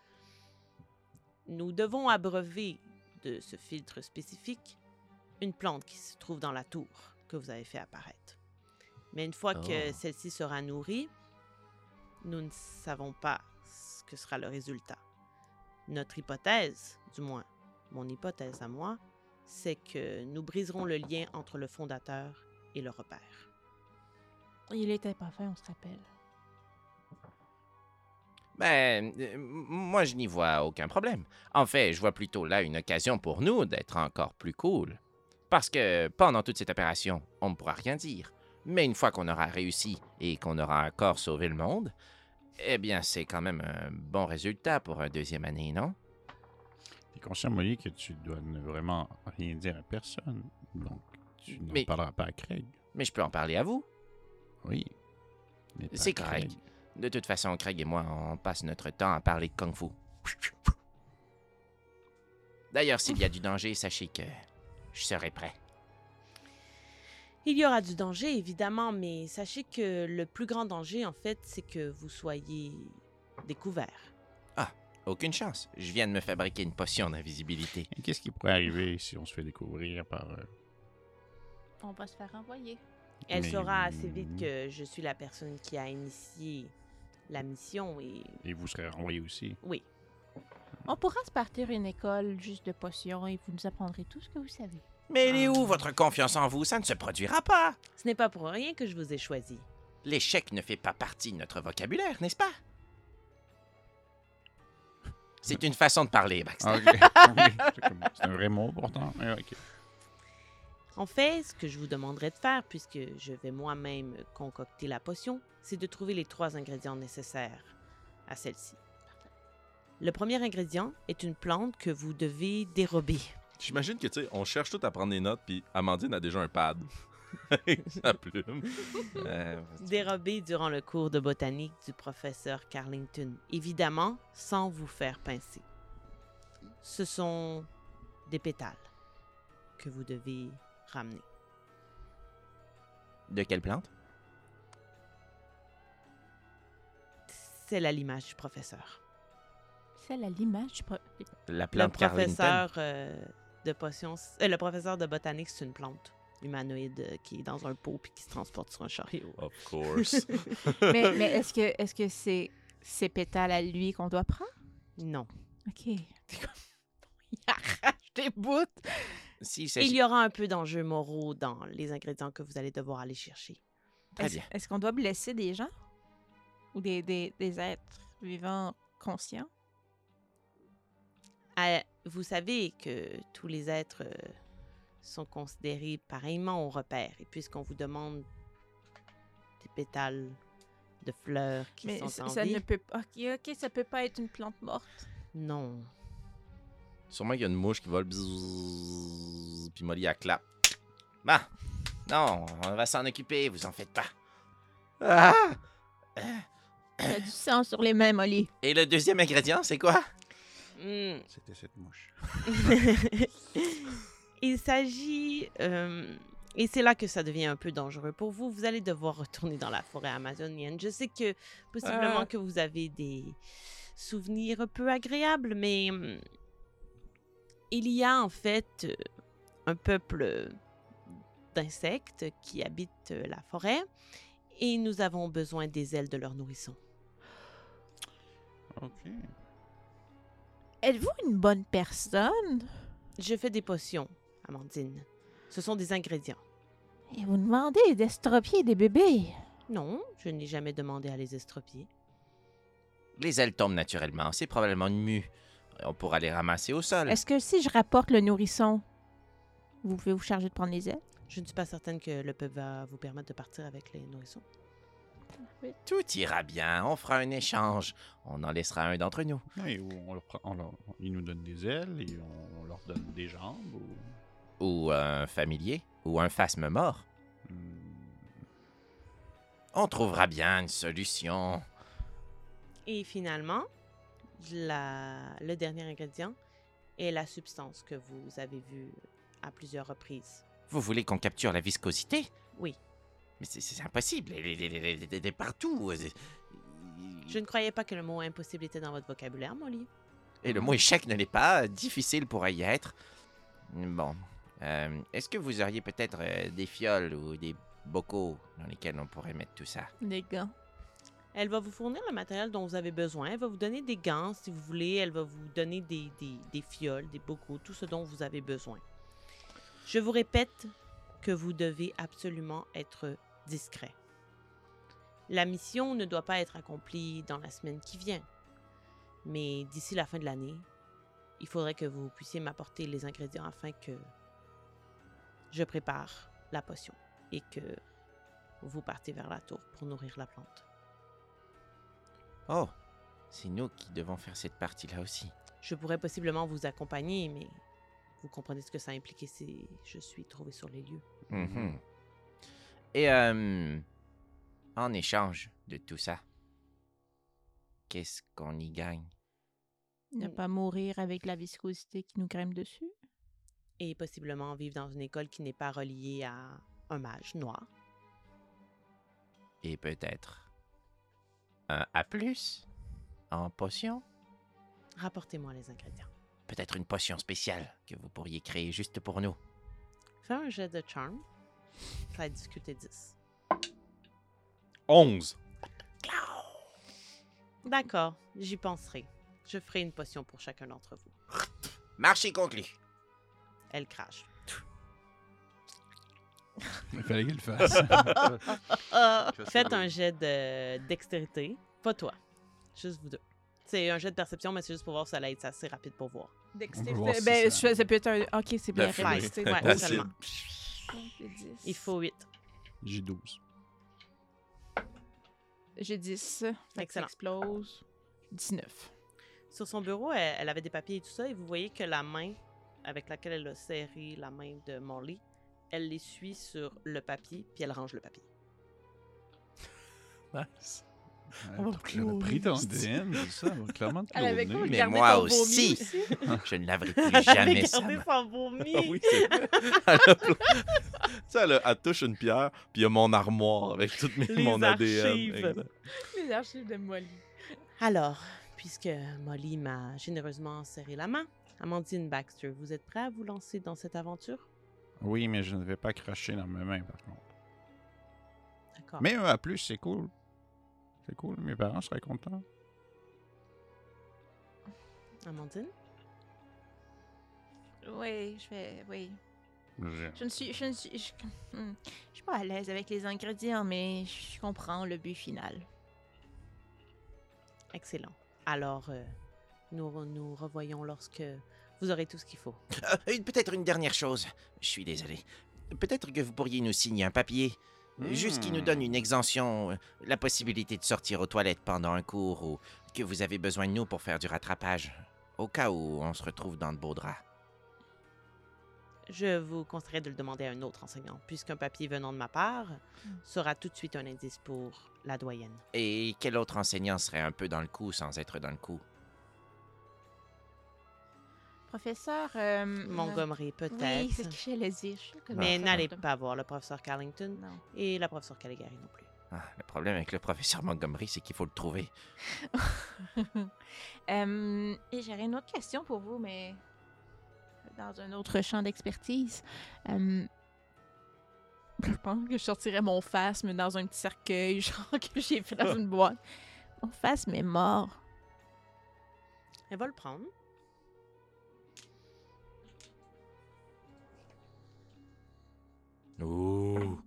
Speaker 2: nous devons abreuver de ce filtre spécifique une plante qui se trouve dans la tour que vous avez fait apparaître. Mais une fois que
Speaker 1: Oh.
Speaker 2: celle-ci sera nourrie, nous ne savons pas ce que sera le résultat. Notre hypothèse, du moins mon hypothèse à moi, c'est que nous briserons le lien entre le fondateur et le repère.
Speaker 3: il était pas fait, on se rappelle.
Speaker 1: Ben, euh, m- moi, je n'y vois aucun problème. En fait, je vois plutôt là une occasion pour nous d'être encore plus cool. Parce que pendant toute cette opération, on ne pourra rien dire. Mais une fois qu'on aura réussi et qu'on aura encore sauvé le monde, eh bien, c'est quand même un bon résultat pour un deuxième année, non?
Speaker 4: T'es conscient, Molly, que tu dois ne vraiment rien dire à personne. Donc, tu n'en
Speaker 1: Mais-
Speaker 4: parleras pas à Craig.
Speaker 1: Mais je peux en parler à vous.
Speaker 4: Oui. Mais pas
Speaker 1: C'est
Speaker 4: à Craig.
Speaker 1: correct. De toute façon, Craig et moi, on passe notre temps à parler de Kung Fu. D'ailleurs, s'il y a du danger, sachez que je serai prêt.
Speaker 2: Il y aura du danger, évidemment, mais sachez que le plus grand danger, en fait, c'est que vous soyez découvert.
Speaker 1: Aucune chance. Je viens de me fabriquer une potion d'invisibilité.
Speaker 4: Et qu'est-ce qui pourrait arriver si on se fait découvrir par. euh,
Speaker 6: on va se faire envoyer.
Speaker 2: Elle
Speaker 4: Mais-
Speaker 2: saura assez vite que je suis la personne qui a initié la mission et
Speaker 4: Et vous serez renvoyé aussi.
Speaker 2: oui,
Speaker 6: On pourra se partir une école juste de potions et vous nous apprendrez tout ce que vous savez.
Speaker 1: Mais elle est où votre confiance en vous Ça ne se produira pas.
Speaker 2: ce n'est pas pour rien que je vous ai choisi.
Speaker 1: L'échec ne fait pas partie de notre vocabulaire, n'est-ce pas C'est une façon de parler, Baxter.
Speaker 4: Ah, ok. Ok. C'est comme- C'est un vrai mot pourtant. Ouais, ok.
Speaker 2: En fait, ce que je vous demanderai de faire, puisque je vais moi-même concocter la potion, c'est de trouver les trois ingrédients nécessaires à celle-ci. Le premier ingrédient est une plante que vous devez dérober.
Speaker 5: J'imagine que, tu sais, on cherche tout à prendre des notes, puis Amandine a déjà un pad. Sa plume. Euh,
Speaker 2: dérobé durant le cours de botanique du professeur Carlington, évidemment sans vous faire pincer. Ce sont des pétales que vous devez ramener.
Speaker 1: De quelle plante
Speaker 2: C'est là l'image du professeur.
Speaker 6: Celle à l'image du pro-
Speaker 1: La
Speaker 2: Le
Speaker 1: plante Carlington.
Speaker 2: professeur euh, de potions, euh, le professeur de botanique, c'est une plante humanoïde euh, qui est dans un pot puis qui se transporte sur un chariot.
Speaker 5: Of course.
Speaker 6: mais mais est-ce que est-ce que c'est ces pétales à lui qu'on doit prendre?
Speaker 2: Non.
Speaker 6: OK. Il arrache des bouts.
Speaker 1: Si,
Speaker 2: Il
Speaker 1: c'est
Speaker 2: y aura un peu d'enjeux moraux dans les ingrédients que vous allez devoir aller chercher.
Speaker 1: très
Speaker 3: Est-ce-
Speaker 1: bien.
Speaker 3: Est-ce qu'on doit blesser des gens ou des, des, des êtres vivants conscients?
Speaker 2: Ah, vous savez que tous les êtres euh, sont considérés pareillement au repère. Et puisqu'on vous demande des pétales de fleurs qui
Speaker 3: Mais
Speaker 2: sont
Speaker 3: ça,
Speaker 2: en
Speaker 3: ça
Speaker 2: vie,
Speaker 3: ne peut pas. Ok, ok, ça peut pas être une plante morte.
Speaker 2: non.
Speaker 5: Sûrement qu'il y a une mouche qui vole. bzzz, Puis Molly, elle clap.
Speaker 1: Bon, Bah! non, on va s'en occuper, vous en faites pas. Ah!
Speaker 6: T'as du sang sur les mains, Molly.
Speaker 1: Et le deuxième ingrédient, c'est quoi
Speaker 2: Hmm.
Speaker 4: C'était cette mouche.
Speaker 2: Il s'agit, euh, et c'est là que ça devient un peu dangereux pour vous, vous allez devoir retourner dans la forêt amazonienne. Je sais que possiblement que vous avez des souvenirs peu agréables, mais hum, il y a en fait euh, un peuple d'insectes qui habite euh, la forêt et nous avons besoin des ailes de leurs nourrissons.
Speaker 4: Ok.
Speaker 6: Êtes-vous une bonne personne?
Speaker 2: Je fais des potions, Amandine. Ce sont des ingrédients.
Speaker 6: Et vous demandez d'estropier des bébés.
Speaker 2: Non, je n'ai jamais demandé à les estropier.
Speaker 1: Les ailes tombent naturellement, c'est probablement une mue. On pourra les ramasser au sol.
Speaker 6: Est-ce que si je rapporte le nourrisson, vous pouvez vous charger de prendre les ailes?
Speaker 2: Je ne suis pas certaine que le peuple va vous permettre de partir avec les nourrissons.
Speaker 1: Tout ira bien, on fera un échange. On en laissera un d'entre nous.
Speaker 4: Ouais, ou on leur prend- on leur- ils nous donnent des ailes et on, on leur donne des jambes. Ou...
Speaker 1: Ou un familier, ou un phasme mort.
Speaker 4: Hmm.
Speaker 1: On trouvera bien une solution.
Speaker 2: Et finalement, la- le dernier ingrédient est la substance que vous avez vue à plusieurs reprises.
Speaker 1: Vous voulez qu'on capture la viscosité
Speaker 2: Oui.
Speaker 1: Mais c'est- c'est impossible, elle est- elle est- elle est- elle est partout.
Speaker 2: Je ne croyais pas que le mot impossible était dans votre vocabulaire, Molly.
Speaker 1: Et le mot échec ne l'est pas, difficile pour y être. Bon. Euh, Est-ce que vous auriez peut-être euh, des fioles ou des bocaux dans lesquels on pourrait mettre tout ça
Speaker 6: Les gants.
Speaker 2: Elle va vous fournir le matériel dont vous avez besoin. Elle va vous donner des gants si vous voulez. Elle va vous donner des, des- des fioles, des bocaux, tout ce dont vous avez besoin. Je vous répète que vous devez absolument être discret. La mission ne doit pas être accomplie dans la semaine qui vient. Mais d'ici la fin de l'année, il faudrait que vous puissiez m'apporter les ingrédients afin que je prépare la potion et que vous partez vers la tour pour nourrir la plante.
Speaker 1: Oh, c'est nous qui devons faire cette partie-là aussi.
Speaker 2: Je pourrais possiblement vous accompagner, mais vous comprenez ce que ça a impliqué si je suis trouvée sur les lieux.
Speaker 1: Mhm. Et euh, en échange de tout ça, qu'est-ce qu'on y gagne
Speaker 6: Ne
Speaker 2: Mm.
Speaker 6: pas mourir avec la viscosité qui nous grimpe dessus.
Speaker 2: Et possiblement vivre dans une école qui n'est pas reliée à un mage noir.
Speaker 1: Et peut-être un A plus en potion
Speaker 2: Rapportez-moi les ingrédients.
Speaker 1: Peut-être une potion spéciale que vous pourriez créer juste pour nous.
Speaker 2: Fais un jet de charm. Ça va être difficulté 10.
Speaker 4: 11.
Speaker 2: D'accord, j'y penserai. Je ferai une potion pour chacun d'entre vous.
Speaker 1: Marché conclu
Speaker 2: Elle crache.
Speaker 4: Il fallait qu'il le fasse.
Speaker 2: Ah, Faites un jet de dextérité. Pas toi. Juste vous deux. C'est un jet de perception, mais c'est juste pour voir si ça l'aide. C'est assez rapide pour voir.
Speaker 4: peut voir si
Speaker 3: Ben,
Speaker 4: ça-
Speaker 3: je- ça peut être un. Ok, c'est bien
Speaker 5: La
Speaker 2: fumée.
Speaker 3: réalisé.
Speaker 2: Ouais,
Speaker 3: Ouais.
Speaker 2: seulement. Il
Speaker 3: Il
Speaker 2: faut 8.
Speaker 4: J'ai 12.
Speaker 3: J'ai 10. fait que ça
Speaker 2: Excellent.
Speaker 3: explose. 19.
Speaker 2: Sur son bureau, elle, elle avait des papiers et tout ça, et vous voyez que la main avec laquelle elle a serré la main de Molly, elle les suit sur le papier, puis elle range le papier.
Speaker 5: Nice.
Speaker 4: Ouais, J'avais pris ton ADN, c'est ça, elle va clairement te
Speaker 3: Elle avait
Speaker 4: cloner.
Speaker 3: comme
Speaker 1: Mais
Speaker 3: gardé
Speaker 1: moi
Speaker 3: ton vomi
Speaker 1: aussi.
Speaker 3: aussi.
Speaker 1: Je ne laverai plus jamais ça.
Speaker 2: Regardez son vomi.
Speaker 5: Ah oui, c'est vrai. Elle a plein- Tu sais, elle, a- elle touche une pierre, puis il y a mon armoire avec toutes mes
Speaker 2: Les
Speaker 5: mon
Speaker 2: archives.
Speaker 5: ADN. exact.
Speaker 3: Les archives de Molly.
Speaker 2: Alors, puisque Molly m'a généreusement serré la main, Amandine Baxter, vous êtes prêt à vous lancer dans cette aventure?
Speaker 4: Oui, mais je ne vais pas cracher dans mes mains, par contre.
Speaker 6: Ah.
Speaker 2: D'accord.
Speaker 4: Mais euh, à plus, c'est cool. C'est cool, mes parents seraient contents.
Speaker 2: Amandine?
Speaker 6: Oui, je vais. Oui.
Speaker 4: Je-
Speaker 6: Je ne suis. Je ne suis. Je, hmm. Je suis pas à l'aise avec les ingrédients, mais je comprends le but final.
Speaker 2: Excellent. Alors, euh, nous re- nous revoyons lorsque vous aurez tout ce qu'il faut.
Speaker 1: Euh, une- Peut-être une dernière chose. Je suis désolé. Peut-être que vous pourriez nous signer un papier, euh, juste qui nous donne une exemption, euh, la possibilité de sortir aux toilettes pendant un cours ou que vous avez besoin de nous pour faire du rattrapage, au cas où on se retrouve dans de beaux draps.
Speaker 2: Je vous conseillerais de le demander à un autre enseignant, puisqu'un papier venant de ma part
Speaker 6: Hmm.
Speaker 2: sera tout de suite un indice pour la doyenne.
Speaker 1: Et quel autre enseignant serait un peu dans le coup sans être dans le coup
Speaker 6: Professeur. euh,
Speaker 3: Hmm.
Speaker 2: Montgomery, peut-être.
Speaker 6: Oui, c'est ce que j'allais dire. Je suis sûre que le
Speaker 2: Mais
Speaker 6: professeur
Speaker 2: n'allez
Speaker 6: Montgomery-
Speaker 2: pas voir le professeur Carlington
Speaker 6: Non.
Speaker 2: et la professeure Caligari non plus.
Speaker 1: Ah, Le problème avec le professeur Montgomery, c'est qu'il faut le trouver.
Speaker 6: Euh, et j'aurais une autre question pour vous, mais dans un autre champ d'expertise. Euh,
Speaker 3: Je pense que je sortirais mon phasme dans un petit cercueil, genre que j'ai fait
Speaker 2: Ah.
Speaker 3: dans une boîte.
Speaker 6: mon phasme est mort.
Speaker 2: Elle va le prendre.
Speaker 5: Ouh.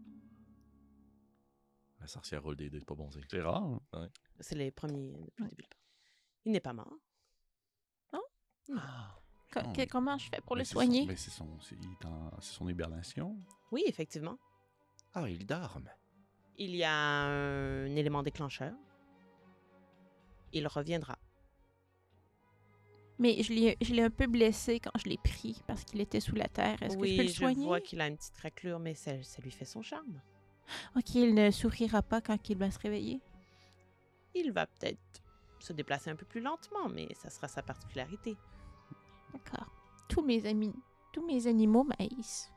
Speaker 5: La sorcière roule des dés, c'est pas bon, c'est.
Speaker 4: C'est rare. hein?
Speaker 2: C'est les premiers depuis le
Speaker 6: Ouais. Ah.
Speaker 2: début. Il n'est pas mort.
Speaker 6: Co-
Speaker 2: Oh
Speaker 4: Non,
Speaker 6: que-
Speaker 4: mais-
Speaker 6: comment je fais pour
Speaker 4: Mais
Speaker 6: le
Speaker 4: c'est son-
Speaker 6: soigner?
Speaker 4: mais c'est son, c'est, il est en- c'est son hibernation.
Speaker 2: Oui, effectivement.
Speaker 1: Ah, il dorme.
Speaker 2: Il y a un élément déclencheur. Il reviendra.
Speaker 6: Mais je l'ai je l'ai un peu blessé quand je l'ai pris parce qu'il était sous la terre. Est-ce que
Speaker 2: oui,
Speaker 6: je peux le soigner?
Speaker 2: vois qu'il a une petite raclure, mais ça, ça lui fait son charme.
Speaker 6: Ok, il ne sourira pas quand il va se réveiller.
Speaker 2: Il va peut-être se déplacer un peu plus lentement, mais ça sera sa particularité.
Speaker 6: D'accord. Tous mes amis, tous mes animaux m'haïssent.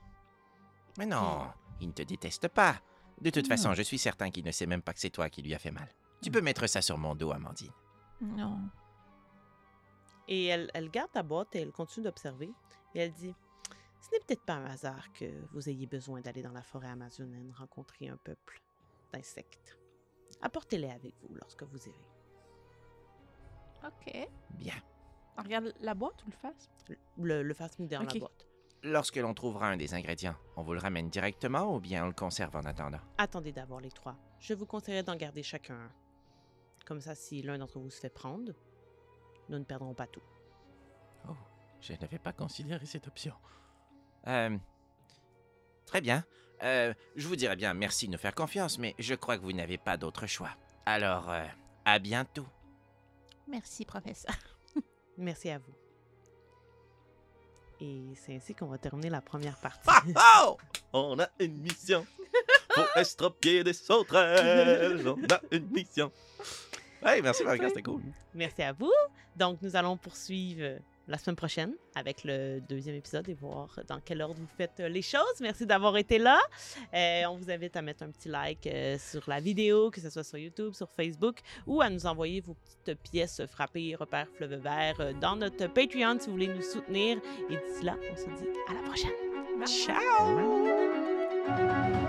Speaker 1: Mais non, il ne te déteste pas. De toute
Speaker 4: Non.
Speaker 1: façon, je suis certain qu'il ne sait même pas que c'est toi qui lui as fait mal. Tu peux mettre ça sur mon dos, Amandine.
Speaker 6: Non.
Speaker 2: Et elle, elle garde la boîte et elle continue d'observer. Et elle dit Ce n'est peut-être pas un hasard que vous ayez besoin d'aller dans la forêt amazonienne rencontrer un peuple d'insectes. Apportez-les avec vous lorsque vous irez.
Speaker 6: Ok.
Speaker 1: Bien.
Speaker 6: On regarde la boîte ou le face?
Speaker 2: Le, le fast dans
Speaker 3: Ok.
Speaker 2: la boîte.
Speaker 1: Lorsque l'on trouvera un des ingrédients, on vous le ramène directement ou bien on le conserve en attendant.
Speaker 2: Attendez d'avoir les trois. Je vous conseillerais d'en garder chacun un. Comme ça, si l'un d'entre vous se fait prendre, nous ne perdrons pas tout.
Speaker 1: Je n'avais pas considéré cette option. Euh, très bien. Euh, je vous dirais bien merci de nous faire confiance, mais je crois que vous n'avez pas d'autre choix. Alors, euh, à bientôt.
Speaker 6: Merci, professeur.
Speaker 2: Merci à vous. Et c'est ainsi qu'on va terminer la première partie.
Speaker 5: Ah, ah! On a une mission pour estropier des sauterelles. On a une mission. Hey, merci marie c'était cool.
Speaker 2: Merci à vous. Donc, nous allons poursuivre euh, la semaine prochaine avec le deuxième épisode et voir dans quel ordre vous faites euh, les choses. Merci d'avoir été là. Euh, on vous invite à mettre un petit like euh, sur la vidéo, que ce soit sur YouTube, sur Facebook, ou à nous envoyer vos petites pièces frappées, repères, fleuve vert euh, dans notre Patreon si vous voulez nous soutenir. Et d'ici là, on se dit à la prochaine. Ciao!
Speaker 6: Bye.